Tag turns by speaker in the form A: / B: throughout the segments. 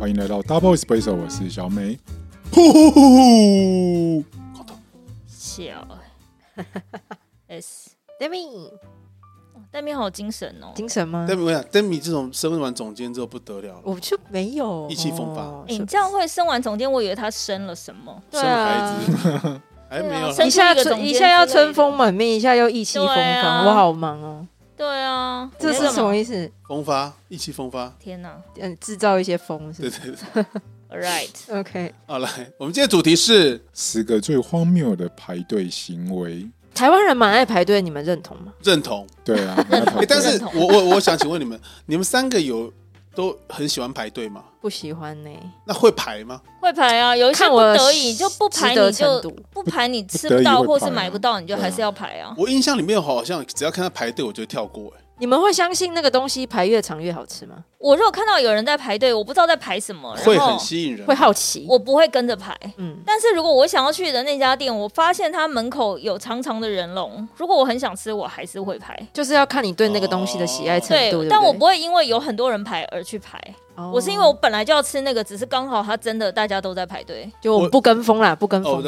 A: 欢迎来到 Double Espresso，我是小美。呼呼呼呼，
B: 笑，S d e m i d e m i 好精神哦！
C: 精神吗？
D: 但我想，丹米这种升完总监之后不得了了，
C: 我就没有
D: 意气风发
C: 哦
B: 哎，你这样会生完总监，我以为他生了什么。
C: 对
D: 生
C: 啊
D: 孩 子，哎
B: 对啊
D: 没有啦
B: 生
C: 一
B: 生
C: 下
B: 出一个总
C: 春
B: 监
C: 一下要
B: 之类的
C: 春风满面，一下又意气风
B: 对
C: 发，
B: 啊
C: 我好忙哦。
B: 对啊，
C: 这
B: 没
C: 是
B: 什
C: 什
B: 么
C: 么？意思？
D: 风发，意气风发。
B: 天哪
C: 嗯，制造一些风是
D: 对
C: 不是
D: 对对，
B: ！All right，
C: ？OK，
D: 好来，我们今天的主题是
A: 十个最荒谬的排队行为。
C: 台湾人蛮爱排队，你们认同吗？
D: 认同。
A: 对啊，那排队
D: 哎，但是
B: 认同
D: 我我我想请问你们，你们三个有都很喜欢排队吗？
C: 不喜欢呢、
D: 那会排吗？
B: 会排啊，有一些
C: 看
B: 不
C: 我
B: 得已就不排，
C: 值得
B: 你就
C: 程度
B: 不排，你吃
A: 不得
B: 不
A: 已
B: 到
A: 会
B: 或是
A: 排啊
B: 买不到，你就
D: 对啊
B: 还是要排啊。
D: 我印象里面好像只要看他排队，我就会跳过。哎，
C: 你们会相信那个东西排越长越好吃吗？
B: 我如果看到有人在排队，我不知道在排什么，
D: 会
B: 哦然后
D: 很吸引人
C: 会。好奇？
B: 我不会跟着排。
C: 嗯，
B: 但是如果我想要去的那家店，我发现它门口有长长的人龙，如果我很想吃，我还是会排。
C: 就是要看你对那个东西的喜爱程
B: 对
C: 度。对，
B: 但我不，会因为有很多人排而去排，
C: 哦
B: 我是因为我本来就要吃那个，只是刚好它真的大家都在排队。
C: 就我们
D: 我
C: 不跟风啦，不跟
D: 哦
C: 风。
D: 我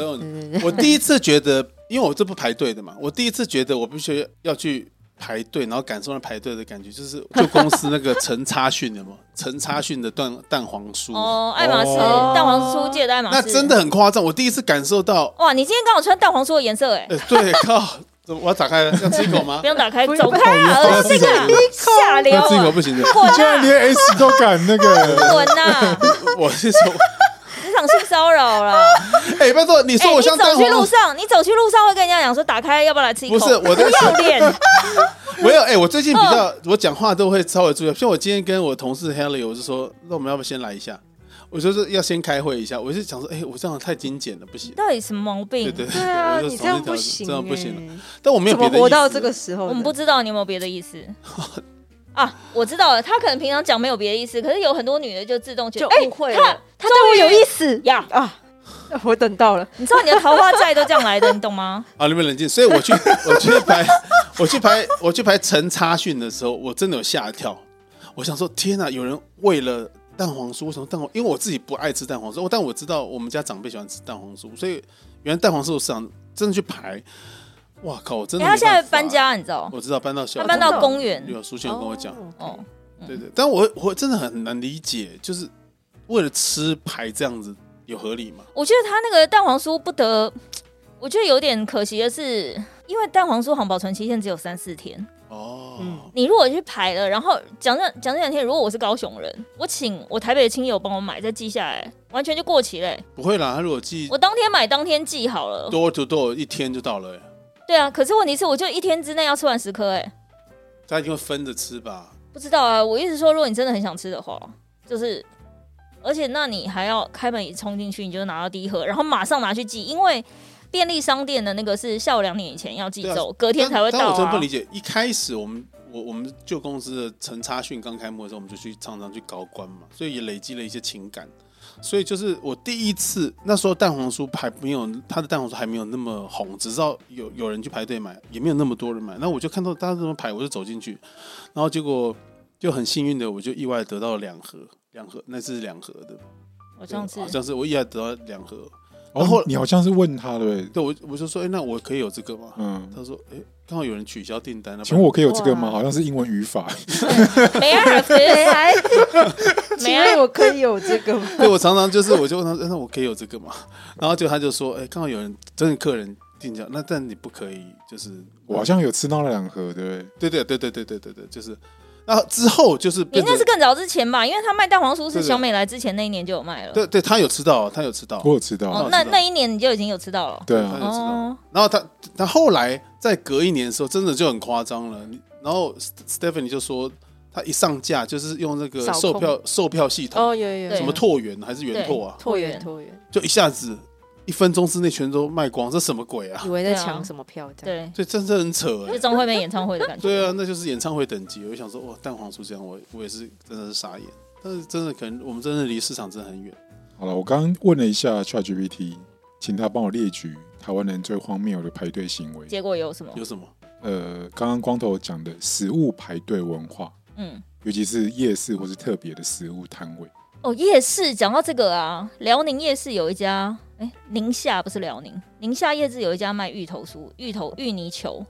D: 懂
B: 嗯
C: 对对 对，
D: 我第一次觉得，因为我这不排队的嘛，我第一次觉得我必须要去排队，然后感受到排队的感觉，就是就公司那个陈插训的 嘛，陈插训的蛋蛋黄酥，
B: 哦，爱马仕、
A: 哦
B: 蛋黄酥界的爱马仕，
D: 那真的很夸张。我第一次感受到，
B: 哇！你今天刚好穿蛋黄酥的颜色哎，
D: 呃，对，靠，怎么我要打开了，要吃一口吗
B: 不？用打开，
C: 不
B: 走
C: 用
B: 开
A: 不
B: 啊！
A: 用
B: 这个
A: 不
B: 下流
D: 要吃一口
B: 啊，
D: 不行的，
B: 滚
A: 居然
B: 啊，
A: 连 S 都敢那 个，
B: 滚啊！
D: 我是说，
B: 职场性骚扰了。
D: 哎，拜托，你
B: 哎，
D: 说我
B: 你
D: 像蛋
B: 走
D: 黄
B: 去路上，你走去路上会跟人家讲说打开，要不要来吃一口？
D: 不是我在
B: 不要脸，
D: 没有，哎、我最近比较，
C: 嗯
D: 我讲话都会稍微注意。像我今天跟我同事 Helly，我是说，那我们要不要先来一下？我就是要先开会一下。我是想说，哎、我这样太精简了，不行。
B: 到底什么毛病？
D: 对对
C: 啊对啊，
D: 我就
C: 你这
D: 从
C: 样
D: 这条
C: 不行、欸，
D: 这样不行了。但我没有
C: 怎
D: 别
C: 么
D: 的
C: 活
D: 意
C: 到
D: 思
C: 这个时候的？
B: 我们不知道你有没有别的意思啊？我知道了，他可能平常讲没有别的意思，可是有很多女的就自动觉得
C: 就
B: 哎
C: 误会
B: 他
C: 了，
B: 他
C: 对我有意
B: 思
C: 思
B: 呀。
C: 啊！ 我等到了，
B: 你知道你的桃花债都这样来的，你懂吗？
D: 啊！你们冷静。所以我去， 我去排，我去排，我去排陈插训的时候，我真的有吓一跳。我想说，天啊哪、有人为了蛋黄酥，为什么蛋黄？因为我自己不爱吃蛋黄酥，但我知道我们家长辈喜欢吃蛋黄酥，所以原来蛋黄酥市场真的去排。哇靠！ 我真
B: 哎，
D: 的、
B: 他现在搬，家，你知道？
D: 啊我知道搬到小，
B: 他搬到公园
D: 有苏倩有跟我讲，
C: 哦
B: 哦，
D: 对对，但我我真的很难理解，就是为了吃排这样子有合理吗？
B: 我觉得他那个蛋黄酥不得，我觉得有点可惜的是，因为蛋黄酥好像保存期限只有三四天，
D: 哦，
C: 嗯
B: 你如果去排了，然后讲这讲这两天，如果我是高雄人，我请我台北的亲友帮我买，再记下来，完全就过期嘞、欸
D: 不会啦，他如果寄
B: 我当天买当天记好了，
D: 多就多一天就到了、欸，
B: 对啊，可是问题是，我就一天之内要吃完十颗，哎，
D: 他一定会分着吃吧？
B: 不知道啊。我一直说，如果你真的很想吃的话，就是，而且那你还要开门一冲进去，你就拿到第一盒，然后马上拿去寄，因为便利商店的那个是下午两点以前要寄走，隔天才会
D: 但
B: 到
D: 我真的
B: 啊
D: 不理。解，一开始我们我我们旧公司的陈插训刚开幕的时候，我们就去常常去搞官嘛，所以也累积了一些情感。所以就是我第一次那时候蛋黄酥还没有他的蛋黄酥还没有那么红，只知道有有人去排队买，也没有那么多人买。那我就看到大家怎么排，我就走进去，然后结果就很幸运的，我就意外得到了两盒，两盒那是两盒的，
B: 我上次
D: 好像是我意外得到两盒。然后
A: 哦，你好像是问他对不对？
D: 对我我就说，哎、那我可以有这个吗？
A: 嗯，
D: 他说，哎、刚好有人取消订单了，
A: 请问我可以有这个吗？
C: 哇
A: 好像是英文语法，
B: 没啊，
C: 谁
B: 没
C: 来？哎请
B: 啊
C: 问，我可以有这个吗？
D: 对我常常就是，我就问他说，哎那我可以有这个吗？然后就他就说，哎、刚好有人真的客人订价，那但你不可以，就是
A: 我好像有吃到了两盒，对不对？
D: 对对对对对对对对，就是，然后之后就是
B: 你
D: 变成
B: 那是更早之前吧？啊因为他卖蛋黄酥是
D: 对对
B: 小美来之前那一年就有卖了。
D: 对对，他有吃到，啊他有吃到，
A: 我有吃
B: 哦
A: 到，，
B: 那
D: 知道
B: 那一年你就已经有吃到了。
A: 对
D: 他
A: 啊，
D: 有吃到。
B: 哦，
D: 然后他他后来在隔一年的时候，真的就很夸张了。你然后 Stephanie 就说，他一上架就是用那个
C: 扫
D: 售
C: 空
D: 票售票系统，
C: 哦，有有有
B: 对
D: 什么拓元还是元拓啊，
C: 拓元拓元，
D: 就一下子一分钟之内全都卖光，这什么鬼啊？
C: 以为在抢什么票这样。
B: 对，啊
D: 所以真的很扯哎、
B: 就张惠妹演唱会的感觉。
D: 对啊，那就是演唱会等级。我想说，哇，蛋黄酥这样，我我也是真的是傻眼。但是真的可能我们真的离市场真的很远。
A: 好了，我刚刚问了一下 ChatGPT，请他帮我列举台湾人最荒谬的排队行为。
B: 结果有什么？
D: 有什么？
A: 呃，刚刚光头讲的食物排队文化，
B: 嗯，
A: 尤其是夜市或是特别的食物摊位，
B: 哦，夜市讲到这个啊，辽宁夜市有一家，哎、宁夏不是辽宁，宁夏夜市有一家卖芋头酥、芋头芋泥球，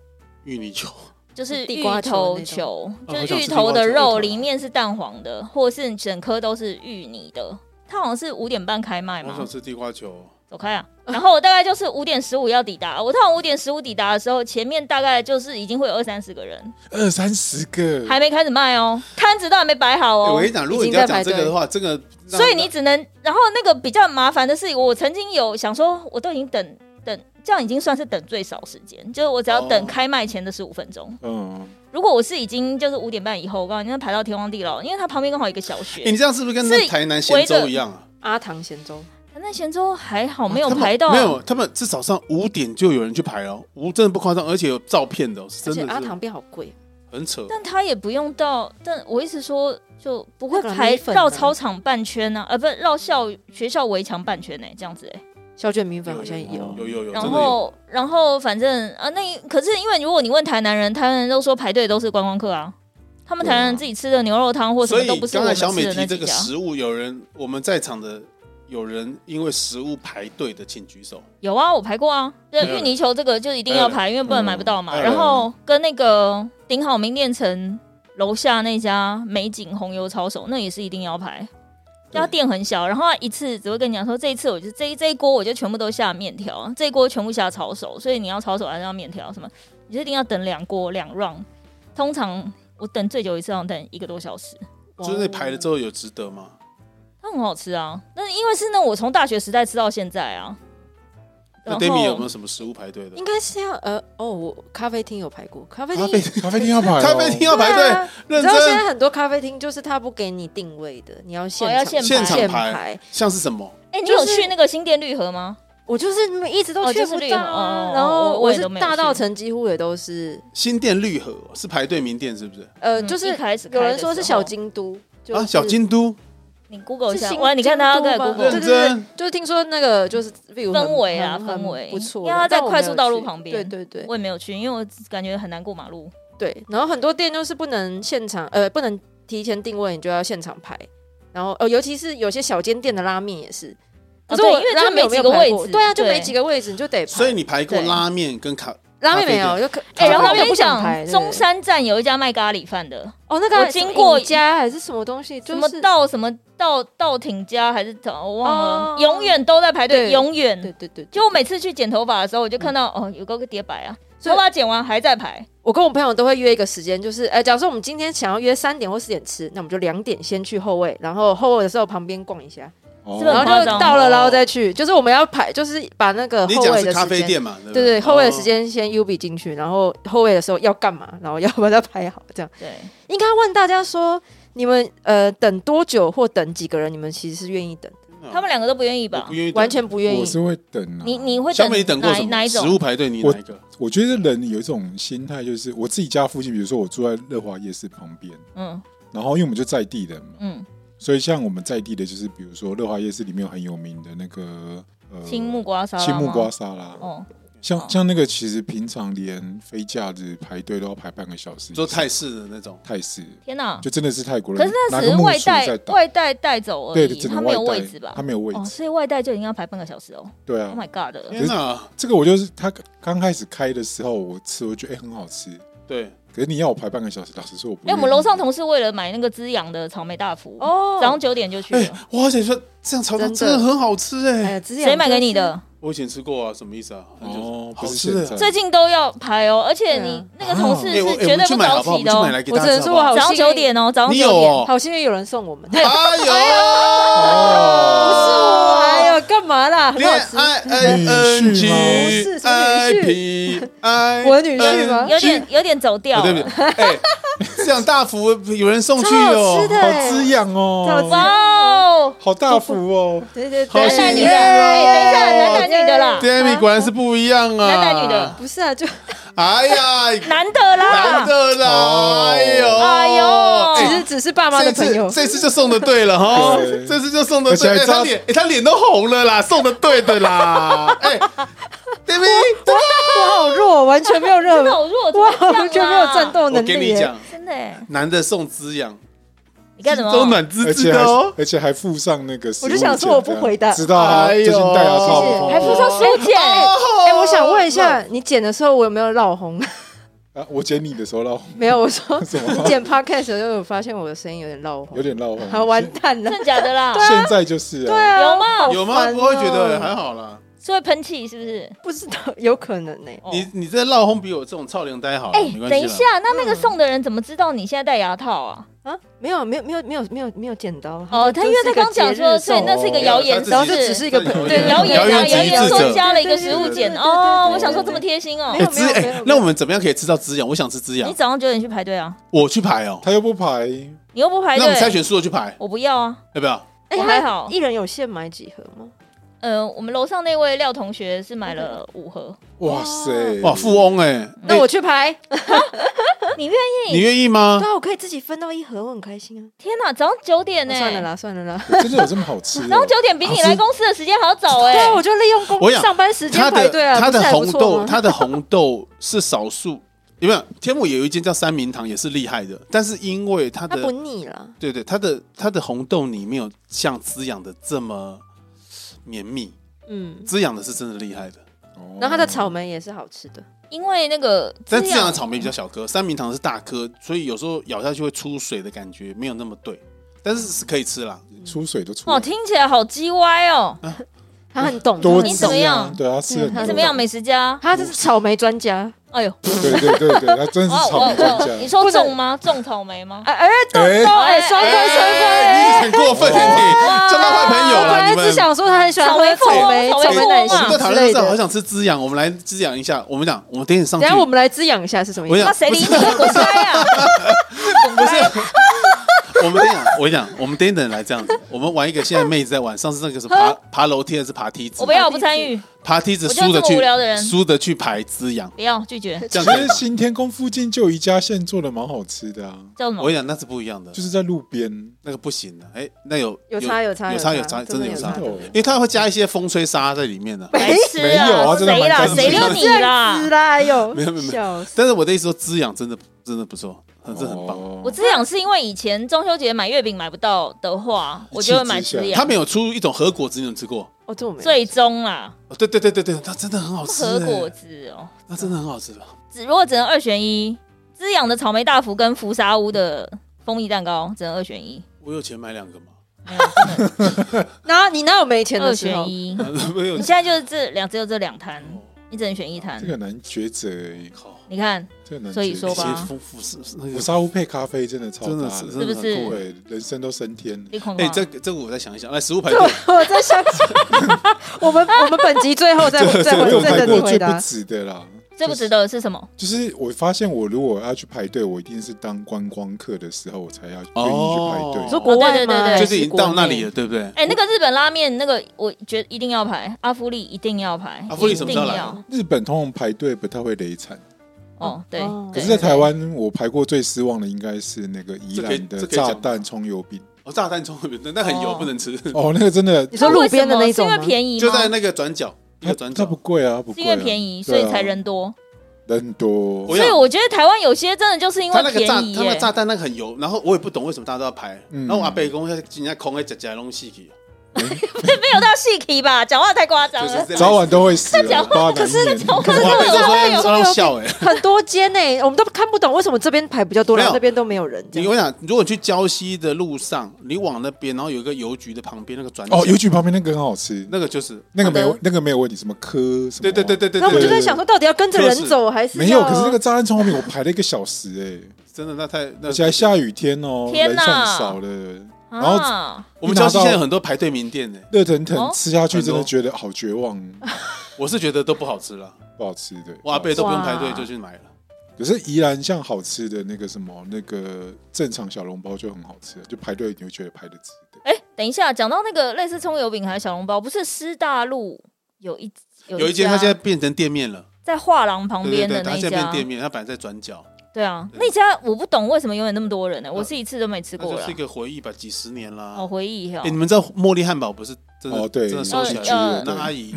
D: 芋泥球，
B: 就是
C: 哦地
B: 芋
C: 瓜球
B: 头
C: 那种
B: 球，
D: 哦
B: 就
D: 我
B: 是
D: 想
B: 芋
D: 吃地
B: 头
D: 瓜
B: 的
D: 球芋
B: 肉
D: 头
B: 里面是蛋黄的，或是整颗都是芋泥的。它好像是五点半开卖
D: 我
B: 嘛
D: 想，吃地瓜球。
B: 走开啊！然后我大概就是五点十五要抵达，我通常五点十五抵达的时候，前面大概就是已经会有二三十个人，
A: 二三十个，
B: 还没开始卖哦，摊子都还没摆好
D: 欸
B: 哦
D: 我。跟你讲，如果
C: 已
D: 你
C: 经
D: 要
C: 在排
D: 讲这个
C: 队
D: 的话，这个那，
B: 所以你只能，然后那个比较麻烦的是，我曾经有想说，我都已经等等，这样已经算是等最少时间，就是我只要等
D: 哦
B: 开卖前的十五分钟。
A: 嗯，
B: 如果我是已经就是五点半以后，我告诉你，那排到天荒地老，因为它旁边刚好有一个小学
D: 欸， 你这样是不是跟
B: 是
D: 那台南咸
B: 围
D: 粥
B: 着
D: 一样啊？
C: 阿唐咸粥，
B: 那咸州还好
D: 啊
B: 没有
D: 他们
B: 排到，
D: 没有，他们至少上五点就有人去排了，五真的不夸张，而且有照片的哦，是
C: 而且
D: 真
C: 阿
D: 的是
C: 唐变好贵，
D: 很扯。
B: 但他也不用到，但我意思说就不会
C: 那个
B: 排
C: 米粉呢
B: 绕操场半圈呢、啊，呃，不是绕校学校围墙半圈呢、这样子哎、
C: 小卷米粉好像
A: 有
D: 有
C: 有，
D: 有有，
B: 然
D: 真的有。
B: 后，然后反正啊，那一可是因为如果你问台南人，台南人都说排队都是观光客啊，他们台南人自己吃的牛肉汤或什
D: 所
B: 么
D: 以
B: 都不是我
D: 刚才小
B: 们
D: 美
B: 吃的那
D: 提
B: 几
D: 这个
B: 家。
D: 食物，有人我们在场的有人因为食物排队的，请举手。
B: 有啊，我排过啊，对，
D: 嗯
B: 芋泥球这个就一定要排，因为不然买不到嘛。
D: 嗯
B: 然后跟那个顶好名店城楼下那家美景红油抄手，那也是一定要排。
D: 对
B: 那店很小，然后他一次只会跟你讲说，这一次我就这一这一锅我就全部都下面条，这一锅全部下抄手，所以你要抄手还是要面条什么，你就一定要等两锅两 round。通常我等最久一次要等一个多小时，
C: 哦
D: 就是那排了之后有值得吗？
B: 它很好吃啊。那因为是那我从大学时代吃到现在啊。
D: 那
B: 然
D: d a m i 有
B: 后。
D: 没有什么食物排队的
C: 应？该是要呃哦，我咖啡厅有排过，咖啡
D: 咖
C: 厅
D: 啡
A: 咖啡厅要排、哦，
D: 咖啡厅要排
C: 对
D: 队，
C: 啊你
D: 认
C: 知道现
D: 真
C: 在很多咖啡厅就是他不给你定位的，你要现
B: 哦要
C: 场
B: 现
D: 现
B: 排
D: 场排
C: 排。
D: 像是什么？
B: 哎、你
C: 就
B: 有
C: 是
B: 去那个新店绿河吗？
C: 我就是一直都
B: 哦
C: 去
B: 就是
C: 不
B: 绿
C: 到
B: 哦哦哦
C: 啊，然后
B: 我我也
C: 是
B: 都没有
C: 大
B: 去
C: 道城几乎也都是，
D: 新店绿河是排队名店是不是？
C: 呃，
B: 嗯
C: 就
B: 一
C: 是
B: 开始开
C: 有
B: 的
C: 人说
B: 时
C: 是
B: 候
C: 小，京都，就嗯
D: 啊，
C: 是
D: 小京都
B: 你 Google 一
C: 是
B: 下，
C: 新
B: 哇，你看他
C: 京
B: 在
C: 都吗
B: Google
C: 对
D: 认
C: 对对
D: 真。
C: 就听说那个就是 view 很
B: 氛围啊
C: 很很
B: 氛围
C: 不错的，
B: 因为它在
C: 但我
B: 快
C: 没有
B: 速道路
C: 去
B: 旁边
C: 对对对
B: 我也没有去，因为我感觉很难过马路。
C: 对，然后很多店就是不能现场，呃，不能提前定位，你就要现场排。然后呃，尤其是有些小间店的拉面也是，可
B: 哦
C: 是
B: 对
C: 我、
B: 因为
C: 拉
B: 就
C: 面
B: 没
C: 我
B: 几
C: 有
B: 个
C: 排
B: 位
C: 过
B: 置
C: 对啊，就
B: 对
C: 没几个位置，你就得排。
D: 所以你排过
B: 对
D: 拉面跟咖
C: 拉面没
D: 咖
C: 有，
D: 啡
C: 就可
B: 哎、
D: 哎
B: 然
D: 然
B: 后
D: 后
B: 我
D: 我
B: 跟
D: 跟
B: 你
C: 不想
B: 讲，
C: 排
B: 中山站有一家卖咖喱饭的，
C: 哦，那个
B: 我经过
C: 家还是什么东西，就
B: 什么
C: 是
B: 道什么道道挺家还是什么我忘了，
C: 哦
B: 永远都在排队，
C: 对
B: 永
C: 对
B: 远。
C: 对对，
B: 就我每次去剪头发的时候，我就看到、哦，有个叠白啊，
C: 所以
B: 头发剪完还在排，
C: 我跟我朋友都会约一个时间，就是呃，假如说我们今天想要约三点或四点吃，那我们就两点先去后位，然后后位的时候旁边逛一下，
A: 哦
B: 是吧
C: 然后
B: 很夸
C: 就
B: 张
C: 到了，
D: 哦
C: 然后再去，就是我们要排，就是把那个
D: 你
C: 呃后
D: 讲
C: 位
D: 是
C: 的
D: 咖
C: 时
D: 啡
C: 间
D: 店嘛？对不
C: 对对，后卫的时。
D: 哦
C: 间先 U B 进去，然后后卫的时候要干嘛，然后要 把它排好，这样
B: 对，
C: 应该问大家说，你们呃等多久或等几个人，你们其实是愿意等，
B: 他们两个都不愿意
D: 哦我
B: 吧
D: 不？愿意等
C: 完。全不愿意
A: 我。是会等啊。
B: 你你会
D: 小美，你等过
B: 哪
D: 什么？
B: 哪一
D: 食
B: 种
D: 物？排队，你哪一个？
A: 我觉得人有一种心态，就是我自己家附近，比如说我住在乐华夜市旁边，
B: 嗯
A: 然后因为我们就在地人嘛，
B: 嗯，
A: 所以像我们在地的，就是比如说乐华夜市里面有很有名的那个呃
B: 青木瓜沙拉吗
A: 青木瓜沙拉，
B: 哦，
A: 像像那个其实平常连非假日排队都要排半个小时以上，
D: 做泰式的那种，
A: 泰式，
B: 天哪！
A: 就真的是泰国人，
B: 可是那
A: 拿
B: 只
A: 个
B: 是
A: 木
B: 外
A: 梳
B: 带
A: 在打
B: 外带带走而
A: 对，
B: 已，
A: 只
B: 他
A: 能
B: 没
A: 外
B: 有位
A: 带
B: 置吧
A: 他？没有位
B: 哦，
A: 置，
B: 所以外带就已经要排半个小时哦。
A: 对
B: Oh
A: 啊
B: my，god！
C: 嗯
D: 天哪！
A: 这个我就是他刚开始开的时候，我吃我觉得哎很好吃，
D: 对，
A: 可是你要我排半个小时，老实说我不
B: 因
A: 愿意。
B: 为哎我们楼上同事为了买那个滋养的草莓大福，哦，
C: 哦
B: 早上九点就去
D: 哎
B: 了。，
D: 我好想说这样炒饭真
C: 真的
D: 的很好吃
C: 哎
D: 哎，
C: 呀，之前
B: 谁买给你？的？
D: 我以前吃过啊，什么意思啊？
A: 哦，
D: 好
A: 不是
D: 吃
A: 现
D: 哎
A: 在，
B: 最近都要排哦，而且
C: 对啊
B: 你那个同事
D: 哎，我
B: 是
D: 哎
B: 绝
D: 我们
B: 对
D: 去
B: 不
D: 买
B: 早
D: 好不好？我
B: 起
D: 们
B: 的
D: 去买
B: 哦，
D: 来给大家
C: 我只能
D: 吃好不
C: 说我好
D: 好？
B: 早上九点哦，早上
D: 你
B: 九
D: 有
B: 点。
D: 哦？
C: 好幸运有人送我们，不
D: 哎
C: 是
D: 呦，
B: 哦
C: 我，哎呦，干嘛啦？很
D: 恋
C: 好吃。
D: 爱 I N
A: 女婿
D: G
A: 吗
C: 不是什么
D: I
C: 女婿
D: P I，
C: 我的女婿吗
B: 有点有点走掉
D: 哦对
B: 了
D: 不，起， 哎，这样大福有人送去
C: 超好
D: 哦
C: 吃，的
A: 好滋养
C: 好吃
A: 哦，
B: 哇哦！
A: 好大福哦，
C: 对对对，
D: 好
B: 男
D: 幸
B: 男女
D: 运
B: 的，哎，等一下，
D: 耶
B: 男男女的啦，
D: Demi 果然是不一样啊！
B: 男的女的？
C: 不是啊，就
D: 哎呀，
B: 男的
D: 男
B: 啦，
D: 的啦！
A: 哦
D: 哎呦，
B: 哎呦
C: 只
D: 哎
C: 是只是爸妈
D: 这
C: 的
D: 一
C: 朋友
D: 次，这次就送的对了哈
A: 对，
D: 这次就送的
A: 而且
D: 对，
A: 还
D: 哎
A: 扎
D: 他脸哎他脸都红了啦，送的对的 啦！哎，Demi，
C: 我好弱，完全没有任
B: 真的
C: 何，
B: 好弱，啊
C: 我完全没有战
B: 斗，
C: 斗
D: 我
C: 能力。
D: 跟你，讲，
B: 真的哎。
D: 男的送滋养，
B: 你你干什
D: 都
B: 么？
D: 暖
A: 而
D: 滋滋
A: 且
D: 的哦
A: 还。而且还附上那个食物
C: 我
A: 检
C: 就
A: 查，
C: 想说我不回答
A: 知道啊，
D: 哎
A: 最
D: 呦
A: 近戴牙套
C: 是
A: 不
C: 还
A: 方
C: 附
A: 便
C: 上
B: 谁剪？
D: 哦
C: 哎、我想问一下，你剪的时候我有没有绕红？
A: 啊，我剪你的时候绕
C: 没有，我说
A: 什
C: 你
A: 么，
C: 剪 podcast 的时候有发现我的声音有点绕红
A: 有，点绕
C: 好
A: 红。
C: 完蛋了。
B: 真的假的啦？
A: 现现在就是
C: 对
A: 啊，
C: 啊，
B: 有吗
C: 好
D: 有吗？
C: 烦
D: 不会觉得
C: 哦
D: 还好啦。
B: 是会喷气是不是？
C: 不知道，有可能呢、
B: 哦
D: 你你这闹哄比我这种操龄呆好啦，
B: 哎、
D: 哦没关
B: 等一
D: 系啦。
B: 下，那那个送的人怎么知道你现在戴牙套啊？
C: 啊，没有，没有，没有，没有，没有，没有剪刀。
B: 哦，他因为他刚讲说，所
C: 所
B: 以
C: 以
B: 那是一个
A: 哦
B: 谣言，
D: 他自己
B: 是不是
C: 然后这只是一个
D: 对
B: 对
D: 谣
B: 谣
D: 言谣
B: 言，谣
D: 言
B: 言
D: 极致
B: 说
D: 者
B: 加了一个食
A: 对
B: 物
A: 对对对
B: 检
C: 对
B: 哦，
C: 对
B: 我想说
C: 对
B: 这么贴心哦
C: 没。有
D: 滋
C: 没有没
D: 哎
C: 有，
D: 那我们怎么样可以吃到滋养？我想吃滋养
B: 你，早上九点去排队啊？
D: 我去排哦。
A: 他又不排，
B: 你又不排
D: 那我们猜
B: 队，
D: 拳输了去排，
B: 我不要啊。
D: 要不要？
C: 哎
B: 我
C: 他
B: 还好
C: 一人有限买几盒吗？
B: 呃，我们楼上那位廖同学是买了五盒，
A: 哇塞，
D: 哇，富翁哎，
C: 那我去排。
B: 你愿意？
D: 你愿意吗
C: 对？啊，我可以自己分到一盒，我很开心
B: 天哪，早上九点
C: 啊。
B: 呢？
C: 算了，啦，算了啦。
A: 真的有这么好吃哦？
B: 早上九点比你来公司的时间还要早哎
C: 对。啊，我就利用
D: 我
C: 工
D: 想
C: 上班时间
D: 他
C: 排
D: 的
C: 队啊，
D: 他的
C: 不是还不
D: 红
C: 错
D: 豆，
C: 吗
D: 他的红豆是少数。有没有？天母也有一间叫三明堂，也是厉害的，但是因为它
C: 他不
D: 的
C: 腻啦。
D: 对对，它的它的红豆泥没有像滋养的这么绵密，
C: 嗯，
D: 滋养的是真的厉害的，
A: 哦
C: 然后他的草莓也是好吃的。
B: 因为那个
D: 但
B: 这
D: 滋
B: 样
D: 养的草莓比较小颗，三明堂是大颗，所以有时候咬下去会出水的感觉，没有那么对，但是是可以吃啦。
A: 出水都出来
B: 哦，
A: 了，
B: 听起来好鸡歪哦。
A: 啊
C: 他很懂，
A: 多
C: 他
B: 你
C: 很
A: 汁
B: 怎么
C: 懂，
A: 啊
B: 样？
A: 对啊，吃很
C: 嗯他
A: 多
B: 怎么样，？美 食家？
C: 他这是草莓专家。
B: 哎呦，
A: 对对对对，他真的是
B: 哇
A: 草
B: 我
A: 莓专
B: 我哦你
A: 家。
B: 说种吗？种草莓吗？
C: 哎哎，
A: 哎
C: 豆豆哎，双关双关。
D: 哎你很过分，你交到坏朋友
C: 我
D: 了，
C: 本来
D: 你
C: 只
D: 们。
C: 想说他很喜欢喝草莓
B: 草
C: 草
B: 莓
C: 莓
D: 我
C: 奶
D: 们
C: 昔
D: 在
B: 凤
D: 讨
C: 之
D: 论
C: 类
D: 这，好
C: 的。
D: 想吃滋养，我们来滋养一下。我们讲，我们等一下上
C: 等一下我
D: 去，
C: 们来滋养一下是什么意
D: 我
C: 思？
D: 想
B: 那谁理你？滚开啊！
D: 不是， 我们等一下，我跟你讲，我们等一等来这样子，我们玩一个现在妹子在玩，上次那个是爬爬楼梯还是爬梯子
B: 啊我不？要，我不参与，
D: 爬梯子
B: 我就是
D: 输的
B: 这么
D: 去
B: 无聊的，人
D: 输的去排滋养，
B: 不要拒绝。
D: 这
A: 其
D: 样可以
A: 实
D: 吧
A: 行天宫附近就有一家现做的蛮好吃的啊，
B: 叫什
D: 我跟
B: 么？
D: 你讲，那是不一样的
A: 就，是在路边，
D: 那个不行的。哎，那有
C: 有差有差
D: 有差
C: 有
D: 有差，
C: 差
D: 真的有差
A: 真，的有
D: 因为它会加一些风吹沙在里面的。
B: 白痴
A: 没有啊
B: 啊！
A: 真的蛮
B: 谁啦？
A: 干净的
B: 谁溜你啦
C: 死？啦！有
D: 没有没有没有
C: 笑死。
D: 但是我的意思说，滋养真的真的不错，很真的很棒。
A: 哦
B: 我只想是因为以前中秋节买月饼买不到的话，我就会买吃
D: 他
B: 呀。
D: 们有出一种核果子，你有吃过？
C: 哦，这我没有。
B: 最终啦，
D: 哦，对对对对对，它真的很好吃、
B: 和果
D: 欸，
B: 子哦，
D: 那真的很好吃吧？
B: 只如果只能二选一，滋养的草莓大福跟福沙屋的蜂蜜蛋糕只能二选一，
D: 我有钱买两个 吗？
B: 没有不能
C: 哪你哪有没钱
B: 二
C: 的时
B: 选
C: 候？
B: 一。
D: 没有
B: 你现在就是这两只有这两摊，
D: 哦
B: 你只能选一摊
A: 这。个很难抉择欸，
D: 靠，
B: 你看，
A: 这个很难抉择。
B: 所以说吧
D: 其实丰富是是那
A: 我
D: 个
A: 沙乌配咖啡真的超
D: 真的
A: 搭
D: 是
A: 的，
D: 真的
B: 是不是
D: 很酷欸
A: 对，人生都升天了。
B: 你狂
D: 哎、
B: 狂
D: 这个这个我再想一想。来，食物排队
C: 这， 我我在想， 我们我们本集最 后再再
A: 我有
C: 再
A: 买
C: 等你
A: 过最
C: 回
A: 不
C: 答。
A: 值的啦，
B: 最啊不值得的是什么？
A: 就是我发现我如果要去排队，我一定是当观光客的时候我才要愿意去排队。
D: 哦
C: 你说国外
B: 哦对
C: 吗？
B: 对对对
D: 就是已经到那里了，对不对？
B: 哎、那个日本拉面，那个我觉得一定要排，阿芙丽一定要排，
D: 阿芙丽
B: 一
D: 什么
B: 定
D: 时候来
B: 要
A: 日本通常排队不太会累惨，
B: 哦，对
C: 哦，
A: 可
B: 对
A: 是，在台湾我排过最失望的应该是那个宜兰
D: 这
A: 的
D: 可以这可以讲
A: 炸
D: 吗
A: 弹葱油饼。
D: 哦，炸弹葱那那很油，
B: 哦
D: 不能吃。
A: 哦，那个真的
C: 你，说路边的那种
B: 是因为
C: 吗？
B: 便宜 吗？
D: 就在那个转角，那
A: 它
D: 个转
A: 它
D: 角
A: 不贵啊，不
B: 是
A: 贵
B: 因
A: 啊，
B: 为便宜，所
A: 对啊
B: 以才人多。
A: 人多
D: 我。
B: 所以我觉得台湾有些真的就是因
D: 他
B: 为
D: 那个炸，
B: 便宜
D: 他那
B: 耶
D: 个。炸弹那个很油，然后我也不懂为什么大家都要排。
A: 嗯
D: 然后我阿伯公现在今天空哎，夹夹东西去，
B: 没有到细皮吧？讲话太夸张
D: 就是
B: 了。
D: 这类
A: 早晚都会死啊，
B: 讲
A: 八难免。
D: 我阿伯公在在那笑哎。
C: 很多间呢，我们都看不懂为什么这边排比较多，
D: 没有
C: 然后那边都没有人。这
D: 你
C: 样
D: 我想，如果你去礁溪的路上，你往那边，然后有一个邮局的旁边那个转角，
A: 哦，邮局旁边那个很好吃，
D: 那个就是，
A: 那个没有
B: 好的
A: 那个没有问题，什么科什么
D: 对对对对对，
C: 那我们就
D: 对
C: 在想说，到底要跟着人走还是
A: 没有，
C: 要
A: 可是那
B: 哦
A: 个炸弹葱油饼我排了一个小时 哎、
D: 真的那太那
A: 而且还下雨天哦，
B: 天
A: 人
B: 哪
A: 算少了，然后
B: 啊，
D: 我们礁溪现在有很多排队名店呢，
A: 热腾腾
B: 哦
A: 吃下去，
D: 很
A: 真的
D: 多
A: 觉得好绝望，
D: 我是觉得都不好吃了，
A: 不好吃的。
D: 我阿伯都不用排队
B: 哇
D: 就去买了。
A: 可是宜兰像好吃的那个什么那个正常小笼包就很好吃，就排队你会觉得排的值得。
B: 哎、等一下，讲到那个类似葱油饼还是小笼包，不是师大路有一有
D: 有一间
B: 家
D: 他现在变成店面了，
B: 在画廊旁
D: 对对
B: 边
D: 对，
B: 的
D: 他
B: 那一
D: 现在
B: 家
D: 变，店面，他本来在转角，
B: 对啊，
D: 对
B: 那家我不懂为什么永远那么多人呢、我是一次都没吃
D: 那
B: 过
D: 就
B: 了
D: 是一，个回忆吧，几十年啊啦。
B: 好回忆哦
D: 哎，。你们知道茉莉汉堡不是真的
A: 哦对
D: 真的收起
B: 呃
D: 来
B: 呃
D: 了？那阿姨，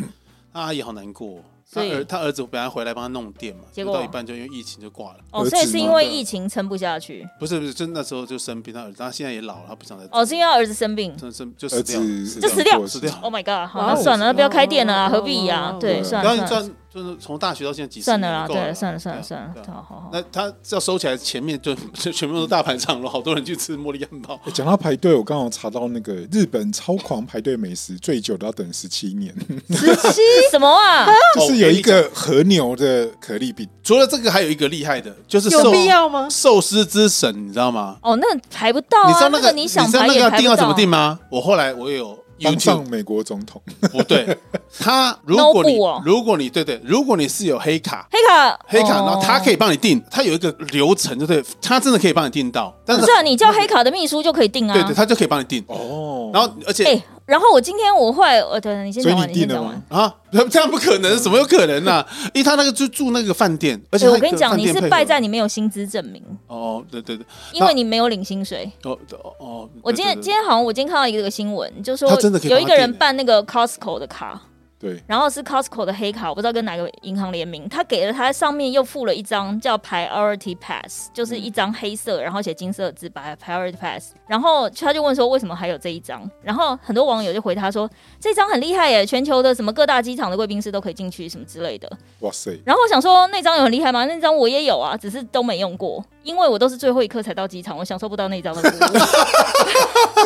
D: 那阿姨好难过哦，他
B: 所
D: 儿
B: 以
D: 他儿子本来回来帮他弄店嘛，
B: 结
D: 就
B: 果
D: 到一半就因为疫情就挂了，
B: 哦，
A: 儿
B: 所以
A: 子
B: 是因
A: 嘛
B: 为
D: 对
B: 疫情撑不下去，
D: 不是不是，就那时候就生病，他儿子他现在也老了，他不想再
B: 哦，是因为儿子生病。
D: 生生就
A: 儿
D: 死掉了，
A: 子
B: 就死掉
A: 过世
D: 死掉
B: Oh my god！好，
C: 哇
B: 那
C: 哦
B: 算了，那不要开店了啊，
C: 哇哦
B: 何必呀
C: 哇哦？
B: 对，
A: 对
B: 算
D: 然后
B: 了
D: 你
B: 算了
D: 赚就是从大学到现在几十
B: 算
D: 年
B: 了啦，
D: 够了
B: 对，
D: 啦，
B: 算了算了
D: 对啊
B: 算了
D: 对，啊
B: 好好好。
D: 那他要收起来，前面就 就全部都是大排长龙，好多人去吃茉莉汉堡。
A: 欸讲到排队，我刚好查到那个日本超狂排队美食最久的要等十七 年，
C: 十七
B: 什么啊？
D: 哦
A: 就是有一个和牛的可丽饼，
D: 除了这个，还有一个厉害的，就是
C: 有
D: 寿
C: 必要吗？
D: 寿司之神，你知道吗？
B: 哦，那个排不到
D: 你知
B: 啊，
D: 道
B: 那
D: 个
B: 你
D: 你
B: 想
D: 知道
B: 排
D: 那个
B: 也
D: 要
B: 排
D: 订
B: 不
D: 要怎么
B: 到。啊
D: 订吗？我后来我也有
A: 当
D: YouTube
A: 上美国总统，
D: 不对，他如果你
B: Nobu 哦
D: 如果你对对，如果你是有黑卡。
B: 黑卡，
D: 黑
C: 哦
D: 卡，然后他可
B: 以。
D: 以帮你订，他有一个流程，对不对？他真的可以帮你订到，但
B: 不
D: 是
B: 是啊，你叫黑卡的秘书就可以订啊。
D: 对对，他就可以帮你订。
A: 哦
D: 然后而且
B: 哎，然后我今天我会，我等等你先
A: 所以
B: 讲完，
A: 你
B: 先
A: 订了
B: 讲
A: 吗
B: 完。
D: 啊， 这样不可能，怎么有可能呢、因为他那个就住那个饭店，而且
B: 哎对，我
D: 他
B: 跟你讲，
D: 饭
B: 你
D: 店
B: 是
D: 配
B: 败
D: 合
B: 在你没有薪资证明，
D: 哦，对对对，
B: 因为你没有领薪水。
D: 哦哦哦，
B: 我今天
D: 对对对
B: 今天好像我今天看到一个新闻，就说
D: 他真的可以
B: 有一
D: 帮
B: 个
D: 他
B: 人
D: 订欸
B: 办那个 Costco 的卡，
A: 对，
B: 然后是 Costco 的黑卡，我不知道跟哪个银行联名，他给了他上面又附了一张叫 Priority Pass，就是一张黑色，然后写金色的字白 Priority Pass，然后他就问说为什么还有这一张，然后很多网友就回他说这张很厉害耶，全球的什么各大机场的贵宾室都可以进去什么之类的，
A: 哇塞，
B: 然后我想说那张有很厉害吗？那张我也有啊，只是都没用过，因为我都是最后一刻才到机场，我享受不到那张的服务。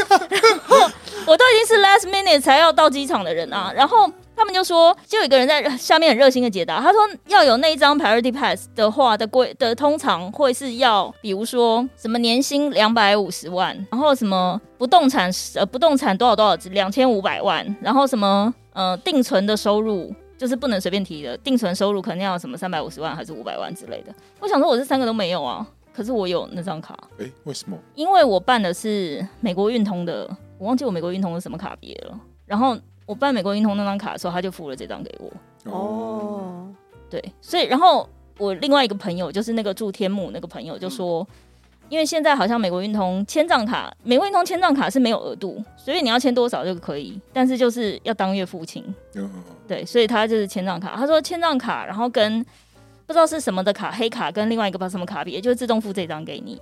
B: 然后我都已经是 last minute 才要到机场的人啊，然后。他们就说，就有一个人在下面很热心的解答，他说要有那一张 priority pass 的话的规的，通常会是要，比如说什么年薪两百五十万，然后什么不动产呃不动产多少多少两千五百万，然后什么呃定存的收入就是不能随便提的，定存收入肯定要什么三百五十万还是五百万之类的。我想说我这三个都没有啊，可是我有那张卡，
A: 哎、为什么？
B: 因为我办的是美国运通的，我忘记我美国运通是什么卡别了。然后我办美国运通那张卡的时候，他就付了这张给我。
A: 哦，
C: 哦，
B: 对，所以然后我另外一个朋友，就是那个住天母那个朋友，就说，因为现在好像美国运通签账卡，美国运通签账卡是没有额度，所以你要签多少就可以，但是就是要当月付清。
A: 嗯嗯嗯，
B: 对，所以他就是千账卡。他说千账卡，然后跟不知道是什么的卡，黑卡跟另外一个不知道什么卡比，也就是自动付这张给你。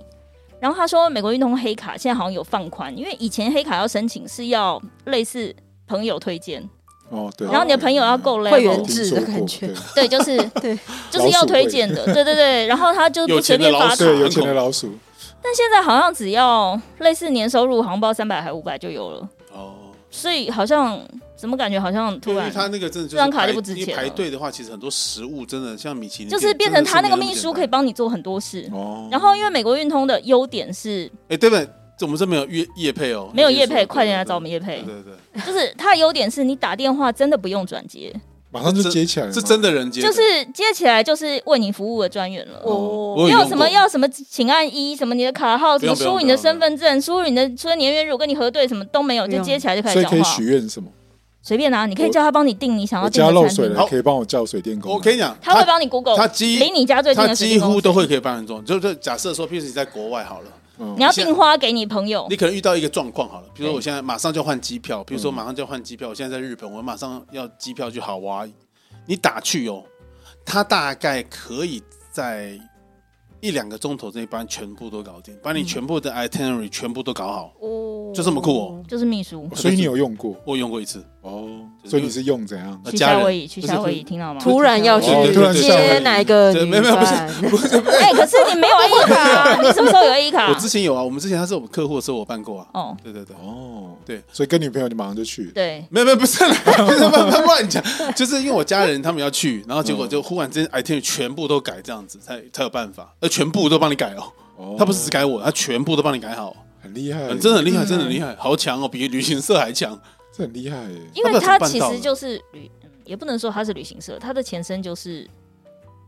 B: 然后他说美国运通黑卡现在好像有放宽，因为以前黑卡要申请是要类似朋友推荐，
A: 哦对，
B: 然后你的朋友要够 level，
C: 会员
A: 听
C: 制
A: 说
C: 的感
A: 过
C: 觉
A: 对
B: 对，就是
C: 对，
B: 就是要推荐的，对对对。然后他就不
D: 有
B: 随
D: 钱的
B: 便发
D: 老
B: 卡
D: 鼠，
A: 对有钱的老鼠，
B: 但现在好像只要类似年收入，好像不知道三百还五百就有了，
D: 哦，
B: 所以好像怎么感觉好像突
D: 因
B: 然
D: 为他那个真的
B: 这
D: 就
B: 张
D: 是
B: 卡
D: 排
B: 就不值
D: 因为
B: 钱
D: 排
B: 了
D: 队的话，其实很多食物真的像米其林
B: 就
D: 店，
B: 是变成他那个秘书可以
D: 以。
B: 帮你做很多事，
A: 哦，
B: 然后因为美国运通的优点是
D: 哎，对不对？这我们这没有业业配哦，
B: 没有业
D: 业
B: 配，快点来找我们业配
D: 对。对对，
B: 就是它的优点是你打电话真的不用转接，
A: 马上就接起来了，
D: 是真
A: 的，
D: 的人接的，
B: 就是接起来就是为你服务的专员了。
C: 哦
D: 我用
B: 没有
D: 过
B: 什么要什么，请按一，什么你的卡号，什
D: 不
B: 么
D: 用不用
B: 输入你的身份证，输入你的除了年月日，我跟你核对，什么都没有，
C: 不
B: 就
C: 用
B: 接起来就开
A: 所以
B: 始
A: 可
B: 讲
A: 以
B: 话
A: 许，愿什么？
B: 随便拿，你可以叫他帮你订你想要
A: 我
B: 订
A: 家
B: 的
A: 漏
B: 餐
A: 水
B: 厅，
A: 了，可以帮我叫水电工吗。啊
D: 我跟你讲，
B: 他会
D: 他
B: 帮你 Google，
D: 他几
B: 离你家最近
D: 他
B: 的水
D: 几
B: 电公司
D: 乎都会可以帮你做。就就假设说，譬如你在国外好了，
A: 嗯
B: 你要订花给你朋友
D: 你，可能遇到一个状况好了，比如说
B: 对
D: 我现在马上就换机票，比如说马上就换机票，我现在在日本，我马上要机票去好哇伊，你打去哦，他大概可以在一两个钟头之内把你全部都搞定，把你全部的 itinerary 全部都搞好。
C: 哦
D: 就这么酷哦，
B: 就是秘书
A: 哦所以你有用过
D: 我用过一次，
A: 哦，
D: 就是
A: 所以你是用怎样？
D: 呃
B: 去
D: 家
B: 夏
D: 人
B: 威夷，去
D: 不是
B: 夏威
D: 不
B: 夷，听到吗？
C: 突然要去
D: 哦突然
A: 下来
C: 接哪一个
D: 对
C: 女
D: 没有没有不是
C: 伴
B: 哎，可是你没有 A 卡，你什么时候有 A 卡？
D: 我之前有啊，我们之前他是我们客户的时候我办过啊。
B: 哦，
D: 对对对，
A: 哦，
D: 对，
A: 所以跟女朋友你马上就去，
B: 对，
D: 没有没有不 是啦，不是不是乱讲，就是因为我家人他们要去，然后结果就忽然之间 itinerary 全部都改这样子，才才有办法，呃，全部都帮你改哦。
A: 哦
D: 他不是只改我，他全部都帮你改好，
A: 很厉害，
D: 嗯真的很厉害，真的很厉害，好强哦，比旅行社还强。
A: 这很厉害耶。
B: 因为它其实就是旅，嗯也不能说它是旅行社，它的前身就是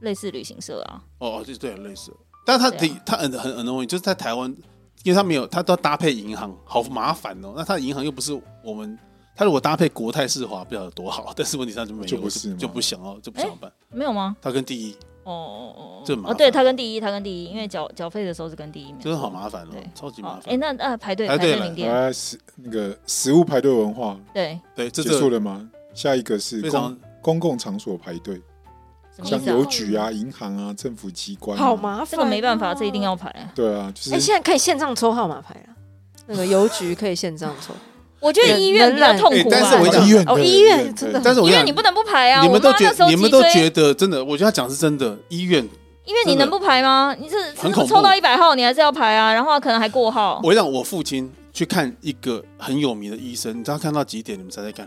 B: 类似旅行社啊。
D: 哦，哦，就对，类似。但他
B: 对啊
D: 的他很很很容易，就是在台湾，因为他没有，他都要搭配银行，好麻烦哦。那他的银行又不是我们，他如果搭配国泰世华，不知道有多好。 但是问题他就没有，
A: 就不
D: 就是
A: 吗
D: 就不想哦要，就不想
B: 哎
D: 要办。
B: 没有吗？
D: 他跟第一
B: 哦哦哦
D: 这
B: 哦
D: 麻，
B: 哦，
D: 烦
B: 对，它跟第一，它跟第一，因为缴缴费的时候是跟第一，没
D: 就是
B: 错
D: 好麻烦哦
B: 对，
D: 超级麻
B: 好，
D: 烦
B: 哎，。那那排队
D: 排
B: 排
D: 队
B: 队
D: 了哎
B: 领店，
A: 啊，食那个食物排队文化
B: 对，
D: 对，这
A: 结束
D: 这
A: 了吗？下一个是
D: 非
A: 公
D: 常
A: 公共场所排队，
B: 什么意
A: 像
B: 思啊
A: 邮？局啊、银行啊、政府机关、啊，
C: 好？麻烦哦，
B: 这个没办法，这一定要排啊。
A: 对啊，就
C: 哎、
A: 是
C: 现在可以线上抽号码牌了，那个邮局可以线上抽。
B: 我觉得医院比较痛
D: 哎
B: 苦啊
D: 但是我
B: 吧，
D: 讲
A: 医院
C: 哦
A: 对
C: 医院真的
D: 但是我
B: 医
D: 跟讲
B: 院你不能不排啊。
D: 你们都
B: 我妈
D: 觉
B: 那时候
D: 你们都
B: 脊椎
D: 觉得真的，我觉得他讲是真的。医院，
B: 因为你能不排吗？你是
D: 很恐怖
B: 抽到一百号，你还是要排啊，然后可能还过号。
D: 我让我父亲去看一个很有名的医生，你知道他看到几点？你们猜猜看？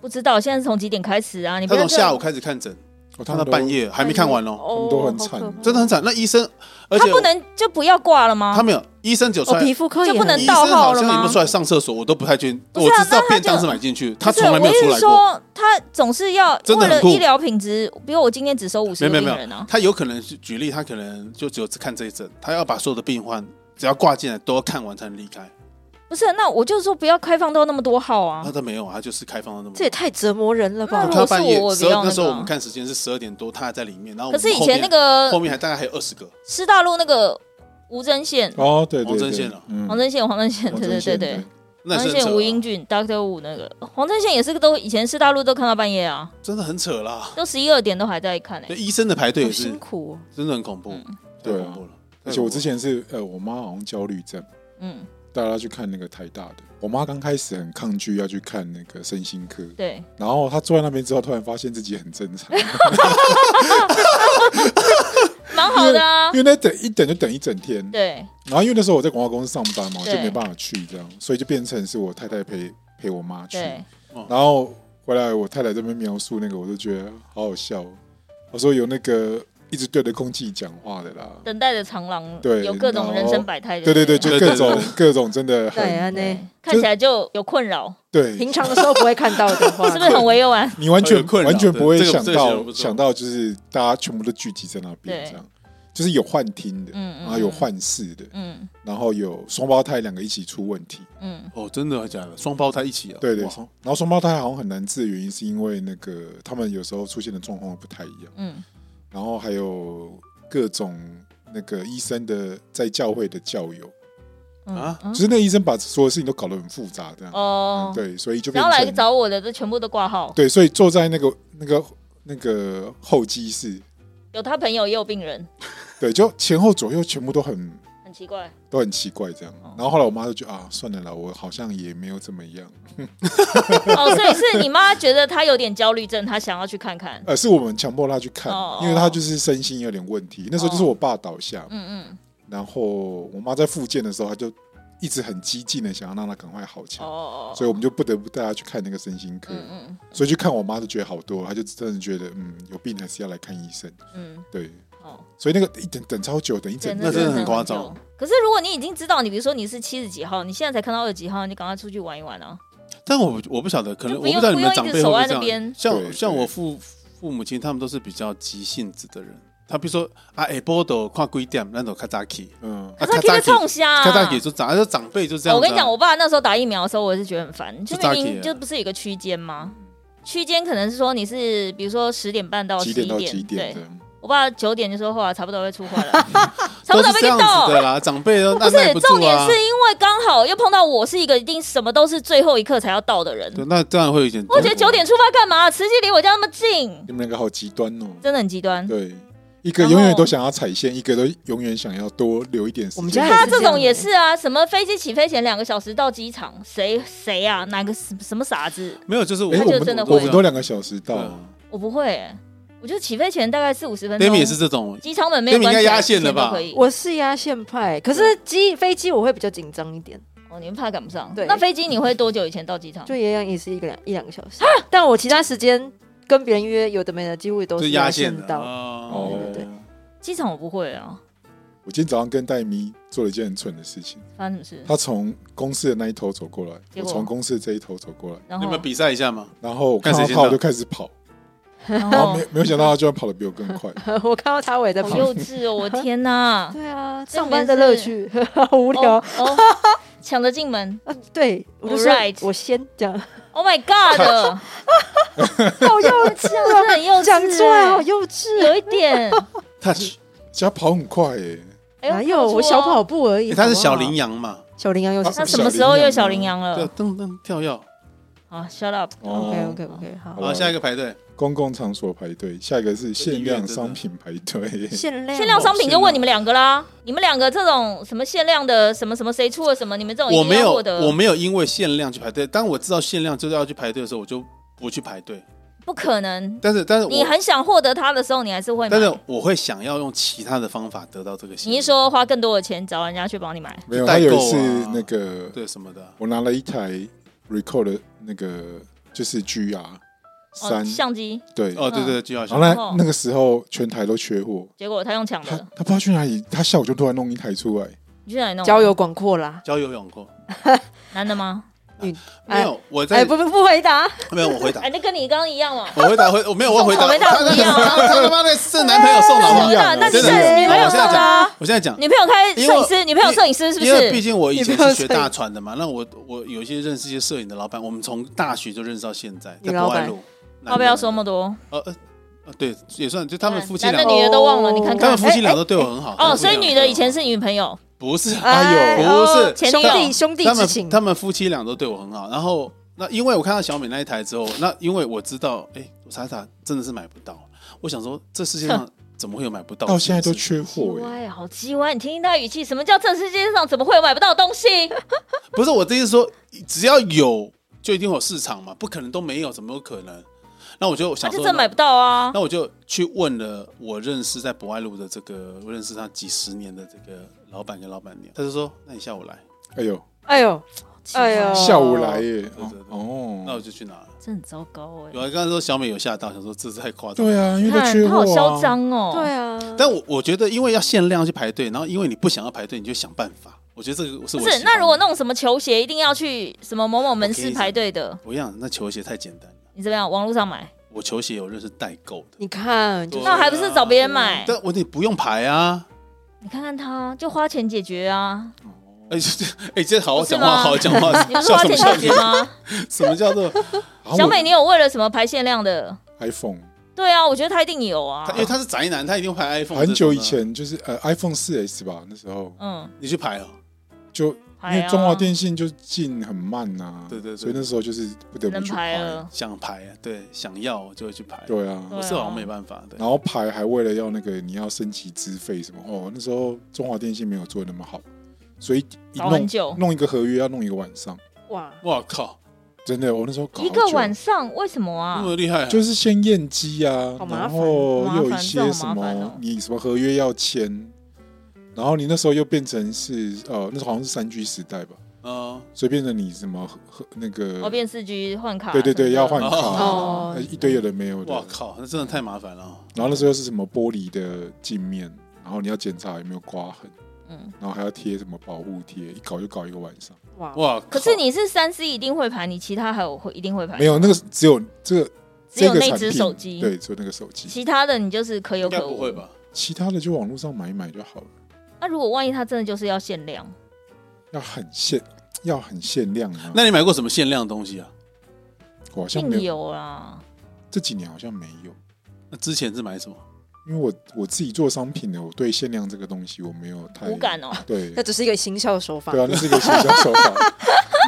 B: 不知道现在是从几点开始啊？你不
D: 他
B: 要
D: 从
B: 这
D: 下午开始看诊，
A: 我
D: 看到半，夜还没看完哦，
A: 们都很惨
C: 哎好可怕
D: 真的很惨。那医生，而
B: 他
D: 且
B: 不能就不要挂了吗
D: 他？没有，医生只有出
C: 哦，
D: 来，
C: 皮肤科也
B: 就不能
D: 医
B: 到
D: 生好
B: 号了
D: 像有没有
B: 吗
D: 出来上厕所，我都不太确定。
B: 不是
D: 我
B: 啊
D: 只知道
B: 那他
D: 便当
B: 就是
D: 买进去，他
B: 不是啊
D: 从来没有出
B: 我
D: 来
B: 是
D: 过。
B: 说，他总是要
D: 真的
B: 为
D: 很
B: 了
D: 酷
B: 医疗品质，比如我今天只收五
D: 没
B: 十
D: 有没有
B: 个
D: 没
B: 病人
D: 有
B: 啊，。
D: 他有可能是举例，他可能就只有看这一针，他要把所有的病患只要挂进来都要看完才能离开。
B: 哦不是，那我就说不要开放到那么多号啊
D: 那。他没有啊，他就是开放到那么
C: 这也太折磨人了
B: 那
C: 吧
D: 我看！到
B: 如果
D: 半夜
B: 是我我也
D: 十
B: 不要
D: 二，
B: 那
D: 那时候
B: 个啊
D: 我们看时间是十二点多，他还在里面。然后我们
B: 可是以
D: 后
B: 前
D: 面
B: 那个
D: 后面还大概还有二十个，
B: 师大路那个吴针线、
A: 哦，对对
D: 黄
A: 对，
D: 针线啊
A: 嗯
B: 黄针线、黄针线，
A: 黄
B: 对
A: 针
B: 对对
A: 线
B: 对，
D: 那
B: 黄
D: 是
B: 针
D: 很扯
B: 线、
D: 啊
B: 吴英俊、Doctor Wu 那个黄针线也是都以前师大路都看到半夜啊，
D: 真的很扯啦。
B: 都十一二点都还在看欸
D: 对
B: 诶。
D: 医生的排队
C: 好
D: 也是
C: 辛苦、哦，
D: 真的很恐怖，
B: 嗯
D: 太
A: 对啊
D: 恐怖了。
A: 而且我之前是呃，我妈好像焦虑症，
B: 嗯，
A: 带她去看那个台大的。我妈刚开始很抗拒要去看那个身心科，
B: 对，
A: 然后她坐在那边之后，突然发现自己很正 常，
B: 蛮好的啊
A: 因。为那等一等就等一整天。
B: 对，
A: 然后因为那时候我在广告公司上班嘛，我就
B: 对
A: 没办法去这样，所以就变成是我太太陪陪我妈去。
B: 对，
A: 然后回来我太太这边描述那个，我就觉得好好笑、哦。我说有那个一直对着空气讲话的啦，
B: 等待着长廊，
A: 对
B: 有各种
A: 然后
B: 人生百态。
A: 对对对，就
D: 对
A: 各
D: 对
A: 种各种真的
C: 对
A: 很
C: 啊，呢，
B: 看起来就有困扰，
A: 对，
C: 平常的时候不会看到的话，
B: 是不是很委婉？
A: 你完
D: 哦有
A: 全
D: 困扰
A: 完全不会
D: 对这个
A: 想
D: 这个形容
A: 到
D: 不错
A: 想到就是大家全部都聚集在那边
B: 对
A: 这样，就是有幻听的，
B: 嗯嗯
A: 然后有幻视的，
B: 嗯
A: 然后有双胞胎两个一起出问题，
B: 嗯，
D: 哦，真的假的？双胞胎一起啊？
A: 对对，
D: 哇
A: 然后双胞胎好像很难治的原因是因为那个他们有时候出现的状况不太一样，
B: 嗯，
A: 然后还有各种那个医生的在教会的教友，
B: 嗯
D: 啊
B: 嗯
A: 就是那医生把所有事情都搞得很复杂这样，
B: 哦
A: 嗯，对，所以就变
B: 然后来
A: 成
B: 找我的都全部都挂号，
A: 对，所以坐在那个那个那个候机室，
B: 有他朋友也有病人，
A: 对，就前后左右全部都很
B: 很 奇怪。
A: 都很奇怪这样。
B: 哦
A: 然后后来我妈就觉得啊，算了啦，我好像也没有怎么样。
B: 哦，所以是你妈觉得她有点焦虑症，她想要去看看。
A: 呃，是我们强迫她去看
B: 哦，
A: 因为她就是身心有点问题。那时候就是我爸倒下，
B: 嗯嗯，
A: 然后我妈在复健的时候，她就一直很激进的想要让她赶快好起
B: 哦
A: 来。
B: 哦哦，
A: 所以我们就不得不带她去看那个身心科，
B: 嗯
A: 所以去看我妈就觉得好多了，她就真的觉得嗯有病还是要来看医生。
B: 嗯嗯，
A: 对，
B: 好，
A: 所以那个一等等超久，等一整
B: 对
D: 那真的很
B: 久
D: 夸张。
B: 可是如果你已经知道，你比如说你是七十几号，你现在才看到二十几号，你赶快出去玩一玩啊。
D: 但我我不晓得，可能
B: 就
D: 我
B: 不用
D: 知道你们长辈会不
B: 不用
D: 会
B: 一直守在那
D: 这样
A: 对
B: 边。
D: 像像
A: 对
D: 我父父母亲他们都是比较急性子的人，他比如说啊，哎，波豆跨几点，那种卡扎基，
A: 嗯，
D: 啊
B: 可是他冲虾啊
D: 卡扎基就长，就长辈就这样。啊
B: 我跟你讲，我爸那时候打疫苗的时候，我也是觉得很烦，就
D: 就扎
B: 明
D: 起
B: 明
D: 了
B: 就不是有个区间吗？区间可能是说你是比如说十点半到十
A: 几
B: 一
A: 点到几
B: 对
A: 点这，嗯样？
B: 我爸九点就说话，差不多会出话了，差
D: 都
B: 不多
D: 是这
B: 被你
D: 样子
B: 逗
D: 的。啦，长辈都
B: 不
D: 按
B: 是
D: 耐住啊。
B: 重点，是因为刚好又碰到我是一个一定什么都是最后一刻才要到的人。
D: 对，那这样会有一点。
B: 我觉得九点出发干嘛？慈溪离我家那么近，
A: 你们两个好极端哦。
B: 真的很极端。
A: 对，一个永远都想要踩线，一个都永远想要多留一点时
C: 我们
A: 间
C: 家。
B: 他
C: 也是
B: 这
C: 这样
B: 种也是啊，什么飞机起飞前两个小时到机场，谁谁啊？哪个什什么傻子？
D: 没有，就是我
A: 诶
B: 他
A: 哎我
B: 就
A: 们
B: 真的
A: 我
B: 会
A: 们都两个小时到
D: 嗯
A: 啊，
B: 我不会、欸，我就起飞前大概四五十分
D: d a
B: 钟
D: m i 也是这种，
B: 机场门没有
D: Demi 应
B: 关
D: 该
B: 起来
D: 压线了吧
B: 之前都可以
C: 我是压线派，可是机飞机我会比较紧张一点，
B: 哦，你们怕赶不上。
C: 对
B: 那飞机你会多久以前到机场？
C: 就一样也是一个两一两个小时。但我其他时间跟别人约，有的没的，几乎都
D: 就是压
C: 线
D: 线的。
C: 到。
D: 哦，
A: 哦
C: 对对对，
B: 机场我不会啊，
A: 我今天早上跟戴咪做了一件很蠢的事情，
B: 发生什么事？
A: 他从公司的那一头走过来，
B: 结
A: 我
B: 果
A: 从公司这一头走过来，
B: 然
D: 你
B: 后
D: 们比赛一下嘛？
A: 然后我看
D: 看谁
A: 到
D: 先
A: 他我
D: 到
A: 就开始跑，
B: 然
A: 然后
B: 后
A: 没没有想到他居然跑得比我更 快，
D: 嗯
C: 我看到他我也在
B: 好
C: 跑。
B: 幼稚哦！我天哪，
C: 对啊，
B: 这
C: 上班的乐趣好 无聊。
B: 哦，哦抢着进门
C: 啊，对，我就
B: Alright
C: 是我先讲，
B: ，Oh my God，
C: 好幼
B: 这样真的很幼稚、欸，
C: 讲出来好幼稚。啊
B: 有一点，
D: Touch，
A: 其实他跑很快耶，
B: 哎呦，
C: 哪有
B: 看得出
C: 我小
B: 哦
C: 跑步而已
D: 哎诶？他是
C: 好不好
D: 小羚，羊嘛？
C: 小羚羊又是
A: 啊
B: 那
C: 什
B: 什
C: 么？
B: 么时候又
A: 小
B: 小
A: 羚
B: 羚羊
D: 对
B: 了？，
D: 噔噔跳跃，
B: 啊，shut up，
A: 哦
C: OK OK OK，好
A: 好，
D: 好，下一个排队，
A: 公共场所排队，下一个是限量商品排队。
C: 限量
B: 限量商品
D: 限
B: 就
D: 量
B: 问你们两个啦，你们两个这种什么限量的什么什么谁出了什么，你们这种哦一
D: 我
B: 定
D: 没
B: 要
D: 有
B: 获得
D: 我没有因为限量去排队，当我知道限量就是要去排队的时候，我就不去排队。
B: 不可能。
D: 但是但是我
B: 你很想获得它的时候，你还是会买
D: 但。是我会想要用其他的方法得到这个限
B: 你
D: 量。
B: 是说花更多的钱找人家去帮你买？
A: 没有，
D: 代
A: 他
D: 购啊
A: 有一次那个，
D: 对什么的啊？
A: 我拿了一台 Record 的那个就是 GR
B: 哦，
A: 三，
B: 相机，
A: 对，
D: 哦，对
B: 嗯
D: 对对，就要
A: 然后
D: 想。
A: 那那个时候全台都缺货，
B: 结果他用抢
A: 他
B: 的，
A: 他不知道去哪里，他下午就突然弄一台出来，
B: 你去哪里弄？
C: 交友广阔啦。
D: 教游泳过
B: 男的吗？
C: 哎
D: 没有？我
C: 哎，
D: 在
C: 不不不回答，
D: 没有我回答
B: 哎，，那跟你刚刚一样嘛。
D: 我回答回我没有我回答
B: 我回答
D: 他
B: 不一样啊
D: 他他他妈的是男朋友送的好不好
A: 不一？样啊
B: 哎那你
D: 真的
B: 现在
D: 是
B: 女朋友
D: 我
B: 送
D: 现在
B: 的啊？
D: 我现在讲，
B: 女朋友开摄影
D: 因为
B: 师，女朋友摄影师是不
D: 因为毕
B: 是？
D: 竟我以前
C: 你不要
D: 是学
C: 这样
D: 大传的嘛，那我我有一些认识一些摄影的老板，我们从大学就认识到现在，
C: 女
D: 在
C: 老
D: 国
C: 板
D: 外录。
B: 要不要说那么多？哎
D: 呃呃呃，对，也算，就他们夫妻
B: 男
D: 俩
B: 的，女的都忘了，
C: 哦
B: 你看
D: 他们。
B: 看
D: 夫妻俩都对我很好。他
B: 哦，
D: 们夫妻
B: 所以
D: 俩
B: 女
D: 都对我
B: 的
D: 很
B: 以前
D: 好
B: 是女朋友，
D: 不是啊？
A: 哎
D: 呦
C: 哦
D: 不是
B: 前
C: 兄
B: 女友
C: 弟兄弟
D: 他
C: 之
D: 们
C: 情，
D: 他们夫妻俩都对我很好，然后那因为我看到小美那一台之后，那因为我知道，哎，我查查真的是买不到，我想说这世界上怎么会有买不到？
A: 到现在都缺货哎、
B: 歪，好叽歪！你听听他语气，什么叫这世界上怎么会有买不到的东西？
D: 不是我的意思是说，只要有就一定会有市场嘛，不可能都没有，怎么有可能？那我就
B: 他
D: 想
B: 就
D: 说，
B: 真买不到啊
D: 那！我就去问了我认识在博爱路的这个，我认识他几十年的这个老板跟老板娘，他就说：“那你下午来。
A: 哎呦，
C: 哎呦哎
B: 哦
C: 呦，
A: 下午来耶、
D: 对对对那我
A: 哦，
D: 就去拿了。
B: 真的很糟糕
D: 有
B: 哎！
D: 啊，刚刚说小美有吓到，想说这太夸张。
A: 对啊，因为都
B: 看
A: 缺
B: 他好
A: 货
B: 嚣
A: 啊，
B: 张哦！
C: 对啊，
D: 但我我觉得，因为要限量去排队，然后因为你不想要排队，你就想办法。我觉得这个是我
B: 不是，
D: 喜欢
B: 那
D: 的
B: 如果弄什么球鞋，一定要去什么某某门
D: 我啊
B: 市
D: 跟你讲
B: 排队的，
D: 不一样，那球鞋太简单了。
B: 你怎么样？网络上买，
D: 我球鞋有认识代购的，
C: 你看，就
D: 对
C: 是
B: 那还不是找别人买？
D: 但我得不用排啊。
B: 你看看他，就花钱解决啊！
D: 哎、这哎、这好好
B: 不是
D: 讲
B: 吗
D: 话，好好讲话。
B: 你不是
D: 笑
B: 花
D: 啊什么
B: 钱
D: 笑
B: 解？决吗？
D: 什么叫 做？
A: 然后
B: 小
A: 我
B: 美，你有为了什么排限量的？
A: iPhone
B: 对啊，我觉得他一定有啊
D: 他。因为他是宅男，他一定会排 iPhone。
A: 很久以，前就是呃 iPhone 四 S 吧，那时候
B: 嗯，
D: 你去排哦。
A: 就因
B: 排
A: 为
B: 啊，
A: 中华电信就进很慢呐、
D: 对对对
A: 所以那时候就是不得不
B: 能
A: 去
B: 排了，
D: 想排，啊对，想要就会去排。
A: 对啊
B: 对，
D: 我是好像没办法，对
A: 然后排还为了要那个你要升级资费什么哦，那时候中华电信没有做得那么好，所以一
B: 搞很
A: 弄
B: 久，
A: 弄一个合约要弄一个晚上，
C: 哇，
D: 哇靠，
A: 真的，我那时候搞好
B: 一
A: 久
B: 个晚上，为什么
D: 那
B: 啊？
D: 么厉害啊，
A: 就是先验机啊
C: 好，麻
A: 然
C: 烦
A: 后
B: 好麻
A: 又有一
B: 烦
A: 些
B: 这
A: 什
B: 好麻烦哦
A: 么你什么合约要签，然后你那时候又变成是呃，那时候好像是三 G 时代吧，
D: 嗯，
A: 所以变成你什么合合那个
B: 哦，变四 G 换卡什
A: 对
B: 么的，
A: 对对要换卡，
D: 哦
A: 呃一堆有的没有的，
D: 哇靠，那真的太麻烦了。哦
A: 然后那时候是什么玻璃的镜面，然后你要检查有没有刮痕，
B: 嗯。
A: 然后还要贴什么保护贴，一搞就搞一个晚上。
C: 哇
D: 哇靠，
B: 可是你是三 C 一定会排，你其他还有会一定会排，
A: 没有那个只有这个
B: 只
A: 这
B: 有
A: 个
B: 那
A: 产
B: 只
A: 品
B: 手机
A: 对，只有那个手机，
B: 其他的你就是可有
D: 应该
B: 可
D: 不
B: 无。
D: 会吧？
A: 其他的就网络上买一买就好了。
B: 那如果万一它真的就是要限量，
A: 要很限，要很限量啊。
D: 那你买过什么限量的东西啊？
A: 我好像
B: 并
A: 没有，
B: 有啊啦。
A: 这几年好像没有，
D: 那之前是买什么？
A: 因为我我自己做商品的，我对限量这个东西我没有
D: 哎
A: 太
B: 无感哦、
A: 对
C: 那只是一个行销手法
A: 对，啊，那是一个形象手法。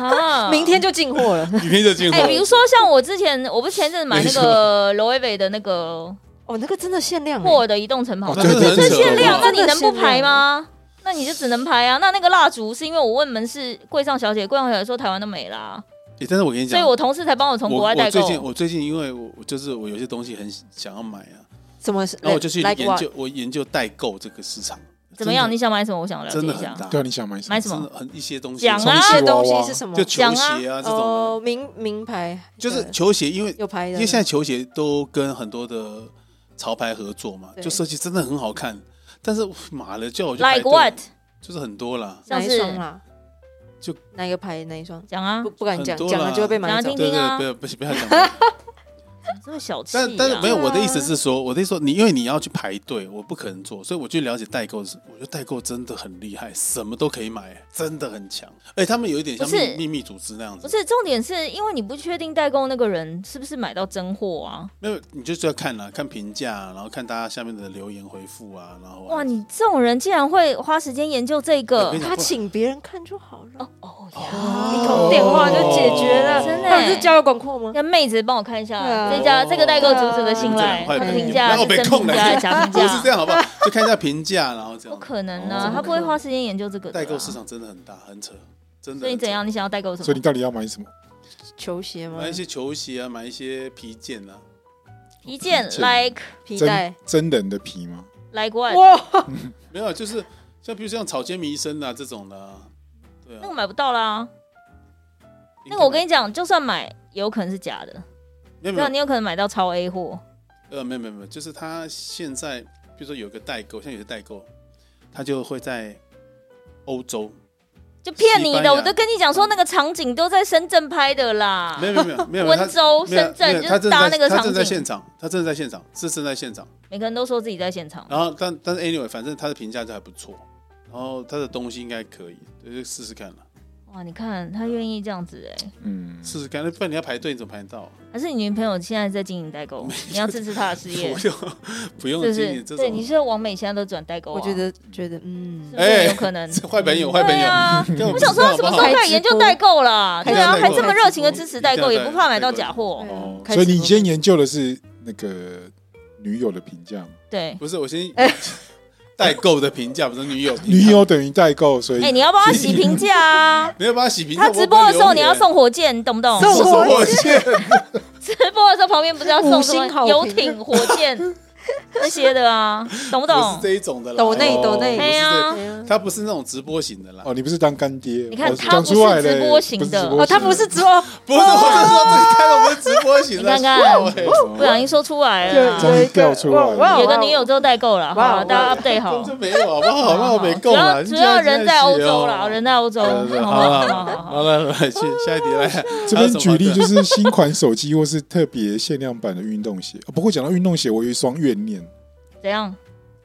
B: 啊
C: 明天就进货了。
D: 明天就进货
B: 哎、。比如说像我之前，我不是前阵子买那个罗威北的那个
C: 哦，那个真的限量欸，
B: 霍尔的移动城
A: 哦，
B: 堡，
A: 对
D: 那
A: 对
D: 真的
A: 对对，
D: 很扯
B: 限量，那
C: 真
B: 你
C: 的
B: 能不
C: 限量
B: 排吗？那你就只能排啊。那那个蜡烛是因为我问门市柜上小姐，柜上小姐说台湾都没啦，
D: 哎但是我跟你
B: 所
D: 讲，
B: 以我同事才帮我从国
D: 我
B: 外代
D: 我
B: 购
D: 最。近我最近因为我我就是我有些东西很想要买啊，
C: 怎么是？
D: 然后我就去
C: like
D: 研
C: what？
D: 究，我研究代购这个市场
B: 怎么样？你
D: 真
B: 想买什么？我想了
D: 的
B: 解
D: 真的
B: 一
D: 很
B: 下。
D: 大，
A: 对啊，你想买什
B: 买
A: 么？
B: 什么
D: 真的很一些东西，
B: 讲啊
A: 从
C: 这
A: 吉
C: 些
A: 娃
C: 东西
A: 娃
C: 是什么
D: 就？球鞋啊这种的，
C: 哦，名名牌
D: 就是
C: 对
D: 球鞋，因为
C: 有牌的，
D: 因为现在球鞋都跟很多的潮牌合作嘛，
C: 对
D: 就设计真的很好看，但是妈的叫我去排
B: Like
D: 队
B: what？
D: 就是很多啦，
C: 哪
B: 像
C: 一
B: 是
C: 双啦？
D: 就
C: 哪一个牌哪一双？
B: 讲啊
C: 不，不敢讲，
D: 很多
C: 讲
D: 啦
C: 了就会被买
B: 讲啊
C: 走
B: 听。
D: 对
B: 听
D: 对，
B: 啊
D: 不要不不要讲，
B: 这么小气、啊。
D: 但但是没有，
C: 对啊
D: 我的意思是说，我的意思说，你因为你要去排队，我不可能做，所以我去了解代购，我觉得代购真的很厉害，什么都可以买，真的很强。而且他们有一点像
B: 不是
D: 秘秘密组织那样
B: 不
D: 子，
B: 是重点是因为你不确定代购那个人是不是买到真货啊？
D: 没有，你就是要看啦，看评价啊，然后看大家下面的留言回复啊，然后
B: 哇，你这种人竟然会花时间研究这
D: 我
B: 个
D: 跟你，讲
C: 他请别人看就好了，
B: 哦
C: 一
B: 呀，
C: 通电话就解决了，
B: 真的
C: 那不是交友广阔吗？
B: 那妹子帮我看一下
C: 对啊
B: 这家这个代购组织的信赖，
D: 哦你们这两块
B: 他
D: 的
B: 评
D: 你
B: 价是
D: 们不要被
B: 真评
D: 控了
B: 价还 是假评
D: 不啊是这
B: 价？
D: 样好不好？就看一下评价，然后这
B: 不
D: 样。
B: 可能
D: 哦
B: 啊，他不会花时间研究这个的啊
D: 代购市。场真的很大，很扯，真的。
B: 所以你怎？样？你想要代购什
A: 所以你
B: 么？
A: 到底要买什么？
C: 球鞋吗
D: 买？一些球鞋啊，买一些皮件啊，
B: 一件
A: 皮
B: like
C: 皮带
A: 真？真人的皮吗？
B: like one，
C: 哇，
D: 没有，啊就是像比如像草间弥生啊这种的啊，对啊
B: 那个。买不到啦。那个我跟你讲，就算买，也有可能是假的，
D: 没有没
B: 对啊，
D: 有
B: 你有可能买到超 A 货。
D: 呃，没有没有没有，就是他现在，比如说有个代购，像有些代购，他就会在欧洲，
B: 就骗你
D: 西班牙
B: 的，我都跟你讲说那个场景都在深圳拍的啦
D: 没，有没有没有没有，
B: 啊 温
D: 他
B: 州
D: 没有
B: 深圳
D: 没有
B: 就是
D: 他正
B: 搭
D: 在
B: 那个
D: 他
B: 场
D: 正在
B: 景
D: 现场，他正在现场，是正在现场。
B: 每个人都说自己在现场。
D: 然后但但是 anyway，反正他的评价就还不错，然后他的东西应该可以，就试试看了，
B: 哇，你看他愿意这样子哎、
A: 嗯，
D: 试试看。那不然你要排队，你怎么排得到啊？
B: 还是你女朋友现在在经营 代购，你要支持她的事业，
D: 不
B: 是
D: 用不用
B: 不
D: 经理
B: 是？
D: 这
B: 对，你
D: 种，
B: 是王美现在都转代购、啊，
C: 我觉得觉得嗯
B: 是不，是
D: 哎
B: 有可能？
D: 这 坏朋友坏朋
B: 对
D: 友。
B: 啊，
D: 根本
B: 我
D: 不知道
B: 想说他
D: 好
B: 什
D: 不
B: 么
D: 好
B: 时候开始研究代购啦？
C: 开
B: 对
C: 直
B: 啊，
C: 播
B: 还这么热情的支持代购，
D: 一定要代
B: 也
D: 购
B: 不怕买到假货
C: 对。啊
A: 哦，
C: 开
A: 所以你
C: 直播
A: 先研究的是那个女友的评价吗，
B: 对，
D: 不是，我先
C: 哎
D: 代购的评价，不是女友评
A: 女
D: 价
A: 友等于代购，所以
B: 哎，你要帮他洗评价啊！
D: 没有帮他洗评价。
B: 他直播的时候你要
D: 我
B: 送火箭，你懂不懂？
C: 送
D: 不会留言我先
B: 直播的时候旁边不是要送
C: 五
B: 什
C: 星
B: 么
C: 好评
B: 游艇、火箭 那些的啊，懂
D: 我
B: 不懂
D: 是？这一种的啦，
C: 抖内
D: 哦
C: 抖内
D: 我
B: 哎
D: 是
B: 呀
D: 这
C: 哎呀
D: 他不是那种直播型的啦，
A: 哦，你不是当干爹，
B: 你看
A: 哦
B: 他
A: 讲出来
B: 不是
A: 嘞
B: 直播型的
A: 不是直播
C: 哦，他不是直播，
D: 不是，我是说这看到我们直播型的，
B: 你看看
D: 喂
B: 不小心说出来
C: 有
B: 了
A: 终于
B: 啦，
C: 哦啊有一
A: 掉
C: 个
A: 出来了
C: 哇
B: 有个女友之后代购了，好
C: 哇
B: 吧，大家
C: 哇
B: update
D: 根
B: 好
D: 本。就没有好不好？那我没
B: 主
D: 够
B: 要
D: 了，
B: 主哦要人在欧洲啦，
D: 了，
B: 人在欧洲，好
D: 哦对对对
B: 不
D: 好
B: 好
D: 了
B: 好
D: 好
B: 好
D: 了
B: 好
D: 好了，来去下一题来。
A: 这
D: 还
A: 边
D: 有什么
A: 举例
D: 对
A: 就是新款手机或是特别限量版的运动鞋。哦不过讲到运动鞋，我有一双怨念，
B: 怎样？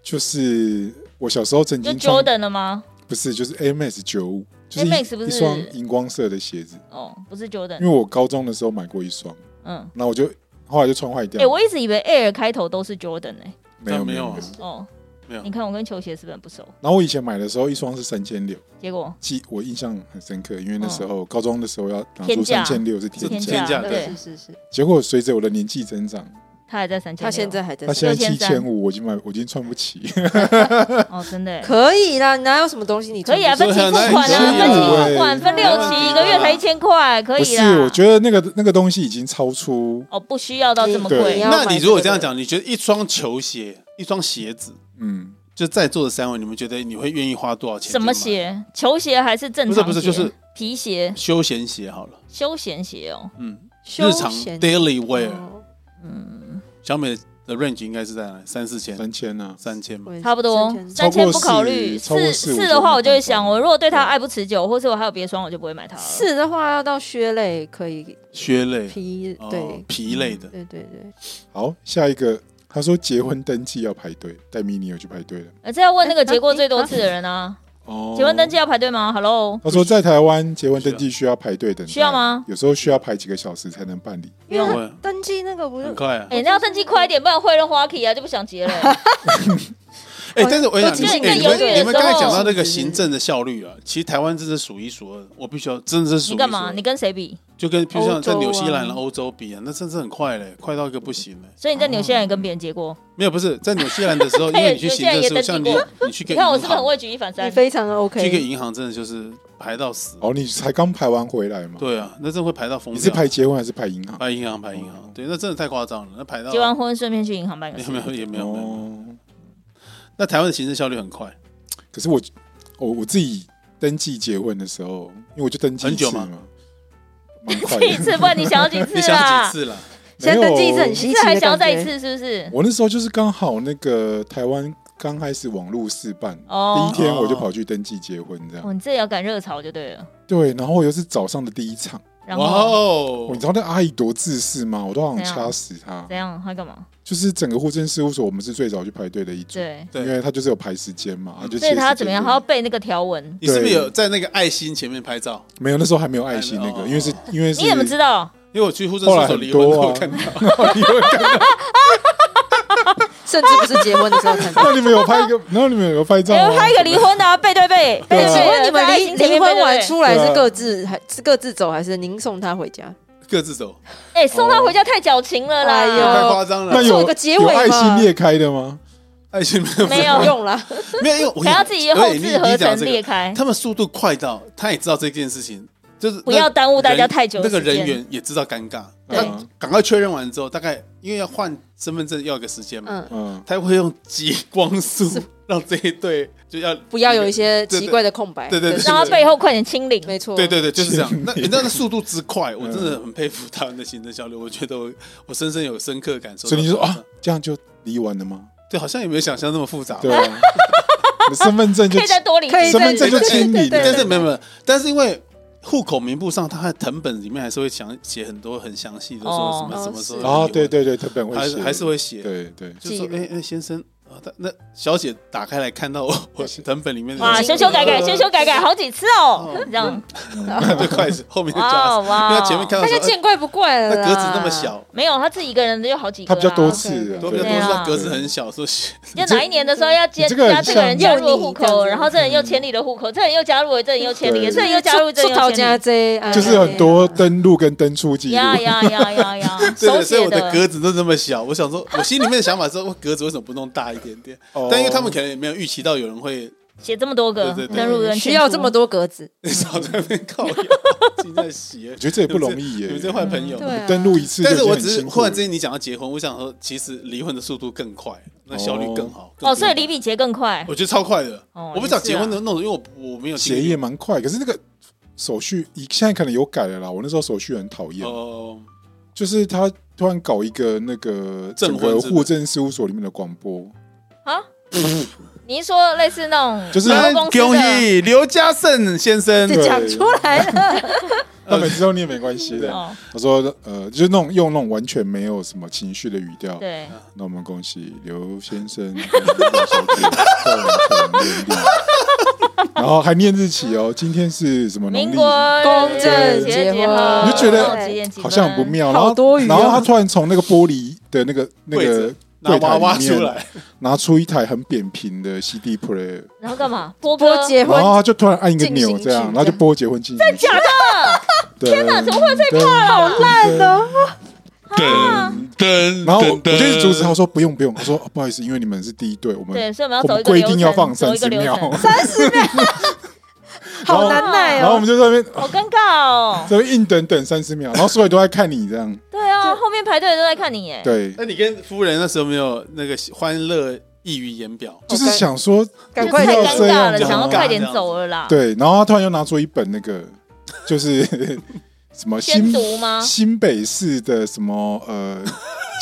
A: 就是我小时候曾
B: 就
A: 经穿，
B: Jordan 了吗？
A: 不是就是 Air Max 九五，就是
B: Max 不
A: 一
B: 是
A: 一双荧光色的鞋子。
B: 哦，不是
A: 因为
B: Jordan，
A: 我高中的时候买过一双，
B: 嗯，
A: 那我就后来就穿坏掉
B: 哎，
A: 了。
B: 我一直以为 Air 开头都是 Jordan 哎，
A: 没有
D: 没有
A: 有
D: 啊。
B: 哦，
D: 没有
B: 你看我跟球鞋是不是很不熟？
A: 然后我以前买的时候，一双是三千六，
B: 结果
A: 记我印象很深刻，因为那时候高中的时候要拿出
B: 哦天价
A: 三千六是
B: 天
A: 天
B: 价
A: 价。
D: 价
B: 对
C: 是是是，
A: 结果随着我的年纪增长，
B: 他还在三千，
C: 他现在还在
A: 他，现在七
B: 6300
A: 千五，我已经买，我已经穿不起。
B: 哦，真的哎
C: 可以啦，哪有什么东西你
B: 可以啊，分
D: 这
B: 期
D: 很
B: 付
D: 难
B: 款啊，
A: 讲
B: 分期付款
A: 哎
B: 分六期，一个月才一千块，可
A: 不
B: 以
A: 是
B: 啦。，
A: 我觉得那个那个东西已经超出，
B: 哦，不需要到这么
A: 对
B: 贵
C: 你要，
D: 那
C: 买
D: 你
C: 这
D: 如果
C: 个
D: 这样
C: 的
D: 讲，你觉得一双球鞋、一双鞋子，
A: 嗯，
D: 就在座的三位，你们觉得你会愿意花多少钱？
B: 什么？鞋？球鞋还是正常鞋？
D: 不是不是就是
B: 皮鞋、
D: 休闲鞋好了，
B: 休闲鞋哦。
D: 嗯，
C: 休
D: 日常
C: 闲
D: daily wear，
C: 哦
B: 嗯，
D: 小美的 range 应该是在哪里？三四千、
A: 三千啊，
D: 三千吧。
B: 差不多哦
C: 三
B: 三
C: 千
B: 千不考虑，
A: 超过
B: 四
A: 四
B: 四的话我就会想，
A: 我
B: 我如果对他爱不持久，或是我还有别双，我就不会买它了。
C: 四的话要到靴类可以
D: 靴类、
C: 皮，
D: 哦
C: 对嗯
D: 皮类的，
C: 对对对，
A: 好，下一个，他说结婚登记要排队，带迷你有去排队了。
B: 呃，这要问那个结过最多次的人啊。
A: 哦
B: 结婚登记。要排队吗？Hello，
A: 他说在台湾结婚登记需要排队等待，
B: 需要吗？
A: 有时候需要排几个小时才能办理。
C: 因为
D: 会
C: 它登记那个不
D: 很
C: 是
D: 快啊。
B: 哎，那要登记快一点，不然会让花旗啊就不想结了。
D: 哎、但是我跟你
C: 我记
D: 讲，
C: 得
D: 你们哎你
C: 你
D: 们
C: 在犹豫的
D: 你们刚
B: 时
D: 才
B: 候
D: 讲到那个行政的效率啊，其实台湾真是数一数二，我必须要真的是数一数
B: 你
D: 二。
B: 干嘛？你跟谁比？
D: 就跟比如像在
C: 欧洲啊
D: 纽西兰、欧洲比啊，那真是很快嘞，快到一个不行嘞。
B: 所以你在纽西兰也跟别人结过？
D: 没有，不是在纽西兰的时候，因
B: 他也
D: 为你去行政的时候，
B: 有些
D: 像
B: 人
D: 你
B: 也登
D: 你去个银
B: 你
D: 行，
B: 看我是不是很为举一反
C: 你
B: 三？
C: 非常的
D: 去个
C: OK，
D: 银行真的就是排到死。
A: 哦，你才刚排完回来嘛？，
D: 对啊，那真的会排到疯
A: 你
D: 掉。
A: 是排结婚还是排银行？
D: 排银行排银
A: 哦
D: 行，对，那真的太夸张了，那排到
B: 结完婚顺便去银行办个
D: 没
B: 事
D: 有。没有也没有没有。
A: 哦，
D: 那台湾的行政效率很快，
A: 可是我我我自己登记结婚的时候，因为我就登记一
D: 很久
A: 次
D: 吗
A: 嘛，蛮快
B: 第一
A: 的。
B: 次问你想要几
D: 你
B: 次
D: 想
B: 啦？
D: 几次了？
C: 现在登记是很
B: 你
C: 稀
B: 是
C: 奇
B: 还
C: 的
B: 想要再
C: 感
B: 一
C: 觉。
B: 次是不是？
A: 我那时候就是刚好那个台湾刚开始网络试办，第一
B: 哦，
A: 天我就跑去登记结婚这样。
B: 哦，你这也要赶热潮就对了。
A: 对，然后又是早上的第一场，
B: 然
D: 哇
B: 后
D: 哦
A: 我你知道那阿姨多自私吗？我都好想
B: 啊
A: 掐死她
B: 怎。样？他干嘛？
A: 就是整个户政事务所，我们是最早去排队的一组，
B: 对，嗯
A: 因
D: 对，
A: 为他就是有排时间嘛，就
B: 所以
A: 写
B: 他
A: 时
B: 怎么
A: 间
B: 样？
A: 给
B: 他要背那个条文。
D: 你是不是有在那个爱心前面拍照？
A: 没有，那时候还没有爱心那
D: 哎
A: 个，
D: 哦
A: 因为是因为是
B: 你怎么知道？
D: 因为我去护政事务所离婚的时候
A: 后来
D: 我看
A: 很啊
D: 到，
C: 甚至不是结婚的时候看到。
A: 那你们有拍一个，然后你们有拍照
B: 哎，
A: 吗？
B: 拍一个离婚的啊，背对背。
A: 对
B: 背
A: 啊
B: 对背
C: 请问你们
B: 在爱
C: 离
B: 情前面
C: 离婚
B: 背对
C: 完
B: 背
C: 出来
A: 对
C: 是
A: 啊
C: 各自还是各自走，还是您送他回家？
D: 各自走，
B: 哎，送他回家太矫情了啦！
C: 哎呦
D: 太夸张
A: 那
D: 了。
A: 有
C: 做个结尾
A: 有
C: 嘛
A: 爱心裂开的吗？
D: 爱心没有
B: 没有
C: 不用啦，
D: 没有，因为我
B: 还要自己后置合成裂
D: 开。
B: 开，
D: 他们速度快到，他也知道这件事情，就是那
B: 不要耽误大家太久的
D: 那个
B: 时间
D: 人员也知道尴尬，
B: 对
D: 他
A: 啊
D: 赶快确认完之后，大概因为要换身份证要有个时间嘛，
C: 嗯，
A: 嗯，
D: 他会用极光速 让这一对就要
C: 不要有一些
D: 对对
C: 奇怪的空白。
D: 对对对
C: 可是
B: 让他背后快点清零。
C: 没错，
D: 对对对，就是这样
A: 亲。
D: 那你知道那速度之快，
A: 嗯
D: 我真的很佩服他们的行政效率。我觉得我我深深有深刻感受到。
A: 所以你就说啊，这样就离完了吗？
D: 对，好像也没有想象那么复杂。
A: 对啊，你身份证就
B: 可以再多理
C: 可以
B: 解
A: 身份证就清理
C: 对
D: 但
A: 了，
D: 是没有没有，但是因为户口名簿上，它的藤本里面还是会详写很多很详细的，说什
B: 哦
D: 么什么时候
C: 是
D: 离婚
A: 哦，对，对对，他本会
D: 还是
A: 写
D: 还是会写，
A: 对对，
D: 就说
C: 记
D: 哎哎、先生啊，他那小姐打开来看到我我藤本里面的
B: 哇，修修 改改，
D: 呃
B: 修修改改好几次哦
D: 哦，
B: 这样
D: 对筷子后面就
B: 哇
D: 加
B: 哦，
D: 上，因
B: 哇
D: 为
B: 哦，
D: 他前面看到
C: 大
D: 说
C: 家
D: 呃
C: 见怪不怪了
D: 那
B: 啊
C: 啦。
D: 格子那么，小，
B: 没有，他自己一个人就好几个
A: 他
B: 啊，
A: 比较多次啊，
D: 多比较
B: 对
D: 多
B: 啊
D: 是他格子很小， 所以
B: 就哪一年的时候要接
A: 你这个很
B: 加这个人加入了户
C: 像诱
B: 口，
C: 你
B: 然后这人又迁离了户口，这人又加入了，这人又迁离
A: 对
B: 了，这人又加入了，这
C: 出
B: 人
C: 逃
B: 又迁
C: 家
B: 离
C: 贼，哎
A: 就是很多登录跟登出记录
B: 了。呀呀呀呀呀！
D: 对对，
B: 手
D: 所以
B: 写
D: 我的格子都这么小，我想说， 我心里面的想法是，我格子为什么不弄大一点点？
A: 哦
D: 但因为他们可能也没有预期到有人会
B: 写这么多个
D: 对对对
B: 登录人
C: 需要这么
B: 多，
C: 多格子，
D: 少在那边靠腰， 进在洗，
A: 我觉得这也不容易
D: 你
A: 耶
D: 们，这坏朋友。
C: 对啊，
A: 登录一次就
D: 但
A: 已
D: 是
A: 经
D: 我
A: 很
D: 只是
A: 辛
D: 忽
A: 苦了，
D: 然之间你讲到结婚，我想说，其实离婚的速度更快，那效率更好。更
B: 哦，所以
D: 多
B: 离比结更快。
D: 我觉得超快的。
B: 哦
D: 我不知道
B: 也是啊
D: 结婚的那种，因为我我没有经
A: 写
D: 历
A: 也蛮快，可是那个手续，你现在可能有改了啦。我那时候手续很讨厌，
D: 哦，
A: 就是他突然搞一个那个
D: 证
A: 整个
D: 婚是不是
A: 户政事务所里面的广播，
B: 你是说类似那种
A: 就是
B: 百货公司
D: 恭
B: 的
D: 喜刘家胜先生
C: 这
A: 对
C: 讲出来 了。
A: 那每次都念没关系的。
B: 哦，
A: 我说呃，就是那种用那种完全没有什么情绪的语调。
B: 对，
A: 那我们恭喜刘先生、跟刘小姐共同连理然后还念日期哦，今天是什么农
B: 民
A: 历？
B: 国
C: 公证
B: 结
C: 结婚
B: 合，
A: 你就觉得
B: 然后几点几分
A: 好像很不妙，然
C: 好
A: 后
C: 多余哦
A: 然后他突然从那个玻璃的那个那
D: 柜
A: 个
D: 子拿娃娃
A: 柜台里面
D: 出来，
A: 拿出一台很扁平的 CD player，
B: 然后干嘛？播
C: 播
B: 歌
C: 结婚
A: 然后他就突然按一个钮，这
C: 进行
A: 样，然
C: 曲
A: 后就播结婚进行曲。真假的？天哪，怎么会这啊样？
C: 好烂哦！
B: 啊
D: 噔 噔
A: 然后我我就一直阻止他说不用不用，他说哦不好意思，因为你们是第一对，我们
B: 对，所以我们要
A: 我
B: 走
A: 们
B: 一个
A: 规
B: 流程，
A: 定要放
B: 走
A: 三
B: 一个
A: 十
B: 流
A: 秒，
B: 程，
C: 好难耐
A: 然后我
C: 哦
A: 们。就在那边
B: 好尴尬哦。
A: 这边硬等等三十秒，然后所有人都在看你这样，
B: 对啊，后面排队的都在看你耶。
A: 对，
D: 那你跟夫人那时候没有那个欢乐溢于言表？
A: 就是想说
C: 赶
A: 不
C: 快
B: 太
A: 要啊
B: 尴
A: 这
B: 尬
A: 样
B: 了，
A: 子
B: 想要
A: 好吗
B: 快点走了啦。
A: 对，然后他突然又拿出一本那个就是什么
B: 宣
A: 新
B: 读吗？
A: 新北市的什么呃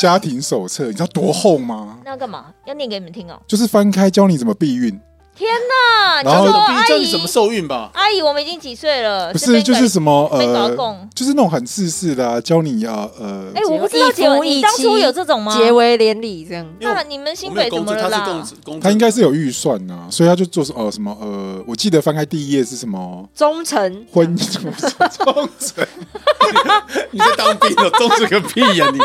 A: 家庭手册，你知道多厚吗？
B: 那要干嘛？要念给你们听哦。
A: 就是翻开教你怎么避孕，
B: 天哪！你
A: 然后
B: 说
D: 比
B: 阿
D: 教你怎么
B: 姨，
D: 受孕吧？
B: 阿姨，我们已经几岁了？
A: 不是就是什么
B: 被搞
A: 呃，
B: 共。
A: 就是那种很自私的、啊，教你啊呃
B: 哎，我不知道结婚，
C: 一夫一妻
B: 你当初有这种吗？
C: 结为连理这样，
D: 因为
B: 那
D: 我
B: 你们新
D: 我没
B: 北
D: 有工
B: 怎么
D: 资，他
B: 了
D: 是
B: 啦
D: 公？资公资，
A: 他应该是有预算呐、啊，所以他就做什呃什么呃，我记得翻开第一页是什么
C: 忠诚
A: 婚
D: 嗯
A: 姻，
D: 忠诚。你在当兵的，忠诚个屁呀、你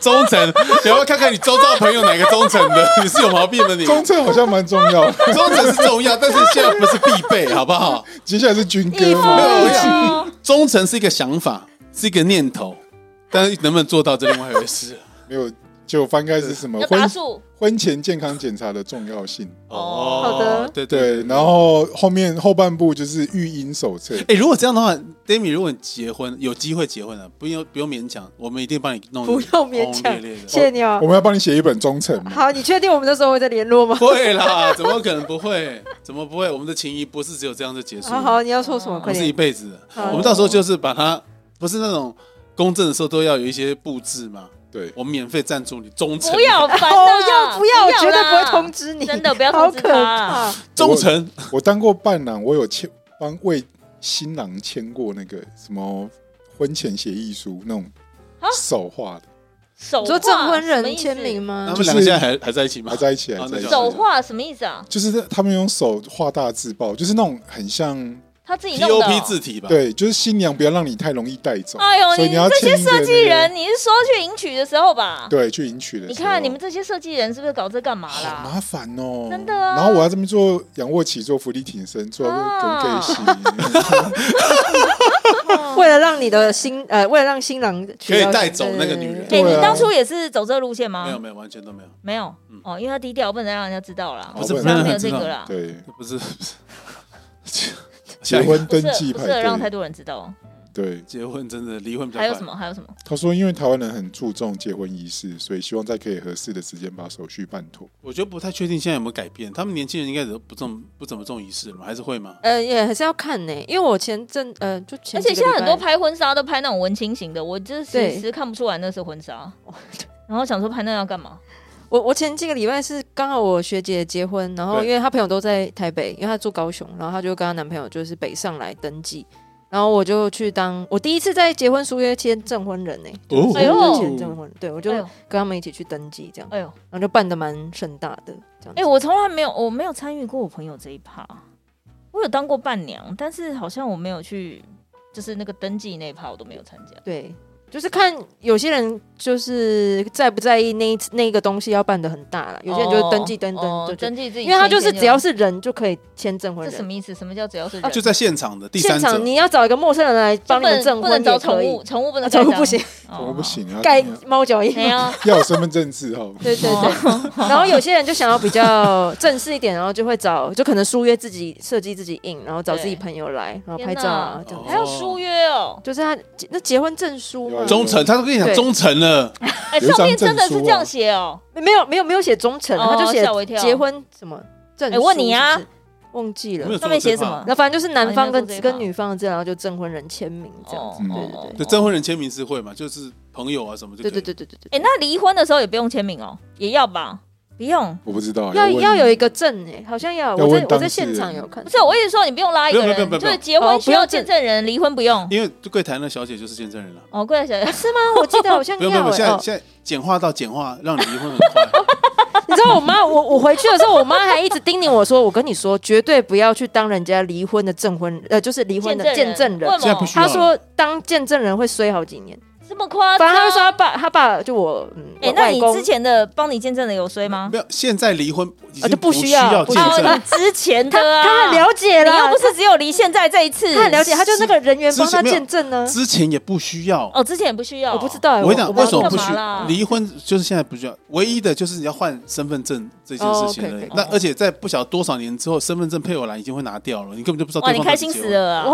D: 忠诚，然后看 看你周遭朋友哪个忠诚 的，你是有毛病的你。
A: 公厕好像蛮重要的。
D: 忠诚是重要，但是现在不是必备，好不好？
A: 接下来是军
B: 一
A: 歌
B: 夫
A: 嘛，
B: 一
D: 有
B: 妻哦，
D: 忠诚是一个想法，是一个念头，但是能不能做到这另外一回事。
A: 没有就翻开是什么
B: 要
A: 婚
B: 打数。
A: 婚前健康检查的重要性。
B: 哦
C: 好的
D: 对对。
A: 对，然后后面后半部就是育婴手 册，
D: 哎，如果这样的话，Demi，如果你结婚有机会结婚了，不用不用勉强，我们一定帮你弄。
C: 不用勉强
D: 轰轰烈烈，的
C: 谢谢你哦
A: 我。们要帮你写一本忠诚嘛。
C: 好，你确定我们那时候会再联络吗？
D: 会啦，怎么可能不会？怎么不会？我们的情谊不是只有这样就结束，
C: 啊好好，你要说什么？
B: 哦
D: 不
C: 快
D: 是一
C: 点，
D: 辈子的。
C: 好
D: 我们到时候就是把它，不是那种公证的时候都要有一些布置嘛，
A: 对，
D: 我们免费赞助你忠诚
B: 不、要烦
C: 哦
B: 啊！
C: 要不要？我绝对不会
B: 啦
C: 通知你，
B: 真的不要
C: 好
B: 通知
C: 可
B: 他啊啦。
C: 怕。
D: 忠诚。
A: 嗯我当过伴郎，我有签帮为新郎签过那个什么婚前协议书那种
B: 啊
A: 手画的，
B: 手
C: 你说
B: 画
C: 证婚
B: 什么
C: 人
B: 意思
C: 签名
D: 他们
C: 吗？
D: 两个现在还还在一起吗？
A: 还在一起，
D: 啊
A: 还在一
D: 那
A: 起。
D: 就好
B: 手画什么意思啊？
A: 就是他们用手画大字报，就是那种很像，
B: 他自己弄的哦、
D: POP 字体吧？
A: 对，就是新娘不要让你太容易带走，
B: 哎呦，
A: 所以
B: 你
A: 你要
B: 这些
A: 签一个
B: 设计
A: 那
B: 人，
A: 个
B: 你是说去迎娶的时候吧？
A: 对去迎娶的时
B: 你
A: 候。
B: 看你们这些设计人是不是搞这干嘛
A: 好
B: 啦？
A: 麻烦哦，
B: 真的啊
A: 然后我要这么做仰卧起坐、俯卧挺身，做跟
B: 啊
A: 跟 gay 戏，
B: 嗯
C: 为了让你的新呃，为了让新郎娶
D: 可以
C: 到
D: 带走那个女人
B: 哎、
A: 对啊
B: 你当初也是走这路线吗？
D: 没有没有，完全都没有，
B: 没有
D: 嗯哦
B: 哦，因为他低调，不能让人家知道啦。
A: 不是
B: 不然
A: 不
B: 没
A: 能
B: 有这个啦，
A: 对，
D: 不是不是，
A: 结
D: 下一个
A: 婚
B: 不
A: 登
B: 适
A: 记
B: 不适合
A: 排
B: 让太
A: 队，
B: 多人知道。
A: 对，
D: 结婚真的离婚比较
B: 还
D: 快
B: 有什？么？还有什么？
A: 他说因为台湾人很注重结婚仪式，所以希望在可以合适的时间把手续办妥。
D: 我觉得不太确定现在有没有改变，他们年轻人应该都不重不怎么重仪式了嘛，还是会吗？
C: 呃，也还是要看呢、因为我前阵呃，就前
B: 而且
C: 几
B: 现
C: 个
B: 在
C: 礼
B: 很多
C: 拜
B: 拍婚纱都拍那种文青型的，我就是
C: 对
B: 其实看不出来那是婚纱。然后想说拍那要干嘛？
C: 我我前几个礼拜是刚好我学姐结婚，然后
D: 对
C: 因为她朋友都在台北，因为她住高雄，然后她就跟她男朋友就是北上来登记，然后我就去当我第一次在结婚书约签证婚人呢、
D: 哦
B: 哎呦
C: 就是签证婚人，对我就
B: 哎呦
C: 跟他们一起去登记，这样，
B: 哎呦，
C: 然后就办的蛮盛大的，这样
B: 哎、
C: 子。
B: 我从来没有，我没有参与过我朋友这一趴。我有当过伴娘，但是好像我没有去，就是那个登记那一趴我都没有参加。
C: 对，就是看有些人就是在不在意那一次那一个东西要办的很大了，有些人就是登记登登
B: 哦
C: 就觉得
B: 登记自己签一
C: 因
B: 签，
C: 为他就是只要是人就可以签证婚
B: 这什
C: 人。
B: 么意思？什么叫只要是人？
D: 就在现场的第
C: 现
D: 三者
C: 场，你要找一个陌生人来帮你
B: 不
C: 们
B: 能
C: 证
B: 不
C: 婚
B: 能找
C: 也
B: 宠
C: 可 以，
B: 物，啊宠物不能哦
C: 宠物不
B: 盖章
C: 行，
B: 哦
A: 我们不。行啊，
C: 盖
D: 嗯
A: 要
C: 猫脚印。
B: 没有，哦
A: 要有身份证字号，
C: 对对 对， 然后有些人就想要比较正式一点，然后就会找，就可能书约自己设计自己印，然后找自己
B: 对
C: 朋友来，然后
B: 天
C: 拍照啊，这样
D: 哦
B: 还要书约哦。
C: 就是他结那结婚证书嘛
A: 有，
D: 忠诚，他都跟你讲
C: 对
D: 忠诚了，
B: 哎，
A: 有一张
B: 上面真的
A: 证
B: 是
A: 书
B: 这
A: 啊
B: 样写哦。
C: 没有没有没有写忠诚，
B: 哦
C: 他就写
B: 吓我一跳
C: 结婚什么证
B: 哎
C: 书。
B: 问你啊
C: 是不是，忘记了
D: 我没有。
B: 上面
D: 做
B: 写
D: 这
B: 什
D: 趴
B: 么
C: 那反正就是男方跟
B: 哦你没有做这一行
C: 跟女方的字，然后就证婚人签名这样子。
A: 嗯
C: 对
B: 哦
C: 对
D: 对，证婚人签名是会嘛，就是朋友啊什么就可
C: 对
D: 以
C: 对对对对对。
B: 哎，那离婚的时候也不用签名哦，也要吧？不用，
A: 我不知
D: 哦
A: 道，
C: 要
A: 问
C: 要有一个证哎，好像要。
A: 要
C: 我
A: 问
C: 在我
A: 当
C: 在
A: 事
C: 现
A: 人
C: 场有看啊
B: 不。是我意思说你不用拉一个
D: 不用不用
B: 人，
D: 不用
B: 就是结婚
C: 哦
B: 需
C: 不
B: 要
C: 用
B: 见证人，离婚不用。
D: 因为柜台那小姐就是见证人了。啊
B: 哦，过来小姐，
C: 啊是吗？我记得好像
D: 不用不用，
C: 要
D: 不用现
C: 哎。
D: 在
C: 哦
D: 现在简化到简化，让你离婚很 快。
C: 你知道我妈，我我回去的时候，我妈还一直叮咛我说：“我跟你说，绝对不要去当人家离婚的证婚，呃，就是离婚的见
B: 见
C: 证
B: 证人
C: 人
B: 为。
D: 现在不”需要
C: 她
D: 了。
C: 说当见证人会衰好几年，
B: 这么夸张
C: 反正？她会说她爸，她爸就我，嗯，
B: 啊哎，那
C: 外
B: 你
C: 公
B: 之，前的帮你见证的有衰吗？
D: 没有，现在离婚已
C: 啊
D: 经
C: 就不需
D: 需
C: 要
D: 要
C: 不
D: 见
C: 需要
B: 哦，
D: 证
B: 你，之前的啊，
C: 她很了解
B: 你
C: 啦，
B: 又不是只有离现在这一次，
C: 她很了解，她就那个人员帮
D: 之
C: 她
D: 前没有
C: 见证呢。
D: 之前也不需要。
B: 哦，之前也不欸需要，
C: 我不知。道，
D: 我跟你讲，
C: 妈
D: 为什么不
B: 干嘛
D: 需
B: 啦
D: 离婚？就是现在不需要，唯一的就是你要换身份证这件事情
C: 哦
D: 而已
C: ，OK，OK，。
D: 那
B: 哦
D: 而且在不晓得多少年之后，身份证配偶栏已经会拿掉了，你根本就不知道
B: 哇，
D: 对
B: 你
D: 方
B: 开
D: 到底
B: 心
D: 结
B: 死
D: 婚。
B: 了啊！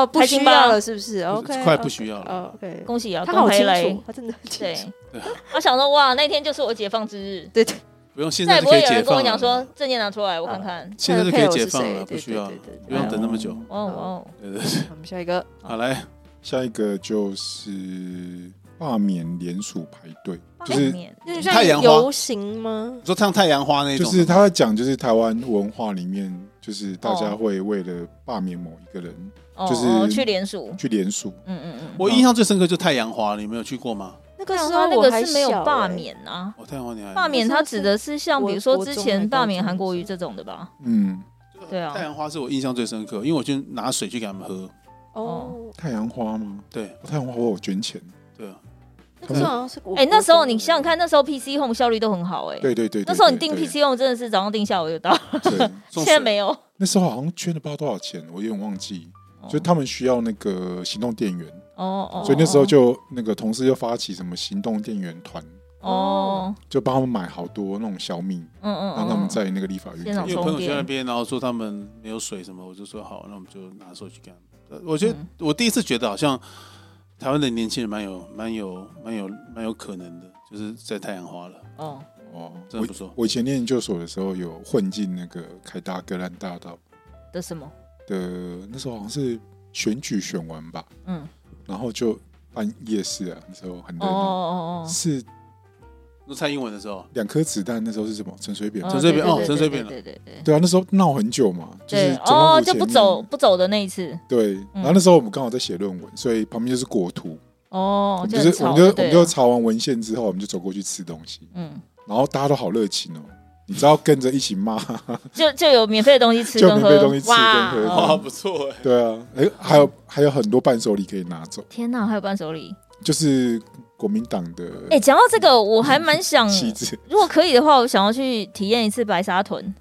C: 哇，不
B: 开
C: 需
B: 心
C: 要
B: 吧
C: 了是不是？OK，
D: 快不需要了。
C: 哦 OK，
B: 恭喜啊，
C: 她好
B: 东
C: 清
B: 黑来
C: 楚，她真的很清
B: 对
D: 啊
C: 楚。，
B: 我想说哇，那天就是我解放之日，
C: 对对，
D: 不用现
B: 再
D: 在就可
B: 也不会
D: 以
B: 有
D: 解
B: 人跟
D: 放
B: 我
D: 啊
B: 讲说哎
D: 了，
B: 证件拿出来，我看看。
D: 现在就可以解放
C: 她
D: 了，
C: 的配
D: 不
C: 偶是谁
D: 需要
C: 对对对对
D: 不用等那么久。
B: 哦哦，
D: 对对对，
C: 我们下一个，
D: 好来，
A: 下一个就是罢免联署排队，就
B: 半
A: 是
B: 年
C: 那就
D: 太
C: 像
D: 阳花
C: 游行吗？
D: 你说唱太阳花那
A: 就
D: 种，
A: 是他在讲，就是台湾文化里面，就是大家会为了罢免某一个人
B: 哦
A: 就是
B: 哦去联署，
A: 去联署，
B: 嗯嗯嗯，
D: 我印象最深刻就太阳花，你没有去过吗？
C: 那
B: 但
C: 时
B: 他
C: 候
B: 那
C: 我
B: 个
C: 还
B: 是没有
C: 小
B: 罢
C: 欸
B: 免啊，
D: 哦，太阳花你还
B: 罢免它指的是像
C: 我
B: 比如说
C: 国
B: 之
C: 中
B: 前
C: 还
B: 罢
C: 高
B: 免
C: 中
B: 韩
C: 的
B: 国
C: 时
B: 瑜
C: 候
B: 这种的吧？
A: 嗯，
B: 对啊
D: 太阳花是我印象最深刻，因为我去拿水去给他们喝。
C: 哦，
A: 太阳花吗？
D: 对
A: 太阳花我有捐钱，
D: 对啊，
C: 那这好像是我
B: 哎，那时候你想想
C: 像
B: 看，那时候 PC Home 效率都很好哎，
A: 对对对，对
B: 那时候你订
A: 对
B: PC Home 真的是早上订下午就到，
A: 对，
D: 送水
B: 现在没有。
A: 那时候好像捐了不知道多少钱，我有点忘记，就他们需要那个行动电源，
B: 哦哦，
A: 所以那时候
B: 哦
A: 就那个同事就发起什么行动电源团，
B: 哦，
A: 就帮他们买好多那种小米，
B: 嗯嗯，
A: 让他
B: 嗯
A: 们在那个立法院
B: 现场
A: 可
D: 因
A: 以
D: 为
B: 充
D: 朋友去
B: 电
D: 那边，然后说他们没有水什么，我就说好，那我们就拿手去干。呃我觉得、
B: 嗯
D: 我第一次觉得好像台湾的年轻人蛮有蛮有蛮有蛮有可能的，就是在太阳花了，
B: 哦，
A: 哦，
D: 真的
A: 我
D: 不错。
A: 我以前念研究所的时候有混进那个凯达格兰大道
B: 的什么？
A: 的，那时候好像是选举选完吧，
B: 嗯，
A: 然后就办夜市啊，那时候很热闹，
B: 哦哦哦
A: 是
D: 那蔡英文的时候，
A: 两颗子弹那时候是什么？陈水扁
B: 嗯
A: 吗，
D: 陈水扁
B: 对
D: 哦
B: 对
D: 陈水扁
B: 对对对对
A: 对啊，那时候闹很久嘛，就是
B: 对
A: 总统
B: 哦，
A: 府
B: 就
A: 前
B: 不
A: 面
B: 走。嗯不走的那一次
A: 对，然后那时候我们刚好在写论文，所以旁边就是国图，我
B: 哦，
A: 们
B: 就
A: 就
B: 很
A: 是我
B: 吵
A: 们就我
B: 对
A: 们就
B: 了
A: 查完文献之后，我们就走过去吃东西，
B: 嗯，
A: 然后大家都好热情哦，你知道跟着一起骂，
B: 就就有免费的东西吃
A: 就
B: 跟喝，
A: 免费东西吃
B: 哇
A: 跟喝
B: 哦
D: 哇，不错哎，
A: 对啊，哎，还有还有很多伴手礼可以拿走，
B: 天哪，还有伴手礼！
A: 就是国民党的
B: 哎、讲到这个，我还蛮想，
A: 旗帜，
B: 如果可以的话，我想要去体验一次白沙屯。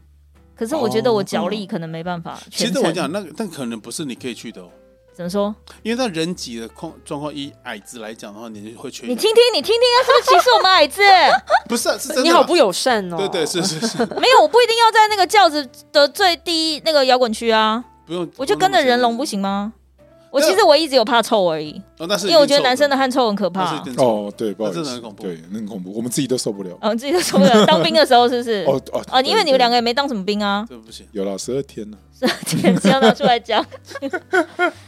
B: 可是我觉得
A: 哦
B: 我脚力可能没办法
D: 其
B: 全
D: 实
B: 程。
D: 我跟你讲那个，但可能不是你可以去的哦，
B: 怎么说？
D: 因为在人挤的况状况，以矮子来讲的话，你会缺
B: 你
D: 氧。
B: 听听，你听听，他是不是歧视我们矮子？
D: 不是啊是真的啦，
C: 你好不友善哦。
D: 对对是是是，
B: 没有，我不一定要在那个轿子的最低那个摇滚区啊，
D: 不用，
B: 我就跟着人龙不
D: 行。
B: 行吗？我其实我一直有怕臭而已，
D: 哦，那是
B: 因为我觉得男生
D: 的
B: 的汗臭很可怕、
D: 那是一定臭
A: 哦，对，不好意
D: 啊那真的
A: 思
D: 很恐，怖
A: 对，那很恐怖，我们自己都受不了。
B: 嗯，自己都受不了。当兵的时候是不 是？
A: 哦哦
B: 啊，因为你们两
A: 个
B: 个也没当什么兵啊，
D: 这不行。
A: 有了十二天啊呢，
B: 天只要拿出 来讲。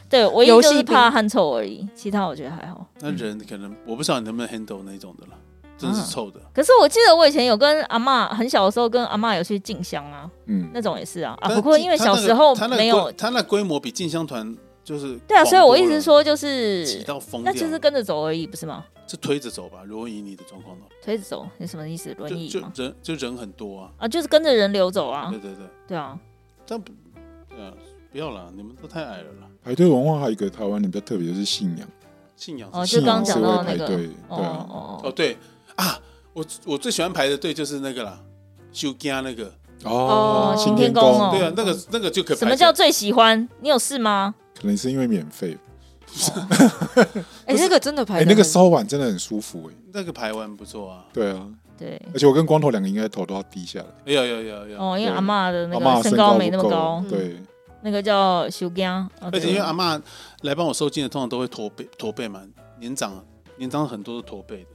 B: 对，我一
C: 游
B: 就
C: 戏
B: 是
C: 兵
B: 怕汗臭而已，其他我觉得还好。
D: 那人可能我不知道你能不能 handle 那种的了，真
B: 啊
D: 的是臭的。
B: 可是我记得我以前有跟阿嬷，很小的时候跟阿嬷有去进香啊，
A: 嗯，
B: 那种也是啊啊。
D: 但
B: 不过因为
D: 他那
B: 小
D: 个
B: 时候
D: 他那个
B: 没
D: 规
B: 有，
D: 他那规模比进香团就是
B: 对啊，所以我一
D: 一
B: 直
D: 直
B: 说就是，
D: 挤到疯
B: 那
D: 掉了，
B: 就是跟着走而已，不是吗？
D: 是推着走吧。如果以你的状况的话，
B: 推着走，你什么意思？轮
D: 就
B: 椅
D: 就
B: 吗？
D: 人就人很多啊，
B: 啊，就是跟着人流走啊
D: 对，对对，
B: 对啊，
D: 但不对啊，不要了，你们都太矮了啦。
A: 排队文化还有一个台湾人比较特别，就是信仰，
D: 信仰
B: 哦，
D: 是
B: 就
A: 信
B: 刚刚
A: 仰
B: 讲
A: 是会
B: 到
A: 排
B: 那个，
A: 队，
B: 哦
A: 对啊，
B: 哦
D: 哦
B: 哦，
D: 对啊，我我最喜欢排的队就是那个啦，修家那个，
A: 哦
C: 哦，
A: 行
B: 天
A: 宫
B: 宫哦
D: 对啊，那个那个就可以
B: 什
D: 排
B: 么
D: 起来
B: 叫最喜欢？你有事吗？
A: 可能是因为免费，
C: 哎，那个真的排
A: 哎，
C: 得
A: 那个
C: 很
A: 烧碗真的很舒服，哎，
D: 那个排完不错啊，
A: 对啊，
B: 对，
A: 而且我跟光头两个应该头都要低下来，
D: 有有有有，
B: 哦，因为
A: 对
B: 阿嬷的那
A: 阿妈
B: 个身
A: 高
B: 高没那么
A: 不
B: 高
A: 够，，对，
B: 那个叫修姜，哦
D: 而且因为
B: 对
D: 阿嬷来帮我收金的，通常都会驼背驼背嘛，年长年长很多是驼背的，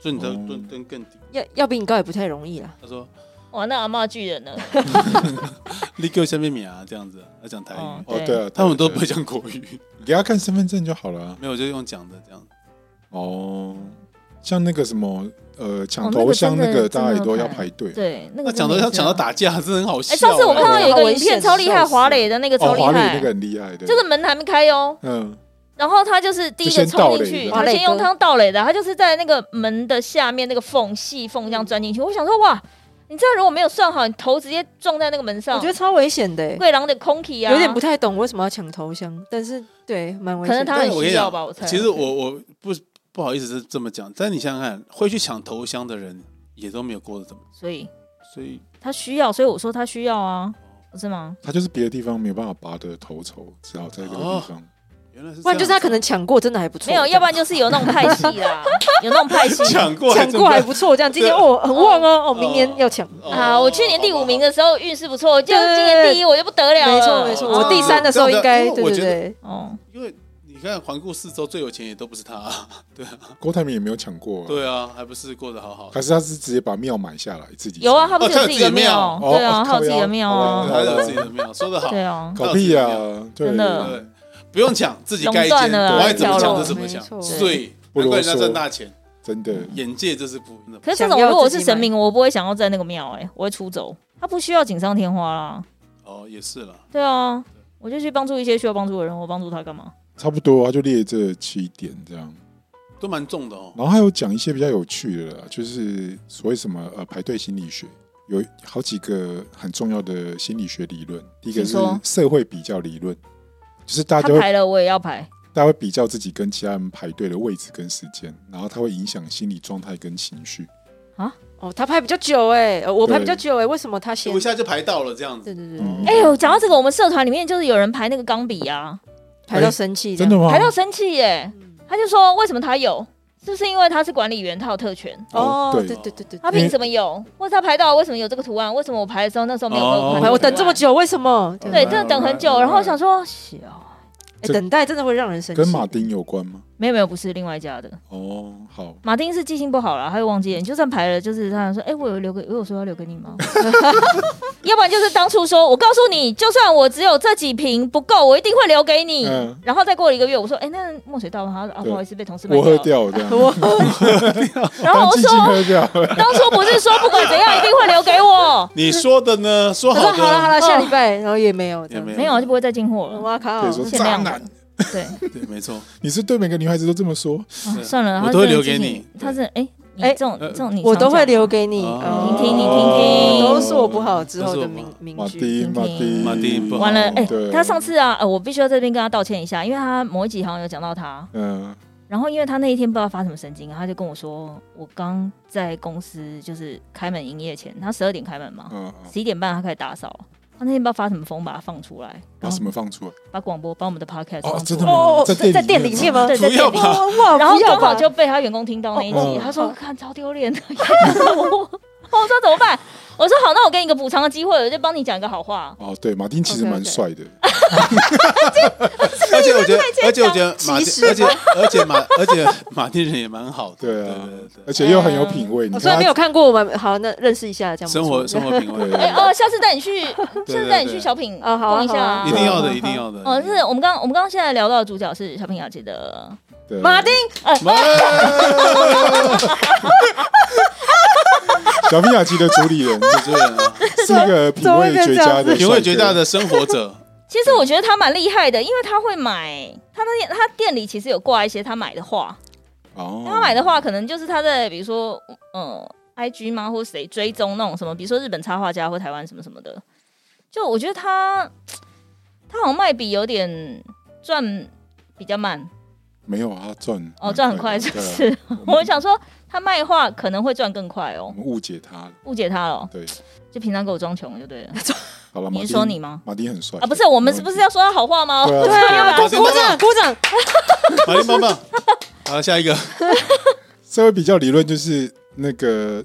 D: 所以你的
A: 哦
D: 蹲蹲更低。
C: 要要比你高也不太容易啦。
D: 他说
B: 哇，那阿嬷巨人呢？
D: 你给我下面米啊，这样子，他讲台
B: 哦
D: 语，
A: 哦，
B: 对
A: 对啊，
D: 他们都不
A: 对
D: 会讲国语，
A: 对给他看身份证就好了啊，
D: 没有就用讲的这样。
A: 哦，像那个什么，呃，
B: 哦
A: 抢
B: 那个
A: 头香
B: 真的
A: 那个，大家也
B: 真的
A: 都
B: 要
A: 要
B: 排
A: 排队，
B: 对，
D: 那
B: 那个
D: 讲
B: 真
D: 的
B: 的
D: 要
B: 也是
D: 讲到
B: 啊。
D: 打架，真的很好笑。
B: 哎，上次我
D: 哎
B: 看到有一
C: 好
B: 个
C: 危
B: 影片
C: 险
B: 超厉
C: 笑
B: 害，
C: 死
B: 华磊的那个
A: 哦，
B: 超厉
A: 华
B: 害
A: 磊那个，很厉害的，
B: 这个门还没开哦。
A: 嗯，
B: 然后他就是第一
A: 就
B: 个
A: 先
B: 冲
A: 倒
B: 进
A: 垒
B: 去，
A: 的
B: 他先
C: 华
B: 用
C: 磊哥
B: 他倒垒的，他就是在那个门的下面那个缝细缝这样钻进去。我想说，哇，你这如果没有算好，你头直接撞在那个门上，
C: 我觉得超危险的欸，
B: 贵狼的空气啊，
C: 有点不太懂为什么要抢头香，但是对，蛮危
B: 可能
C: 险的。
B: 他很
D: 但我跟
B: 需
D: 你
B: 要
D: 讲
B: 吧，我猜。
D: 其实我我不不好意思这这么讲，但你想想看，会去抢头香的人也都没有过得怎么，
B: 所以
D: 所以
B: 他需要，所以我说他需要啊，不是吗？
A: 他就是别的地方没有办法拔得头筹，只好在这个地方。
B: 哦
D: 原来是这样。
C: 不然就是他可能抢过，真的还不错。
B: 没有，要不然就是有那种派系啦，有那种派系。
D: 抢过
C: 抢过还不错，这样今年
D: 对
C: 哦很旺哦，哦明年要抢。
D: 哦
B: 啊，我去年第五名的时候运势不错，就
C: 对对对
B: 今年第一我就不得了了。
C: 没错没错，
B: 哦
C: 我第三的时候应该
D: 这样的因为
C: 对
D: 我
C: 对
D: 觉得
C: 对，
B: 哦，
D: 因为你看环顾四周，最有钱也都不是他啊，对啊，
A: 郭台铭也没有抢过、啊，，
D: 对啊，还不是过得好好的
A: 可。是他是直接把庙买下来自己
B: 有啊，
A: 吃
B: 他不是有自己的庙
A: 哦，
B: 对啊，
A: 哦
B: 他有自己的庙
A: 靠
B: 啊，
A: 腰
D: 还有自己的庙，说得好，
B: 对啊，
A: 搞屁啊，对
D: 对不
B: 真的
D: 对，不用抢，自己该
B: 垄断
D: 签，
B: 了啊
D: 我爱怎么
B: 跳
D: 抢
B: 楼
D: 就怎么
C: 没错
D: 抢，对，
A: 不
D: 难
A: 啰嗦
D: 怪人家赚大钱，
A: 真的
D: 眼界这是不一样的。
B: 可是这
C: 想
B: 种
C: 要
B: 如果
C: 自
B: 是
C: 己
B: 神明，我不会想要在那个庙，哎，我会出走。他不需要锦上添花啦，
D: 哦，也是了，
B: 对啊，我就去帮助一些需要帮助的人，我帮助他干嘛？
A: 差不多，他啊就列这七点这样。
D: 都蛮重的哦。
A: 然后还有讲一些比较有趣的啦，就是所谓什么呃排队心理学，有好几个很重要的心理学理论。第一个是
B: 请说
A: 社会比较理论，就是大
B: 他
A: 家会
B: 排了，我也要排。
A: 大家会比较自己跟其他人排队的位置跟时间，然后它会影响心理状态跟情绪。
C: 哦，他拍比较久哎，呃我
A: 对
C: 拍比较久哎，为什么他先
D: 我一？下就排到了这样子，哦
C: 对对对对，
A: 嗯
B: 哎呦，讲到这个，我们社团里面就是有人排那个钢笔啊，
C: 排到生气这
A: 哎真的
C: 样，
A: 吗？
B: 排到生气耶，
C: 嗯
B: 他就说为什么他有？是不是因为他是管理员，他有特权？
C: 哦，
A: 对
C: 对对对对，
B: 他凭什么有？或者他排到为什么有这个图案？为什么我排的时候那时候没有给
D: 哦
B: 我看这个图
C: 我排
B: 案？
C: 哎我等这么久，嗯为什么？
B: 啊对，真的等很久，然后想说，小
C: 哎等待真的会让人生气。
A: 跟马丁有关吗？
B: 没没有没有，不是另外一家的。
A: 哦，好，
B: 马丁是记性不好啦，他又忘记了。你就算排了，就是他说：“哎、我有留给，我有说要留给你吗？” 要不然就是当初说：“我告诉你，就算我只有这几瓶不够，我一定会留给你。
A: 嗯
B: 然后再过了一个月，我说：“哎、那墨水到了吗？”他说：“啊，
A: 对
B: 不好意思，被同事卖
A: 我喝
B: 掉了。
A: 掉了这 样，
C: 我
B: 然后 我
A: 静静
B: 说哦
A: 喝掉了，：“
B: 当初不是说不管怎样一定会留给我
D: 你说的呢？说
C: 我
D: 好
C: 说好了好
D: 的啊
C: 了，下礼拜，然后也没有，这
D: 也
C: 样
D: 没。有，
B: 没有就不会再进货了。
C: 哇 靠
A: 可！以说
B: 限
A: 渣
B: 哦量
A: 男，
B: 对，
D: 对，没错，
A: 你是对每个女孩子都这么说？
D: 嗯
B: 啊算了，
D: 我
B: 他
D: 都会
B: 真的
D: 留给
B: 记性
D: 你
B: 他是哎，你
C: 哎
B: 这种
D: 呃
B: 这种你
C: 我都
B: 常
C: 会
B: 讲
C: 留给你，
D: 哦
B: 你听你
C: 哦
B: 听听
C: 都是我不好之后
D: 都是我
C: 的
D: 不
C: 名
D: 好
C: 名
A: 马
C: 句。
A: 丁，马丁，
D: 嗯马丁不好
B: 完了，哎、
A: 对
B: 他上次啊，呃，我必须要在这边跟他道歉一下，因为他某一集好像有讲到他，
A: 嗯，
B: 然后因为他那一天不知道发什么神经，他就跟我说，我刚在公司就是开门营业前，他十二点开门嘛，
A: 嗯嗯，
B: 十一点半他开始打扫，他那天不知道发什么疯，把它放出来，
A: 把
B: 然后
A: 什么放出来？
B: 把广播把我们的 podcast
A: 哦
B: 放出
A: 真的
B: 来，
A: 吗
C: 哦，
A: 在
C: 在
A: 店
C: 在
A: 里
C: 店
A: 面
C: 里面吗？
B: 对在
D: 不要
B: 店
D: 吧
B: 里。
C: 哇哇！
B: 然后
C: 不要
B: 刚好
C: 吧
B: 就被他员工听到那一
A: 哦
B: 集，
A: 哦
B: 他说：“看超丢 脸的，我我说怎么办？”我说：“好，那我给你个补偿的机会，我就帮你讲一个好话。
A: 哦，对，马丁其实
C: OK，OK
A: 蛮帅的，
D: 而且我 觉得，而且我觉得马丁，
C: 其实
D: 而且而且马， 而且马丁人也蛮好的，
A: 对啊
D: 对对，
A: 而且又很有品味。
B: 嗯
A: 你
C: 哦我虽然
A: 看
C: 没有
A: 他，
C: 看过，我们好那认识一下，这样不错
D: 生活生活品味，
A: 对
B: 哎
A: 啊
B: 哦，下次带 你去，下次带你
D: 对对
B: 去小品
C: 啊好啊
B: 逛一下啊
C: 好啊
D: 一定要的，
C: 嗯
D: 一定要的。
B: 哦，是我们刚我们刚刚现在聊到的主角是小品雅姐的，
A: 对
C: 马丁，
A: 小皮雅琪的主理 人
D: 主人啊，
A: 是个品味绝佳的，
D: 品味绝大，的生活者，
B: 其实我觉得她蛮厉害的，因为她会买，她那店她店里其实有挂一些她买的画，
A: 哦，
B: 她买的画可能就是她在比如说嗯 IG 吗，或者谁追踪那种什么，比如说日本插画家或台湾什么什么的，就我觉得她她好像卖笔有点赚比较慢
A: 没有啊，赚
B: 哦，赚很快
A: 对
B: 就
A: 啊
B: 是，
A: 我
B: 我
A: 们
B: 想说她卖画可能会赚更快
A: 我
B: 哦，
A: 们误解他了。
B: 误解她了哦，
A: 对，
B: 就平常给我装穷就对了。
A: 好了，马
B: 你
A: 丁
B: 是说你吗？
A: 马丁很帅
B: 啊，不是，我们是不是要说他好话吗？
A: 哦对啊
C: 对啊，鼓鼓掌鼓掌，
D: 马丁棒棒。好，下一个，
A: 社会比较理论就是那个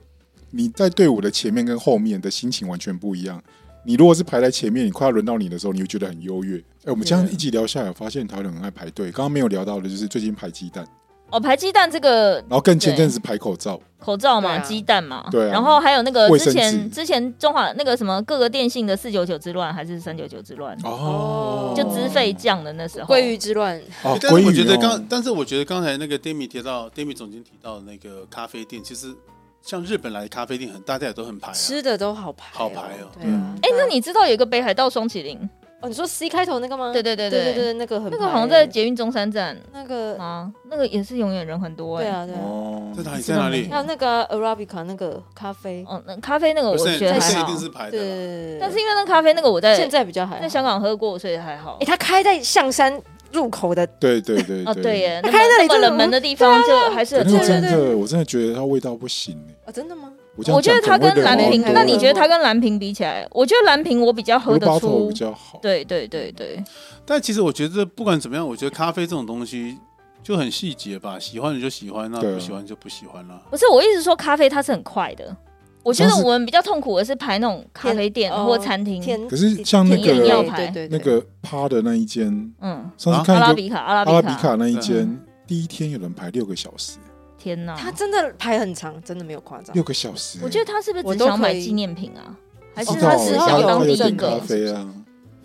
A: 你在队伍的前面跟后面的心情完全不一样。你如果是排在前面，你快要轮到你的时候，你会觉得很优越。哎、我们这样一集聊下来，我发现台湾人很爱排队。刚刚没有聊到的就是最近排鸡蛋，
B: 哦，排鸡蛋这个
A: 然后跟前阵子排口罩，
B: 口罩嘛，
C: 对啊
B: 鸡蛋嘛，
A: 对啊
B: 然后还有那个
A: 卫
B: 之
A: 生
B: 前
A: 纸
B: 之前中华那个什么各个电信的四九九之乱还是三九九之乱，
A: 哦，
B: 就资费降的那时候，
C: 鲑鱼之乱，
A: 哦，
D: 但是我
A: 鲑鱼
D: 觉得
A: 哦
D: 刚，但是我觉得刚才那个 Demi 提到，Demi 总监提到的那个咖啡店，其实像日本来的咖啡店很，大家也都很排啊，
C: 吃的都好排，
D: 好排哦
C: 对啊，
B: 哎、那你知道有一个北海道双麒麟？
C: 哦，你说 C 开头那个吗？
B: 对对对
C: 对
B: 对
C: 那个很
B: 那
C: 排
B: 个好像在捷运中山站
C: 那个，
B: 啊，那个也是永远人很多哎、
C: 对啊对啊，
A: 哦，
D: 在哪里？在哪里
C: 还？有那个啊 Arabica 那个咖啡，
B: 哦，那咖啡那个我
D: 不是，
B: 觉得
D: 不是
B: 还
D: 一
B: 好
D: 定，是排
C: 对
D: 的啦。
C: 对，
B: 但是因为那咖啡那个我在
C: 现在比较还
B: 在
C: 好。
B: 香港喝过，所以还好
C: 哎，。它开在象山入口的，
A: 对对对
B: 哦，对耶，那么
C: 开那里
B: 那么
C: 就
B: 冷门的地方就还是
A: 可
B: 很
A: 是
B: 热
A: 我真
C: 对对
A: 的，我真的觉得它味道不行欸
C: 哦，真的吗？
A: 我这样
B: 我觉得它
A: 讲可能
B: 跟
A: 会
B: 蓝
A: 惹
B: 瓶
A: 毛很，多
B: 那你
A: 人
B: 觉得它跟蓝瓶比起来，我觉得蓝瓶我比较喝
A: 我
B: 得
A: 的包头
B: 出
A: 比。较好？
B: 对对对对，
D: 但其实我觉得不管怎么样，我觉得咖啡这种东西就很细节吧，喜欢你就喜欢，那
A: 对啊
D: 不喜欢就不喜欢啊了。
B: 不是我一直说咖啡它是很快的，我觉得我们比较痛苦的是排那种咖啡店
C: 哦
B: 或餐厅。
C: 甜，
A: 可是像那
B: 甜饮料
A: 个
B: 排
C: 对对
A: 那
C: 对，
A: 个趴的那一间，
B: 嗯，
A: 上
D: 啊
A: 次
B: 阿
A: 看
B: 拉
A: 一个
B: 比卡，阿
A: 阿拉
B: 拉
A: 比
B: 比
A: 卡
B: 卡，
A: 那一间
B: 嗯，
A: 第一天有人排六个小时，
B: 天哪！
C: 它真的排很长，真的没有夸张
A: 六。个小时欸。
B: 我觉得他是不是
C: 我
B: 只
C: 都
B: 想买
C: 可以
B: 纪念品啊？还是
A: 不知道
B: 他
A: 欸
B: 只
C: 是
A: 他
B: 想当
A: 他
B: 第
A: 有
B: 一
A: 点
B: 个
A: 咖？啡啊。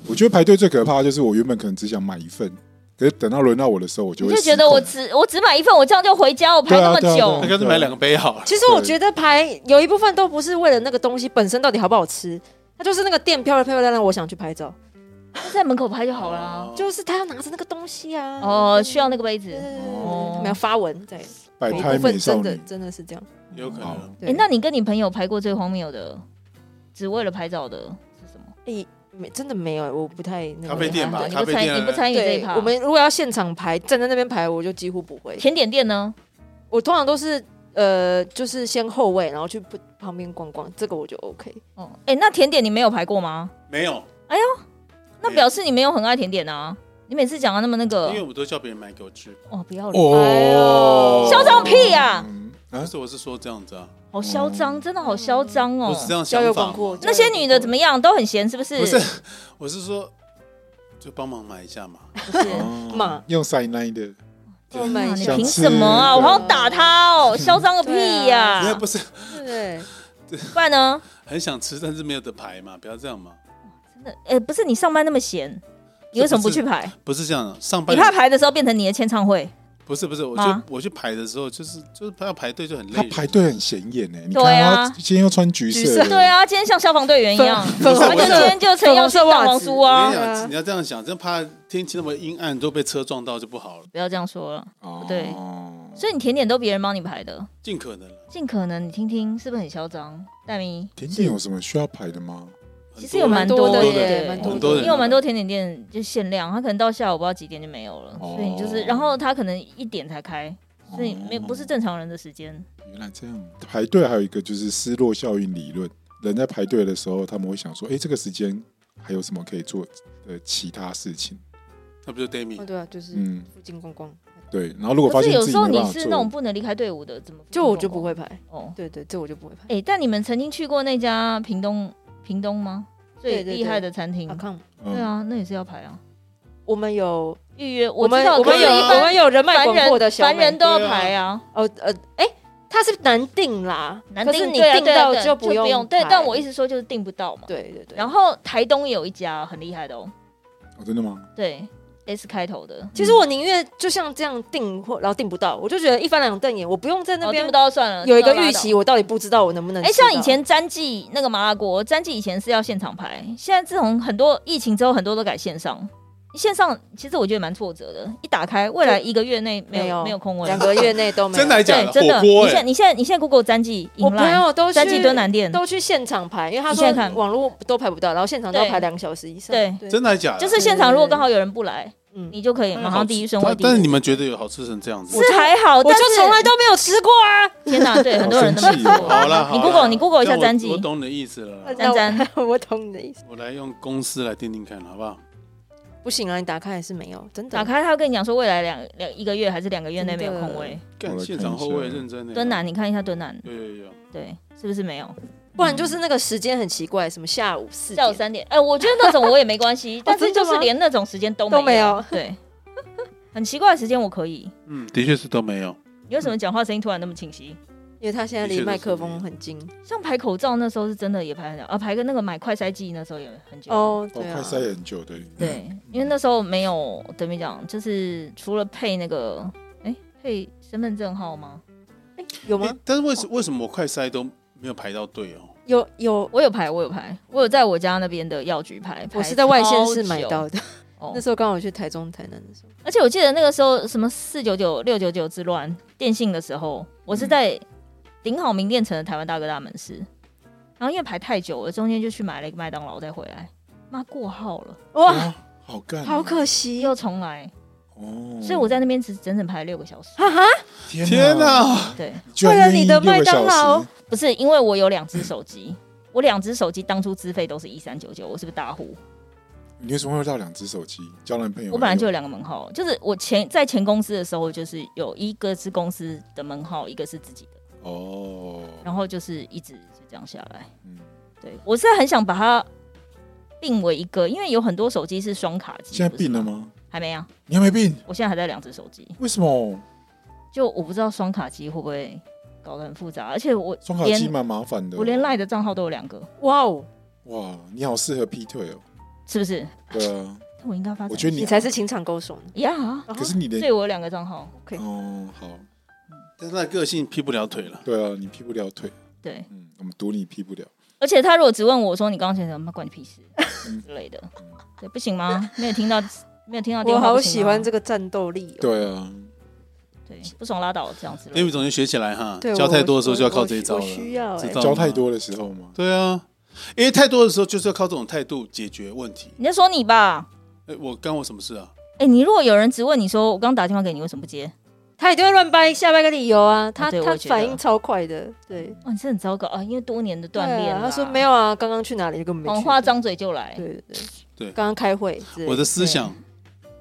A: 我觉得排队最可怕的就是我原本可能只想买一份，可是等到轮到我的时候，我就
B: 你
A: 会
B: 就
A: 失
B: 觉得我
A: 控
B: 只我只买一份，我这样就回家，我排那么
A: 对啊对啊
B: 久
D: 那
A: 对啊。
D: 干脆买两个杯好了。
C: 其实我觉得排有一部分都不是为了那个东西本身到底好不好吃，它就是那个店漂亮漂亮，让我想去拍照，
B: 就在门口拍就好
D: 哦
B: 啦。
C: 就是他要拿着那个东西啊。
B: 哦，需要那个杯子
C: 对。对对对
B: 哦
C: 对他们要发文在，
A: 摆
C: 有一
A: 拍
C: 部
A: 美
C: 分
A: 少
C: 真的
A: 女，
C: 真的是这样。
D: 有可
A: 好
D: 能。
C: 对
B: 哎、那你跟你朋友排过最荒谬的，只为了拍照的是什么？
C: 没真的没有欸，我不太那
D: 咖
C: 个
D: 啡店吧
B: 对你
D: 咖
B: 不
D: 啡
B: 参
D: 店
B: 你不参与这一
C: 对，
B: 趴。
C: 我们如果要现场排，站在那边排，我就几乎不会。
B: 甜点店呢？
C: 我通常都是呃，就是先后位，然后去不旁边逛逛，这个我就 OK。
B: 哦，哎、那甜点你没有排过吗？
D: 没有，
B: 那
D: 没有
B: 表示你没有很爱甜点啊。你每次讲的那么那
D: 因为
B: 个，
D: 我都叫别人买给我吃。
B: 哦，不要脸，
A: 哦，
B: 嚣张屁呀、
A: 嗯
D: 不
A: 啊！
D: 是，我是说这样子啊，
B: 好嚣张，真的好嚣张哦
D: 我。是这样
C: 交友
D: 想
C: 广
D: 法。
C: 阔，
B: 那些女的怎么样？都很闲是不是？
D: 不是， 我是说，就帮忙买一下嘛。
B: 不是
A: 哦
C: 嘛
A: 用塞奶的，
C: 我们
B: 你
A: 想
B: 凭
A: 吃
B: 什么啊？我好想打他哦，
D: 啊
B: 嚣张个屁
C: 对
B: 呀、
D: 因为不是
C: 对，
B: 不然呢？
D: 很想吃，但是没有得排嘛，不要这样嘛，
B: 真的，呃，不是你上班那么闲，你为什么不去排？
D: 不是这样的。上班
B: 你怕排的时候变成你的签唱会？
D: 不是不是，我
B: 啊
D: 去我去排的时候，就是就是要排队就很累
A: 他
D: 人。
A: 排队很显眼哎，你看
B: 对啊
A: 他今天又穿橘
C: 橘
A: 色
C: 色
A: 的，
B: 对啊，今天像消防队员一样，
C: 粉
B: 他
C: 红
B: 就今
C: 色
B: 天就陈耀去大黄酥
D: 我跟
B: 啊
D: 你！
C: 对啊
D: 讲，你要这样想，真怕天气那么阴暗，都被车撞到就不好了，
B: 不要这样说了，
A: 哦，
B: 对所以你甜点都别人帮你排的，
D: 尽可能了。
B: 尽可能你听听是不是很嚣张？戴明，
A: 甜点有什么需要排的吗？
D: 很
B: 其实
D: 多
B: 有
D: 人
B: 蛮
C: 多
B: 的
C: 的
B: 耶，
C: 耶蛮
D: 多的很多人
B: 因为有蛮多甜点店就限量，它可能到下午不知道几点就没有了，
A: 哦
B: 所以你就是，然后它可能一点才开，所以没不是正常人的时间。
A: 原来这样。排队还有一个就是失落效应理论，人在排队的时候，他们会想说，哎，这个时间还有什么可以做的其他事情？
D: 那不就 d a m i
C: 哦对啊，就是
A: 嗯，
C: 附近逛逛，
A: 对。然后如果发
B: 可是
A: 现
B: 有
A: 自己
B: 时候
A: 没
B: 你
A: 办法
B: 是那种
A: 做，
B: 不能离开队伍的，怎么
C: 就我就不会排，
B: 哦？
C: 对对，这我就不会排。
B: 哎、但你们曾经去过那家屏东屏东吗？最
C: 对对对
B: 厉害的餐厅？
C: 阿康，
B: 对
A: 嗯，
B: 啊，那也是要排啊，
C: 我们有
B: 预约。
C: 我
B: 知
C: 们
B: 道，
C: 我
B: 可
C: 们
B: 是
C: 有
B: 一般
C: 我们有人脉
B: 凡
C: 广阔的
B: 人
C: 小
B: 凡
C: 美
B: 人都要排啊，
C: 哦呃，哎、他是难定啦，
B: 难
C: 可
B: 定
C: 是你
B: 对啊
C: 定
B: 对啊
C: 到
B: 对啊
C: 就
B: 不
C: 用排。
B: 对，但我一直说就是订不到嘛。
C: 对对对。
B: 然
C: 后，
B: 后台东也有一家很厉害的哦，
A: 哦真的吗？嗯
B: 对，S 开头的，
C: 其实我宁愿就像这样定，或然后定不到，我就觉得一翻两瞪眼，我不用在那
B: 哦订
C: 边
B: 不到就算了，
C: 有一个
B: 订不到
C: 预
B: 拉倒
C: 期，。我啊到底不知道我能不能吃
B: 哎，
C: 到。
B: 像以前詹记那个麻辣锅，詹记以前是要现场排，现在自从很多疫情之后，很多都改线上。线上其实我觉得蛮挫折的，一打开未来一个月内没
C: 没
B: 有
C: 有
B: 没有空位，
C: 两个月内 都没有，
D: 真的还假
B: 对，真的，
D: 火锅
B: 你现在
D: 哎，
B: 你现在你现在 Google 詹记，
C: 我朋友都
B: 詹记
C: 去
B: 蹲南店，
C: 都去现场排，因为他
B: 你现
C: 说
B: 在看
C: 网络都排不到，然后现场都要
B: 对
C: 排两个小时以上。
B: 对
C: 对
D: 真的还假的？
B: 就是现场如果刚好有人不来，
C: 嗯，
B: 你就可以
D: 那
B: 马
D: 好
B: 上
D: 吃
B: 第一顺位
D: 但
B: 第一。
D: 但是你们觉得有好吃成这样子？
B: 是还好，
C: 我
B: 但
C: 就是从来都没有吃过啊。
B: 天哪，对，很多人都
A: 好生气哦
B: 过
D: 好了，好啦
B: 你 Google 你 Google 一下
D: 那我
B: 詹记呃
D: 我懂你的意思了啦。
B: 沾沾，
C: 那我我懂你的意思。
D: 我来用公司来定定看，好不好？
C: 不行啊，你打开还是没有，真的
B: 打开，他会跟你讲说未来两两一个月还是两个月内没有空位。
A: 我
D: 干
A: 来
D: 现
A: 看
D: 场
A: 一
D: 后
A: 下
D: 卫认
C: 啊
D: 真的
B: 蹲南，你看一下蹲南，
D: 有有有，
B: 对，是不是没有？
C: 不然就是那个时间很奇怪，什么下午四
B: 下午
C: 点哦
B: 三点，哎，我觉得那种我也没关 系，但是
C: 真的
B: 就是
C: 吗
B: 连那种时间都
C: 都没
B: 没有，
C: 有，
B: 对，很奇怪的时间我可以。
D: 嗯，的确是都没有。
B: 你为什么讲话声音突然那么清晰？
C: 因为他现在离麦克风很近
B: 像排口罩那时候是真的也排很久，啊，排个那个买快筛剂那时候也很久。
C: 哦，
A: 哦，
C: 对
A: 快
C: 啊，
A: 塞很久对，
B: 对，因为那时候没有怎么讲，就是除了配那个，哎、配身份证号吗？
C: 哎有
D: 诶
C: 吗？
D: 但是为什为什么我快塞都没有排到队哦？
C: 有有，
B: 我有排，我有排，我有在我家那边的药局排，
C: 我是在外县市
B: 排超久
C: 买到的，那
B: 哦。
C: 时候刚好去台中、台南的时候，
B: 而且我记得那个时候什么四九九六九九之乱电信的时候，我是在顶好名店城的台湾大哥大门市，然后因为排太久了，中间就去买了一个麦当劳再回来，妈过号了
C: 哇，
A: 嗯好干哦，
C: 好可惜哦，
B: 又重来，
A: 哦，
B: 所以我在那边只整整排了六个小时。
C: 哈哈，
D: 天
A: 哪，
D: 哪！
B: 对，
A: 居然
C: 为了你
A: 愿意
C: 的
A: 六个
C: 麦当
A: 小
C: 劳
A: 时
B: 不是因为我有两只手机，我两只手机当初资费都是一三九九，我是不是大户？
A: 你为什么会到两只手机？交男朋友？
B: 我本来就有两个门号，就是我前在前公司的时候，就是有一个是公司的门号，一个是自己的，
A: 哦，
B: 然后就是一直就这样下来。
A: 嗯，
B: 对我是很想把它并为一个，因为有很多手机是双卡机，
A: 现在
B: 不是
A: 病了？吗？
B: 还没啊，
A: 你还没病？
B: 我现在还在两只手机，
A: 为什么？
B: 就我不知道双卡机会不会搞得很复杂，而且我
A: 双卡机
B: 连
A: 蛮麻烦的。
B: 我连赖的账号都有两个，
C: 哇哦，
A: 哇，你好适合劈腿哦。
B: 是不是？
A: 对 啊，
B: 我应该发展一下，
A: 我觉得
C: 你才是情场高手呢，
B: 呀
A: 可是你
B: 所
A: 连
B: 以我有两哦个账号，
C: 对
A: 哦好，
D: 但是他的个性劈不了腿了。
A: 对啊，你劈不了腿，
B: 对。
A: 嗯，我们赌你劈不了。
B: 而且他如果只问我说你刚刚写什么，关你屁事
A: 嗯
B: 之类的
A: 嗯，
B: 对，不行吗？没有听到，没有听到电
C: 我
B: 话，
C: 好
B: 不行啊
C: 喜
B: 吗
C: 欢这个战斗力哦，
A: 对啊，
B: 对，不爽拉倒这样子。
D: 因为总监学起来哈，
C: 对，
D: 教
C: 我
D: 太多的时候
C: 我
D: 就要靠
C: 我
D: 这一招
C: 我
D: 了。
C: 需要
B: 欸
D: 知
C: 哎
D: 道，
A: 教太多的时候嘛，
D: 对啊，因为太多的时候就是要靠这种态度解决问题。
B: 你在说你吧？
D: 哎，我干我什么事啊？
B: 哎，你如果有人只问你说我刚打电话给你，为什么不接？
C: 他一定会乱掰下掰个理由啊，他
B: 啊对
C: 他
B: 我觉得
C: 反应超快的，对，
B: 哇，你是很糟糕啊！因为多年的
C: 对
B: 锻
C: 啊
B: 炼啦，
C: 他说没有啊，刚刚去哪里就根本没去
B: 谎话，张嘴就来
C: 对对对
D: 对
C: 刚刚开会之类
D: 我的思想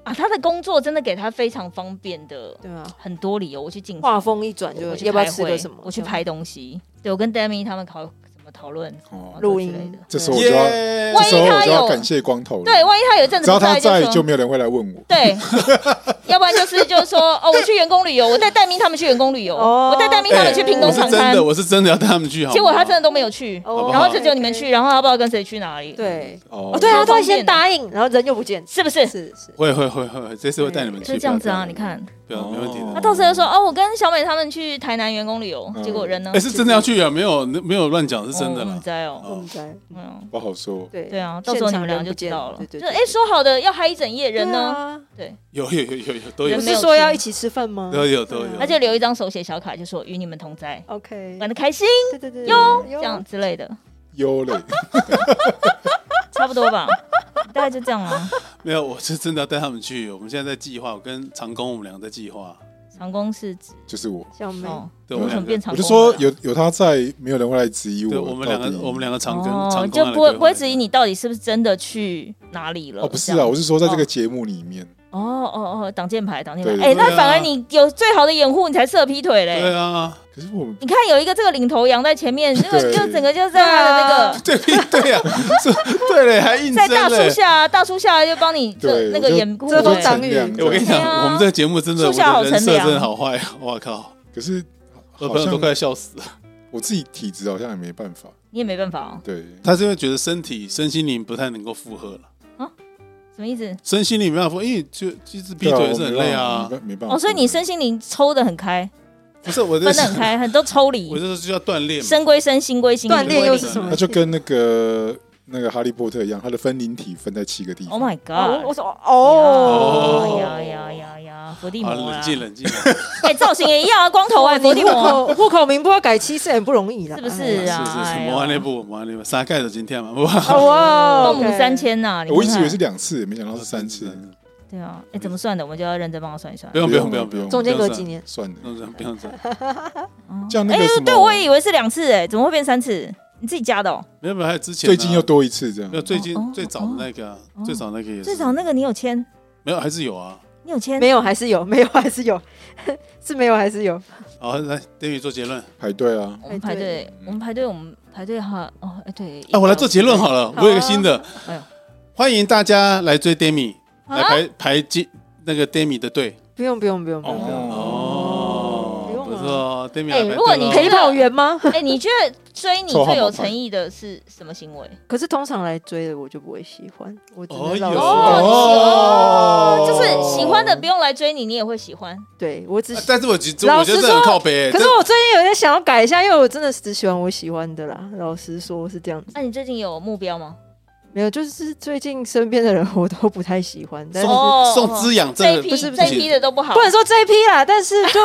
B: 啊！他的工作真的给他非常方便的
C: 对啊，
B: 很多理由，我去进
C: 话锋一转就
B: 我去
C: 要不要
B: 开
C: 吃
B: 会
C: 个什么，
B: 我去拍东西，对我跟 Demi 他们讨怎么讨论
A: 哦，
C: 录
B: 之类
C: 音
B: 的。
A: 这时候我就要，这
D: 耶
B: 万一
A: 时候我
B: 他
A: 就要
B: 有
A: 感谢光头了。
B: 对，万一他有一阵子
A: 只要
B: 不
A: 他
B: 在
A: 在，
B: 说
A: 就没有人会来问我。
B: 对， 要不然就是就是说哦，我去员工旅游，我带戴明他们去员工旅游，
C: 哦
B: 我带戴明他们去屏
D: 哎我
B: 东
D: 是
B: 长
D: 真
B: 滩
D: 的，，我是真的要带他们去，好不好
B: 结果他真的都没有去，
D: 好
C: 哦
D: 不好
B: 然后就只有你们去，然后他不知道跟谁去哪里，，
C: 对，
A: 哦
C: 哦，对啊，
B: 多
C: 他都
B: 方
C: 会
B: 便
C: 先答应，然后人又不见，
B: 是不是？
C: 是是，
D: 会会会会，会这次会带你们去，
B: 就是这样子啊，你看，
D: 不要，没问题
B: 他
A: 哦
D: 的。
B: 到时候就说哦，我跟小美他们去台南员工旅游，
A: 嗯
B: 结果人呢
D: 哎，？是真的要去啊，没有没有乱讲，是真的
B: 哦我
D: 啦
B: 不。知道哦，
C: 我们在
B: 嗯，
A: 不好说。
C: 对
B: 对啊，到时候你们俩就知道了。
C: 现场人不见对
B: 就
C: 对
B: 哎，说好的要嗨一整夜，人呢？
C: 呢？
B: 对，
D: 有有有有有都有
C: 啊
B: 人
C: 不
B: 没有
C: 是说要一起吃饭吗？
D: 都有都有
C: 对啊
B: 他就留一张手写小卡，就说与你们同在，
C: OK，
B: 玩的开心，
C: 对对对，
B: 哟，
C: 有
B: 这样之类的，
A: 有嘞，
B: 差不多吧，大概就这样了。
D: 没有，我是真的要带他们去。我们现在在计划，我跟长工我们两个在计划。
B: 长工是指
A: 就是我，
C: 小妹，
B: 哦，
D: 对，
B: 为
D: 我
B: 什么
D: 们
B: 变
D: 两
B: 长
A: 我就
B: 工了？
A: 说有有他在，没有人会来质疑
D: 个，对
A: 我。
D: 我们两个，
A: 到底
D: 我们两个长跟
B: 哦
D: 长，
B: 就
D: 工
B: 不会不会质疑你到底是不是真的去哪里了。
A: 哦，不是
B: 这
A: 啊，
B: 样
A: 我是说在这个节目里面，
B: 哦哦哦，挡箭牌，挡箭
A: 对
B: 牌。
A: 对
B: 哎，
D: 对
B: 那反
D: 对
B: 而
D: 啊
B: 你有最好的掩护，你才适合劈腿
D: 对
B: 嘞。
D: 啊，
A: 可是我们
B: 你看有一个这个领头羊在前面，就
A: 对啊
B: 就整个就在他的那个。
D: 对对呀，是，对嘞，还应
B: 在
D: 征
B: 大树
D: 嘞。
B: 下啊，大树下就帮你这
A: 欸对
B: 那个
A: 我就
B: 掩护
C: 遮风
B: 欸
C: 挡雨
A: 我
D: 哎
A: 就
D: 我跟你
A: 衡量
B: 对啊
D: 讲，我们这个节目真的，
B: 树
D: 我
B: 下好
D: 的人
B: 乘
D: 设
B: 凉
D: 真的好坏，啊我靠，
A: 可是
D: 我
A: 好
D: 朋友都
A: 像
D: 快笑死了。
A: 我自己体质好像也没办法。
B: 你也没办法哦。
A: 对，
D: 他是因为觉得身体、身心灵不太能够负荷了，
B: 什么意思？
D: 身心灵没办法负荷，因为就就是劈腿是很累啊。
A: 对我没办法，没办法。
B: 哦，所以你身心灵抽的很开，
D: 不是我这
B: 分的很开，很都抽
D: 我
B: 离，
D: 这是就要锻炼嘛。
B: 身归身，心归心。
C: 锻
B: 灵
C: 炼
B: 归
C: 又
B: 灵
C: 是什么？
A: 他就跟那个那个哈利波特一样，他的分灵体分在七个地方。
B: ？Oh my
C: 哦，我
B: god！哎
C: 说哦
D: 哦
B: 呀呀呀呀！伏地魔
D: 啊，
B: 啦
D: 冷静冷静。
B: 哎，造型也一样啊，光头啊，
C: 哦哇，你
B: 伏地
C: 户
B: 魔。
C: 口户口名簿要改七次很不容易啦，
B: 是不是
C: 哎呀
B: 啊
D: 是是
B: 哎
D: 是，
B: 呦
D: 魔幻内部，魔幻内部，啥盖头今天嘛，不好。
C: 哦哇，
B: 孟母三迁呐，你
A: 哎我一直
B: 看
A: 以
B: 看
A: 为是两次，没想到是三次。
D: 嗯
B: 对啊，哎，怎么算的？我们就要认真帮他算一算
D: 不。用不用不用
A: 不
D: 不
A: 用
D: 用，
C: 中间隔几年，
A: 算了
D: 不，用这样，不用这样，
B: 哦
A: 这样那
B: 哎
A: 个什么
B: 对，我也以为是两次，哎，怎么会变三次？你自己加的哦。
D: 没有没有，还有之前啊
A: 最近又多一次这样
D: 没有。最近
B: 哦哦
D: 最早的那个啊
B: 哦，
D: 最早那个也是
B: 最早那个你有签，
D: 没有还是有啊。
B: 你有签
C: 没有还是有，没有还是有， 是没有还是有，
D: 好，来 David 做结论，啊，
A: 排队啊，
B: 我们排队，我们排队，我们排队哈，哦，哎对，
D: 嗯啊我来做结论好了，
C: 好啊
D: 我有一个新的
B: 哎呦，
D: 欢迎大家来追 Demi，
B: 啊
D: 来排排进那个 Demi 的队。
C: 不用不用不用不用，
D: 哦
C: 不用啊
D: 不错，Demi
B: 哎
D: 来排队咯
B: 如果你
C: 陪跑员吗？
B: 哎，你觉得追 你最有诚意的是什么行为？
C: 可是通常来追的我就不会喜欢，我只
D: 哦
C: 能老实
D: 有
C: 讲，
B: 哦，
A: 哦
B: 就是喜欢的不用来追你，你也会喜欢。
C: 对我只
D: 啊。但是我觉得
C: 老
D: 我
C: 实
D: 觉得这很
C: 说
D: 靠北，
C: 可
D: 这
C: 是我最近有点想要改一下，因为我真的只喜欢我喜欢的啦。老实说，是这样子，
B: 那你最近有目标吗？
C: 没有，就是最近身边的人我都不太喜欢，但是
B: 哦
C: 不
D: 送滋养
B: 这
D: 这
B: 一
D: 个
B: 批
D: 不行，
B: 这一批的都不好，
C: 能说这一批啦，但是就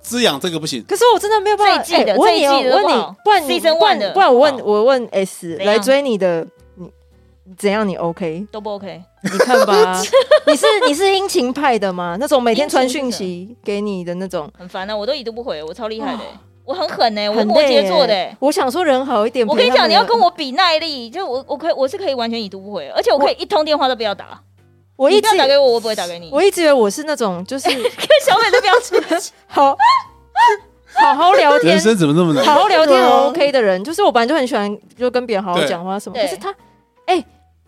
D: 滋养这个不行。
C: 可是我真的没有办法。
B: 这一季的
C: 哎我问你哦，
B: 这一季的
C: 我
B: 都
C: 问
B: 不好
C: 你，不然你
B: Season
C: 不
B: one 的
C: 然不然我问
B: 好
C: 我问 S
B: 怎样
C: 来追你的，你你怎样？你 OK？
B: 都不 OK。
C: 你看吧， 你是你是殷勤派的吗？那种每天传讯
B: 殷
C: 息给你的那种，
B: 很烦啊，我都已读不回，我超厉
D: 哦
B: 害的欸、
C: 哇
B: 我很狠呢、我
C: 很
B: 摩
C: 累
B: 羯
C: 耶
B: 座的欸、
C: 我想说人好一点，
B: 我跟你
C: 陪他
B: 讲，
C: 们
B: 你要跟我比耐力，就我我可以我是可以完全已读不回，而且我可以一通电话都不要打，
C: 我
B: 你
C: 一
B: 不
C: 直
B: 要打给哦我， 我不会打给你。
C: 我一直以为我是那种就是
B: 跟小美的标准，
C: 好好好聊天
D: 人。生怎么那么难？
C: 好好聊天
A: 对啊
C: 很 OK 的人，就是我本来就很喜欢就跟别人好好
D: 对
C: 讲话什么，
B: 对
C: 可是他，哎、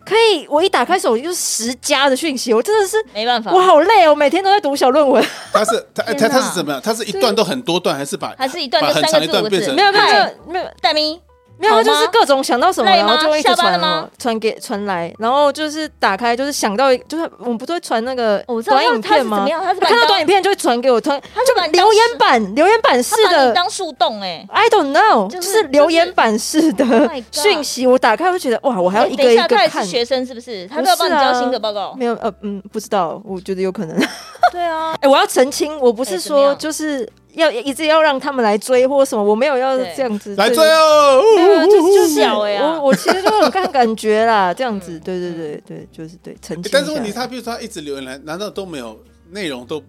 C: 可以，我一打开手机就是十加的讯息，我真的是
B: 没办法
C: 我，好累哦，每天都在读小 论文。
D: 他是他
B: 天
D: 他
B: 哪
D: 他是怎么样？他是一段都很多段，还是把
B: 还是一段就
D: 把很
B: 三个
D: 长一
B: 字
D: 段
B: 五个
D: 变
B: 字，
D: 成
C: 没有没有没
B: 嗨，
C: 有没有
B: 大咪，
C: 没有，
B: 好吗
C: 他就是各种想到什么，
B: 累
C: 然
B: 吗
C: 后就会一直
B: 下班了
C: 传
B: 吗
C: 我，传给传来，然后就是打开就是想到，就是我们不是会传那个
B: 哦我知道
C: 短
B: 他他是
C: 影片
B: 怎
C: 吗
B: 么？样， 他是把
C: 看
B: 你
C: 到
B: 当
C: 短影片就会传给我，传
B: 他是把你当
C: 留言版留言版式
B: 他把你
C: 的
B: 当树洞哎、
C: ，I don't know，
B: 就
C: 就是是留言版式的
B: Oh my God
C: 讯息，我打开会觉得哇，我还要
B: 哎
C: 一
B: 等
C: 个
B: 一
C: 一
B: 下，
C: 个
B: 他也是
C: 看。
B: 学生是不是？他
C: 不
B: 都要帮你
C: 是啊
B: 交新的报告。
C: 没有，呃，嗯，不知道，我觉得有可能。 哎、
B: 对啊，
C: 我要澄清，我不是
B: 哎怎么
C: 说
B: 样
C: 就是要一直要让他们来追或什么，我没有要
B: 对
C: 这样子
D: 来
C: 对
D: 追哦？
C: 没有啊就是就是
B: 小哎啊
C: 我我其实就很看感觉啦，这样子，
B: 嗯
C: 对对对对，就是对澄清一下。
D: 哎但是问题，他比如说他一直留言来，难道都没有内容都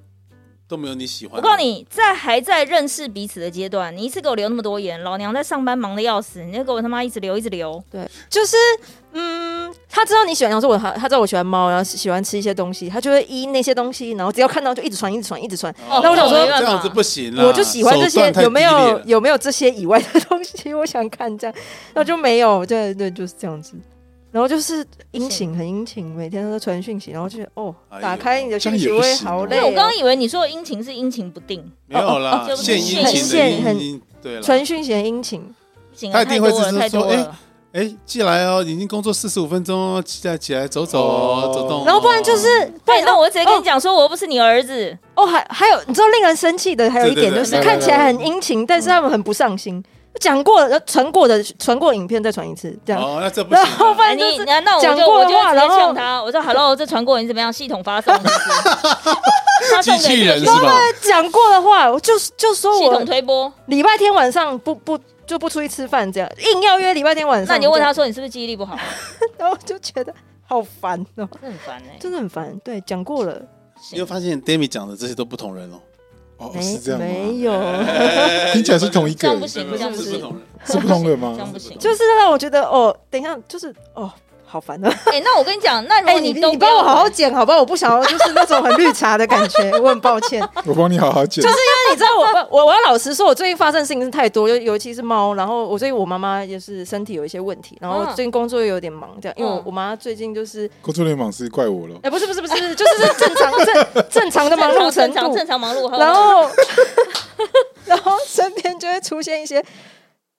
D: 都没有你喜欢？
B: 我告诉，你，在还在认识彼此的阶段，你一次给我留那么多言，老娘在上班忙的要死，你就给我他妈一直留一直留。
C: 对，就是嗯，他知道你喜欢养，说我他他知道我喜欢猫，然后喜欢吃一些东西，他就会依那些东西，然后只要看到就一直传，一直传，一直传。
B: 哦
C: 那我想说
B: 没办法
D: 这样子不行啦，
C: 我就喜欢这
D: 手
C: 些
D: 段，太
C: 有没
D: 低劣
C: 有
D: 了？
C: 有没有这些以外的东西？我想看这样，那就没有。对对，就是这样子。然后就是殷勤，很殷勤，每天都传讯息，然后就觉得哦
D: 哎，呦
C: 打开你的讯
A: 这
C: 息
A: 样也不
C: 会
A: 行
C: 好
A: 哦
C: 累
B: 因
C: 哦。
B: 为我刚刚以为你说的殷勤是阴晴不定，
D: 没有啦
B: 哦哦，
D: 献殷勤
C: 现现
D: 的殷
C: 很
D: 殷，对了，
C: 传讯息很殷勤，
B: 不行啊，
D: 他一
B: 太
D: 定
B: 多
D: 会
B: 了，
D: 只是
B: 太多
D: 说
B: 了。
D: 哎，进来哦，已经工作四十五分钟哦，起来起来走走
A: 哦
D: 哦，走动哦。
C: 然后不然就是，不
B: 对，
C: 然
B: 哎那我直接跟
C: 哦
B: 你讲说，我又不是你儿子，
C: 哦，还还有，你知道令人生气的还有一
D: 对对
C: 点
D: 对
C: 就是
A: 来来
C: 看起来
A: 来
C: 很殷勤，但是他们很不上心。讲过的、传过的、传过影片再传一次，这样。
D: 哦，那这不行
C: 然
D: 啊。
C: 后不
B: 哎
C: 然就
B: 你
C: 是
B: 那那我
C: 讲
B: 就
C: 过
B: 我就
C: 的
B: 会
C: 话
B: 直
C: 哦
B: 接
C: 然后
B: 呛他，我说 hello，这传过你怎么样？系统发送是不是？ 他
D: 机
B: 送给
D: 器
B: 你
D: 人
B: 的
D: 是
B: 系
D: 吧？
C: 讲过的话，我就就说
B: 系
C: 我
B: 统推播，
C: 礼拜天晚上不不就不出去吃饭，这样硬要约礼拜天晚上。
B: 那你就问他，说你是不是记忆力不好？啊
C: 然后我就觉得好烦哦，
B: 这很烦哎。
C: 真的很烦。对，讲过了，
D: 你会发现 Demi 讲的这些都不同人哦，
A: 哦，
C: 没
A: 是这样吗？
C: 没有，
A: 听起来是同一
B: 这
A: 个
B: 样不
A: 人，
B: 行，
D: 不
B: 这样不
D: 是不
B: 行，
D: 同人，
A: 是不同人
B: 这样
A: 吗
B: 不？行。
C: 就是让我觉得哦，等一下就是哦，好烦啊。
B: 哎，那我跟你讲，那如
C: 哎、
B: 果
C: 你
B: 都
C: 你
B: 不
C: 帮
B: 要
C: 我好好
B: 管
C: 剪好不好？我不想要就是那种很绿茶的感觉，我很抱歉。因
A: 我帮你好好解释。
C: 为你知道我我我要老实说，我最近发生的事情是太多，尤尤其是猫。然后我最近我妈妈也是身体有一些问题，然后
B: 嗯
C: 最近工作又有点忙，这样。因为我
B: 嗯
C: 我妈最近就是，
A: 工作联网是怪我了
C: 哎、，不是不是不是，就是是正常正正常的忙碌程
B: 正常正常
C: 度
B: 正。常忙碌，好
C: 然后 然后身边就会出现一些，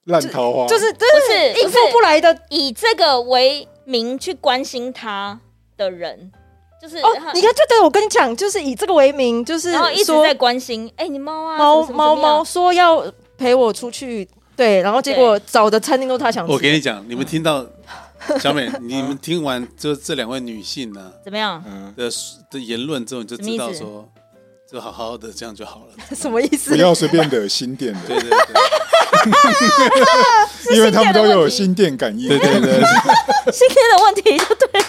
A: 烂桃花
C: 就是真
B: 嗯不是呃
C: 的应付不来的。
B: 以这个为名去关心他的人，就是
C: 哦
B: 他，
C: 你看，就对我跟你讲，就是以这个为名，就是
B: 然后一直
C: 说
B: 在关心，哎，你猫啊，
C: 猫
B: 什么
C: 猫，猫
B: 什么
C: 说要陪我出去，对，然后结果找的嗯餐厅都是他想吃。
D: 我给你讲，你们听 到小美，你们听完就这两位女性呢
B: 怎么样？
A: 嗯，
D: 的的言论之后，你就知道
B: 什
D: 说，就好好的这样就好了。
C: 什么意思
A: 不？要随便惹新店的，
D: 对对对
A: 因为他们都
B: 新店的
A: 有
B: 问题
A: 心电感应。
D: 对对对对，
B: 今天的问题就对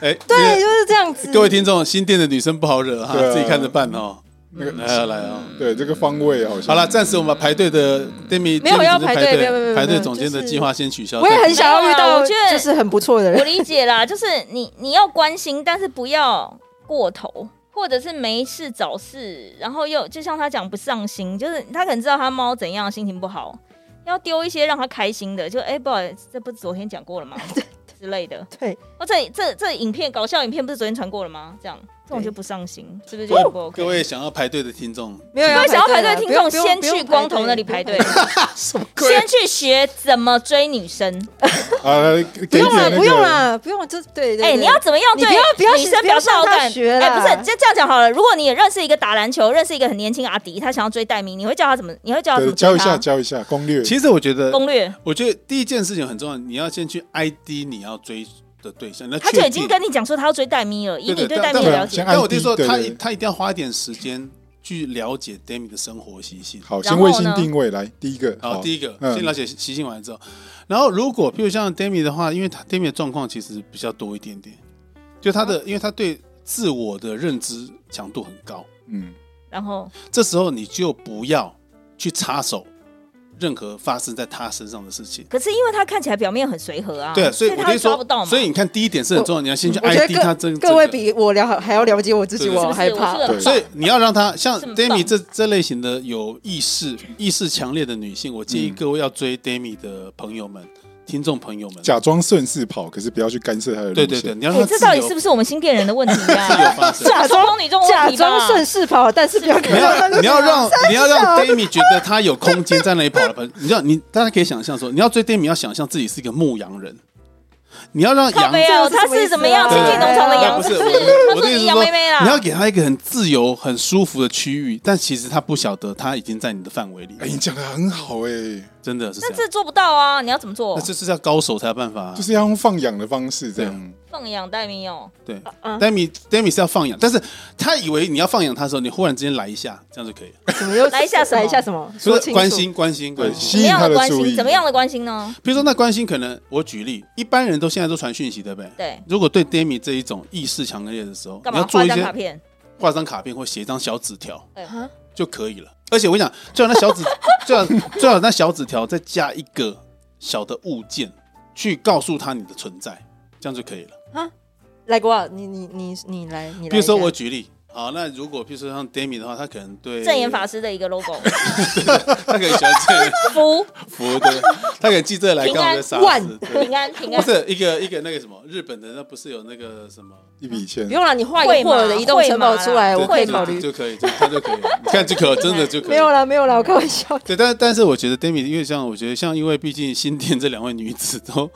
D: 哎，
C: 对，就是这样子。
D: 各位听众，新店的女生不好惹哈
A: 对，啊
D: 自己看着办哦。
A: 那
C: 嗯
A: 个
D: 来啊来啊！
A: 对这个方位好像
D: 好了，暂时我们把排队的 Demi
C: 没有
D: Demi
C: 要
D: 总监
C: 排队没有没有没有
D: 排
C: 没
D: 队
C: 有
D: 总监的
C: 就是
D: 计划先取消。
C: 我也很想要遇
B: 没有啊
C: 到
B: 我觉得
C: 就是很不 错的
B: 我
C: 人，
B: 理解啦，就是你你要关心，但是不要过头，或者是没事找事，然后又就像他讲不上心，就是他可能知道他猫怎样心情不好，要丢一些让他开心的，就哎、不好意思，这不是昨天讲 过了吗？之类的。
C: 对，
B: 哦，这这这影片搞笑影片不是昨天传过了吗？这样这种就不上心，是不是就
D: 各
B: 很不
D: 位
B: OK？
D: 各位想要排队的听众，
C: 没有
B: 各位想要排
D: 啊
B: 队的
C: 的
B: 听众，先去光头那里排队，， 先去学怎么追女生。
A: 啊，
C: 不
A: 给一
C: 用啦，
A: 点
C: 不
A: 那
C: 用啦，不用，这对对。
B: 哎、
C: 对
B: 你要怎么样
C: 你
B: 对
C: 不要不要
B: 女生
C: 不要上
B: 道
C: 大
B: 淡？
C: 学
B: 哎、
C: 啦
B: 不是，就这样讲好了。如果你认识一个打篮球、认识一个很年轻阿迪，他想要追戴明，你会教他怎么？你会教他
A: 个
B: 怎
A: 对教
B: 么追
A: 一下
B: 他？
A: 教一下攻略。
D: 其实我觉得，
B: 攻略，
D: 我觉得第一件事情很重要，你要先去 ID 你要追的对象，那
B: 他
D: 确
B: 就已
D: 定
B: 经跟你讲说他要追戴咪了，以你
D: 对
B: 对
D: 对
B: 戴咪
D: 对
B: 的
D: 啊
B: 了解
A: 先，按
D: 但我听说
A: 对
D: 他
A: 对对
D: 他一定要花一点时间去了解 Demi 的生活习性。
A: 好，
B: 然
A: 先
B: 后
A: 卫
B: 呢
A: 星定位来第一个。
D: 好，第一个
A: 嗯
D: 先了解习性完之后，然后如果比如像 Demi 的话，因为他 Demi 的状况其实比较多一点点，就他的因为他对自我的认知强度很高，
A: 嗯，
B: 然后
D: 这时候你就不要去插手任何发生在他身上的事情。
B: 可是因为他看起来表面很随和啊，
D: 对，所以我
B: 他
D: 跟
B: 会
D: 你
B: 抓不到
D: 说，
B: 嘛。
D: 所以你看第一点是很重要，你要先去
C: 我觉
D: ID 他
C: 得
D: 真
C: 各各位
D: 这个
C: 比我了还要了解我自己，
D: 对对
C: 我
D: 对
C: 好害怕
B: 是不是我
A: 对
B: 是。
D: 所以你要让他像
B: 这么棒
D: Demi 这这类型的有意识、意识强烈的女性，我建议各位要追 Demi 的朋友们、听众朋友们，
A: 假装顺势跑，可是不要去干涉他的
D: 对
A: 路
D: 对对，
A: 线。
D: 你要
B: 哎、
D: 让
B: 这
D: 他
B: 到
D: 自
B: 底
D: 由
B: 是不是我们新店人的问题
D: 自由
B: 啊？
D: 发 生。
C: 假装
B: 你这种
C: 假
B: 问题吧
C: 装顺势跑，但是不要
B: 是
C: 看
D: 没
C: 到他
D: 有，你要 让你要让 Demi 觉得他有空间在那里跑的朋友，你知道，你大家可以想象说，你要追 Demi 要想象自己是一个牧羊人，你要让
B: 靠
D: 羊
B: 北哦，
C: 这个
B: 他
C: 是什么意思啊
B: 是怎么样
D: 对
B: 亲近农场的
C: 哎呀
B: 羊？
D: 不是
B: 是
D: 我
B: 不
D: 的
B: 是， 他
D: 我的意思
B: 说你
D: 是
B: 羊妹妹
D: 说，
B: 啦。
D: 你要给他一个很自由、很舒服的区域，但其实他不晓得他已经在你的范围里
A: 哎，，你讲的很好哎，
D: 真的是这
B: 但
D: 样
B: 这。做不到啊！你要怎么做
D: 那？这是要高手才有办法啊，嗯
A: 就是要用放养的方式这样。
B: 放养戴咪哦，
D: 对
C: 嗯
D: ，Demi Demi 是要放养，但是他以为你要放养他的时候，你忽然之间来一下，这样就可以了。
C: 什么又
B: 来一下什么
C: 来一下什么？
D: 所
C: 说
D: 以
C: 清楚
D: 关心关心关
A: 对吸
D: 心，
B: 怎么
A: 引
B: 样
A: 他
B: 的
A: 的
B: 关
A: 注意
B: 心？怎么样的关心呢？
D: 比如说那关心可能我举例，一般人都现在都传讯息，对不对？
B: 对，
D: 如果对 Demi 这一种意识强烈的时候，
B: 干
D: 你要
B: 嘛
D: 做
B: 画
D: 一
B: 一张卡
D: 些
B: 片？
D: 画张卡片或写一张小纸条
B: 对
C: 啊
D: 就可以了。而且我跟你讲，最好那小纸， 最好最好那小纸条再加一个小的物件，去告诉他你的存在，这样就可以了。
C: 来过啊，你你你你来，你来一下。
D: 比如说我举例，好，那如果譬如说像 Demi 的话，他可能对
B: 正言法，师的一个 logo，
D: 他可能喜欢正言
B: 福
D: 服，对，他可能记这来刚好在杀死，对
B: 平安平
D: 不
B: 安。
D: 是一个一个那个什么日本的，那不是有那个什么？
A: 一笔千
C: 不，用了，你画一
B: 会
C: 个
B: 嘛
C: 霍尔的移动城堡出来，
B: 会嘛
C: 我
D: 对
C: 可以
D: 就就可以，就
C: 考虑。
D: 他就可以了，你看就可真的就可以，
C: 没有啦，没有啦，我开玩笑的。
D: 对，但但是我觉得 Demi，因为像我觉得像，因为毕竟新店这两位女子都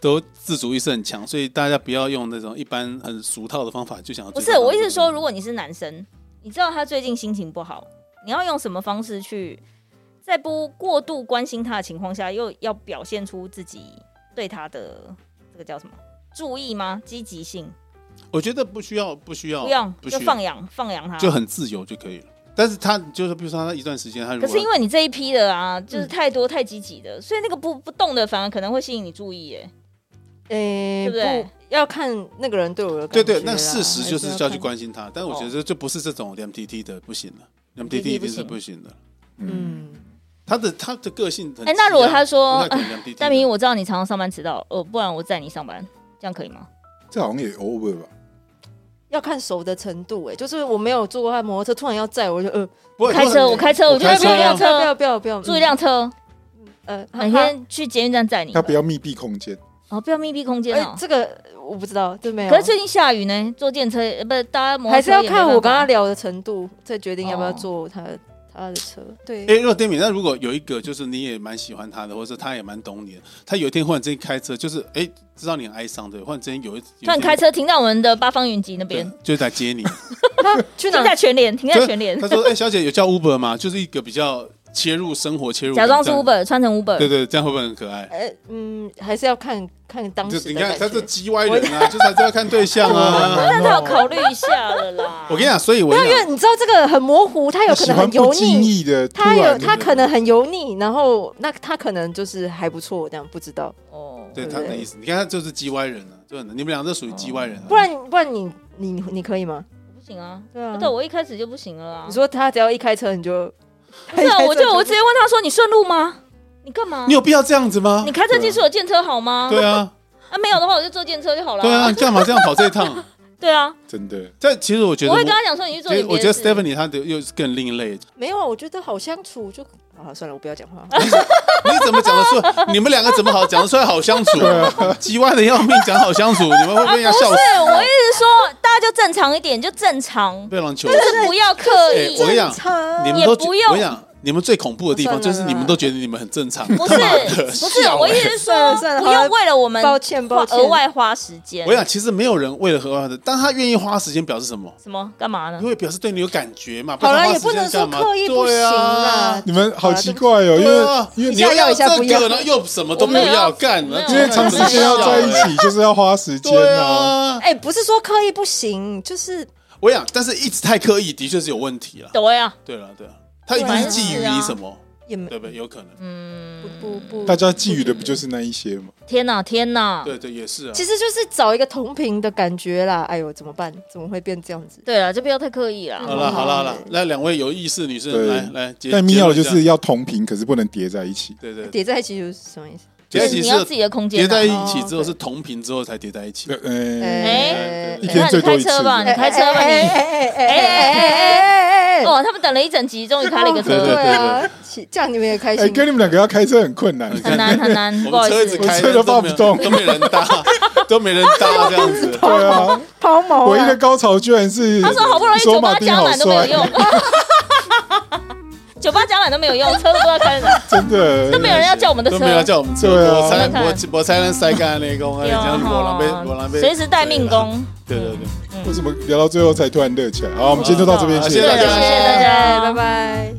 D: 都自主意识很强，所以大家不要用那种一般很俗套的方法就想要
B: 不
D: 追到
B: 是，
D: 她们。
B: 我一直说，如果你是男生，你知道他最近心情不好，你要用什么方式去，在不过度关心他的情况下，又要表现出自己对他的这个叫什么注意吗？积极性，
D: 我觉得不需要，不需要，
B: 不用
D: 哦不需
B: 就
D: 要
B: 放养放养他。
D: 就很自由就可以了。但是他就是，比如说他一段时间，他如
B: 可
D: 果
B: 是因为你这一批的啊，就是
D: 嗯
B: 太多太积极的，所以那个不不动的反而可能会吸引你注意，哎，
C: 诶，
B: 对不对
C: 不要看那个人对我的感
D: 对
C: 觉啦。
D: 对，那事实
C: 还
D: 就是
C: 要
D: 要去
C: 看。
D: 关心他。但我
B: 哦
D: 觉得就不是这种 MTT 的不行了，MTT 一定是不行的。
A: 嗯，
C: 嗯，
D: 他的他的个性很
B: 哎那如果他说
D: 哎，
B: 大明，我知道你常常上班迟到，呃，不然我载你上班，这样可以吗？
A: 这好像也 over 吧？
C: 要看熟的程度，哎，就是我没有坐过他的摩托车，突然要载我就呃，
D: 不会
B: 开车，我开车，我
D: 我
B: 就
D: 开
B: 会
D: 车啊
B: 不要辆
C: 不要不
B: 车，
C: 要不要不要，
B: 租一辆车，
C: 嗯呃，
B: 哪
C: 他
B: 天去捷运站载你。
A: 他不要密闭空间，
B: 哦，不要密闭空间
C: 哎
B: 哦，。
C: 这个我不知道，这没有。
B: 可是最近下雨呢，坐电车呃不是搭摩托
C: 还是
B: 车
C: 要
B: 也没办
C: 看
B: 法
C: 我跟他聊的程度，再决定要不要
B: 哦
C: 坐他的他的车。对，
D: 哎，若 d e m 那如果有一个就是你也蛮喜欢他的，或者他也蛮懂你的，他有一天忽然之间开车，就是哎，知道你很哀伤，对，忽然之间有一
B: 突然开车停到我们的八方云集那边，
D: 就来接 你。
C: 他去
B: 停
C: 哪？
B: 在全联，停在全联，
D: 他说：“哎，小姐有叫 Uber 吗？”就是一个比较切入生活、切入
B: 假装是
D: 这样
B: Uber，穿成 Uber，
D: 对对，这样会不会很可爱？
C: 呃，嗯，还是要看看当
D: 就
C: 时
D: 是
C: 的
D: 你看
C: 感
D: 他
C: 觉
D: 这叽歪人啊，就是还是要看对 象啊。
B: 那他要考虑一下了啦。
D: 我跟你讲，所以我
C: 没有，因
D: 跟你
C: 为你知道这个很模糊，他
A: 他
C: 有可
A: 喜
C: 能
A: 欢
C: 很
A: 不
C: 油
A: 经
C: 腻，
A: 意的突
C: 他有
A: 然
C: 他可能很油腻，然后那他可能就是还不错，这样不知道。
B: 哦，
D: 对他的意思，你看他就是叽歪人啊，真的，你们俩都属于叽歪人啊。
C: 不然不然你你你可以吗？
B: 不行啊，
C: 对啊
B: 不对，我一开始就不行了啊
C: 你。说他只要一开车你就，
B: 不是啊，
C: 开车
B: 我就我直接问他说：“你顺路吗？你干嘛
D: 你？有必要这样子吗
B: 你？开车技术有见车好吗？
D: 对啊，
B: 啊，没有的话我就坐电车就好了。
D: 对啊，你干嘛这样跑这一趟？
B: 对啊，
A: 真的
D: 但其实我觉得
B: 我会跟他讲说你去做
D: 其
B: 点
D: 实
B: 别
D: 我
B: 的
D: 觉得
B: 事
D: Stephanie 她的又是更另类，
C: 没有啊，我觉得好相处就好了，算了，我不要讲话。
D: 你怎么讲得出来？你们两个怎么好讲得出来好相处？叽歪的要命，讲好相处，你们会不会要笑死？
B: 啊我一直说大家就正常一点，就正常，
D: 被狼求
B: 就是不要刻
D: 哎我
B: 意。
D: 跟你讲
C: 正常啊
D: 你们都
B: 也
D: 觉
B: 不用
D: 我想你们最恐怖的地方
C: 算
D: 就
C: 了
D: 是你们
C: 啦
D: 都觉得你们很正常，
B: 不是
D: 他妈的
B: 不是，
D: 笑
B: 我
D: 欸
B: 一直
C: 算
B: 说
C: 了算了
B: 不
C: 好
B: 要
C: 了
B: 为了我们
C: 抱歉抱歉
B: 花额外花时间
D: 我。想，其实没有人为了和他的，但他愿意花时间表示什么？
B: 什么干嘛呢
D: 因？为表示对你有感觉嘛。
C: 好
D: 然
C: 了，
D: 花
C: 也
D: 时
C: 不
D: 间
C: 能说
D: 干嘛
C: 刻意不行
D: 对
C: 啦
D: 啊。。
A: 你们好
C: 好了
A: 奇怪哦，因
D: 对啊，
A: 为因为
D: 你
A: 你
C: 要
D: 要
C: 一下
D: 这
C: 不
D: 个，
C: 要啊
D: 然后又什么都
B: 我
D: 不
B: 没有要
D: 干，
B: 没有
D: 然后
A: 因为长时间啊要在一起，就是要花时间
D: 啊对
A: 啊。
D: 啊。
C: 哎，不是说刻意不行，就是
D: 我想，但是一直太刻意，的确是有问题了。
B: 对啊，
D: 对了，对了，他一定是觊觎你什么，
C: 也没
D: 对不对？有可能，
C: 嗯不不不，
A: 大家寄予的不就是那一些吗？
B: 天哪天哪！
D: 对对也是啊。
C: 其实就是找一个同频的感觉啦。哎呦，怎么办？怎么会变这样子？
B: 对啊了，就不要太刻意了。
D: 好了好了好
C: 嗯
D: 了，那两位有意识女生
A: 对
D: 来来，结
A: 但妙的就
D: 结论
A: 是
D: 一下
A: 要同频，可是不能叠在一起。
D: 对对，对
C: 叠在一起就是什么意思？
D: 结
B: 就
D: 在
B: 是
D: 一起
B: 你要自
D: 是
B: 己的空
D: 结
B: 间啊。
D: 在一起之后
C: 哦对
D: 是同频之后才叠在一起
A: 呃，。呃，
B: 哎
D: 一
A: 天
B: 那
A: 最
B: 你
A: 多
B: 开
A: 一次
B: 车吧，你开车吧，
C: 哎
B: 你。
C: 哎哎哎哎哎！
B: 哦，他们等了一整集，终于开了一个
D: 对对
B: 车，
C: 对啊，这样你们也开
A: 哎，
C: 心。
A: 跟你们两个要开车很困难，
B: 很难很难，不
D: 我
B: 好
D: 们
B: 意
D: 车一直
B: 思。
D: 开，
A: 我车都放不动
D: 都没人搭， 都没人搭这样子。
A: 对啊，
C: 抛锚
A: 唯一的高潮居然是
B: 他说好不容易酒吧
A: 马丁
B: 讲
A: 好
B: 满都没有
A: 帅，
B: 用， 酒吧讲满都没有用，车都不知道开哪，
A: 真的
B: 都没有人要叫我们的
D: 都
B: 车。
D: 没有人叫我们车，
A: 对啊
D: 我
B: 我
D: 才
B: 们看
D: 我我才能塞干那工，哎，
B: 对
D: 这样我狼狈
B: 哦
D: 我狼狈，
B: 随时待命工。
D: 对。啊对对对。
A: 为什么聊到最后才突然热起来？好，我们今天就到这边，
D: 好
A: 谢谢大
D: 谢
A: 家
D: 谢。
B: 谢谢大家
C: 拜拜。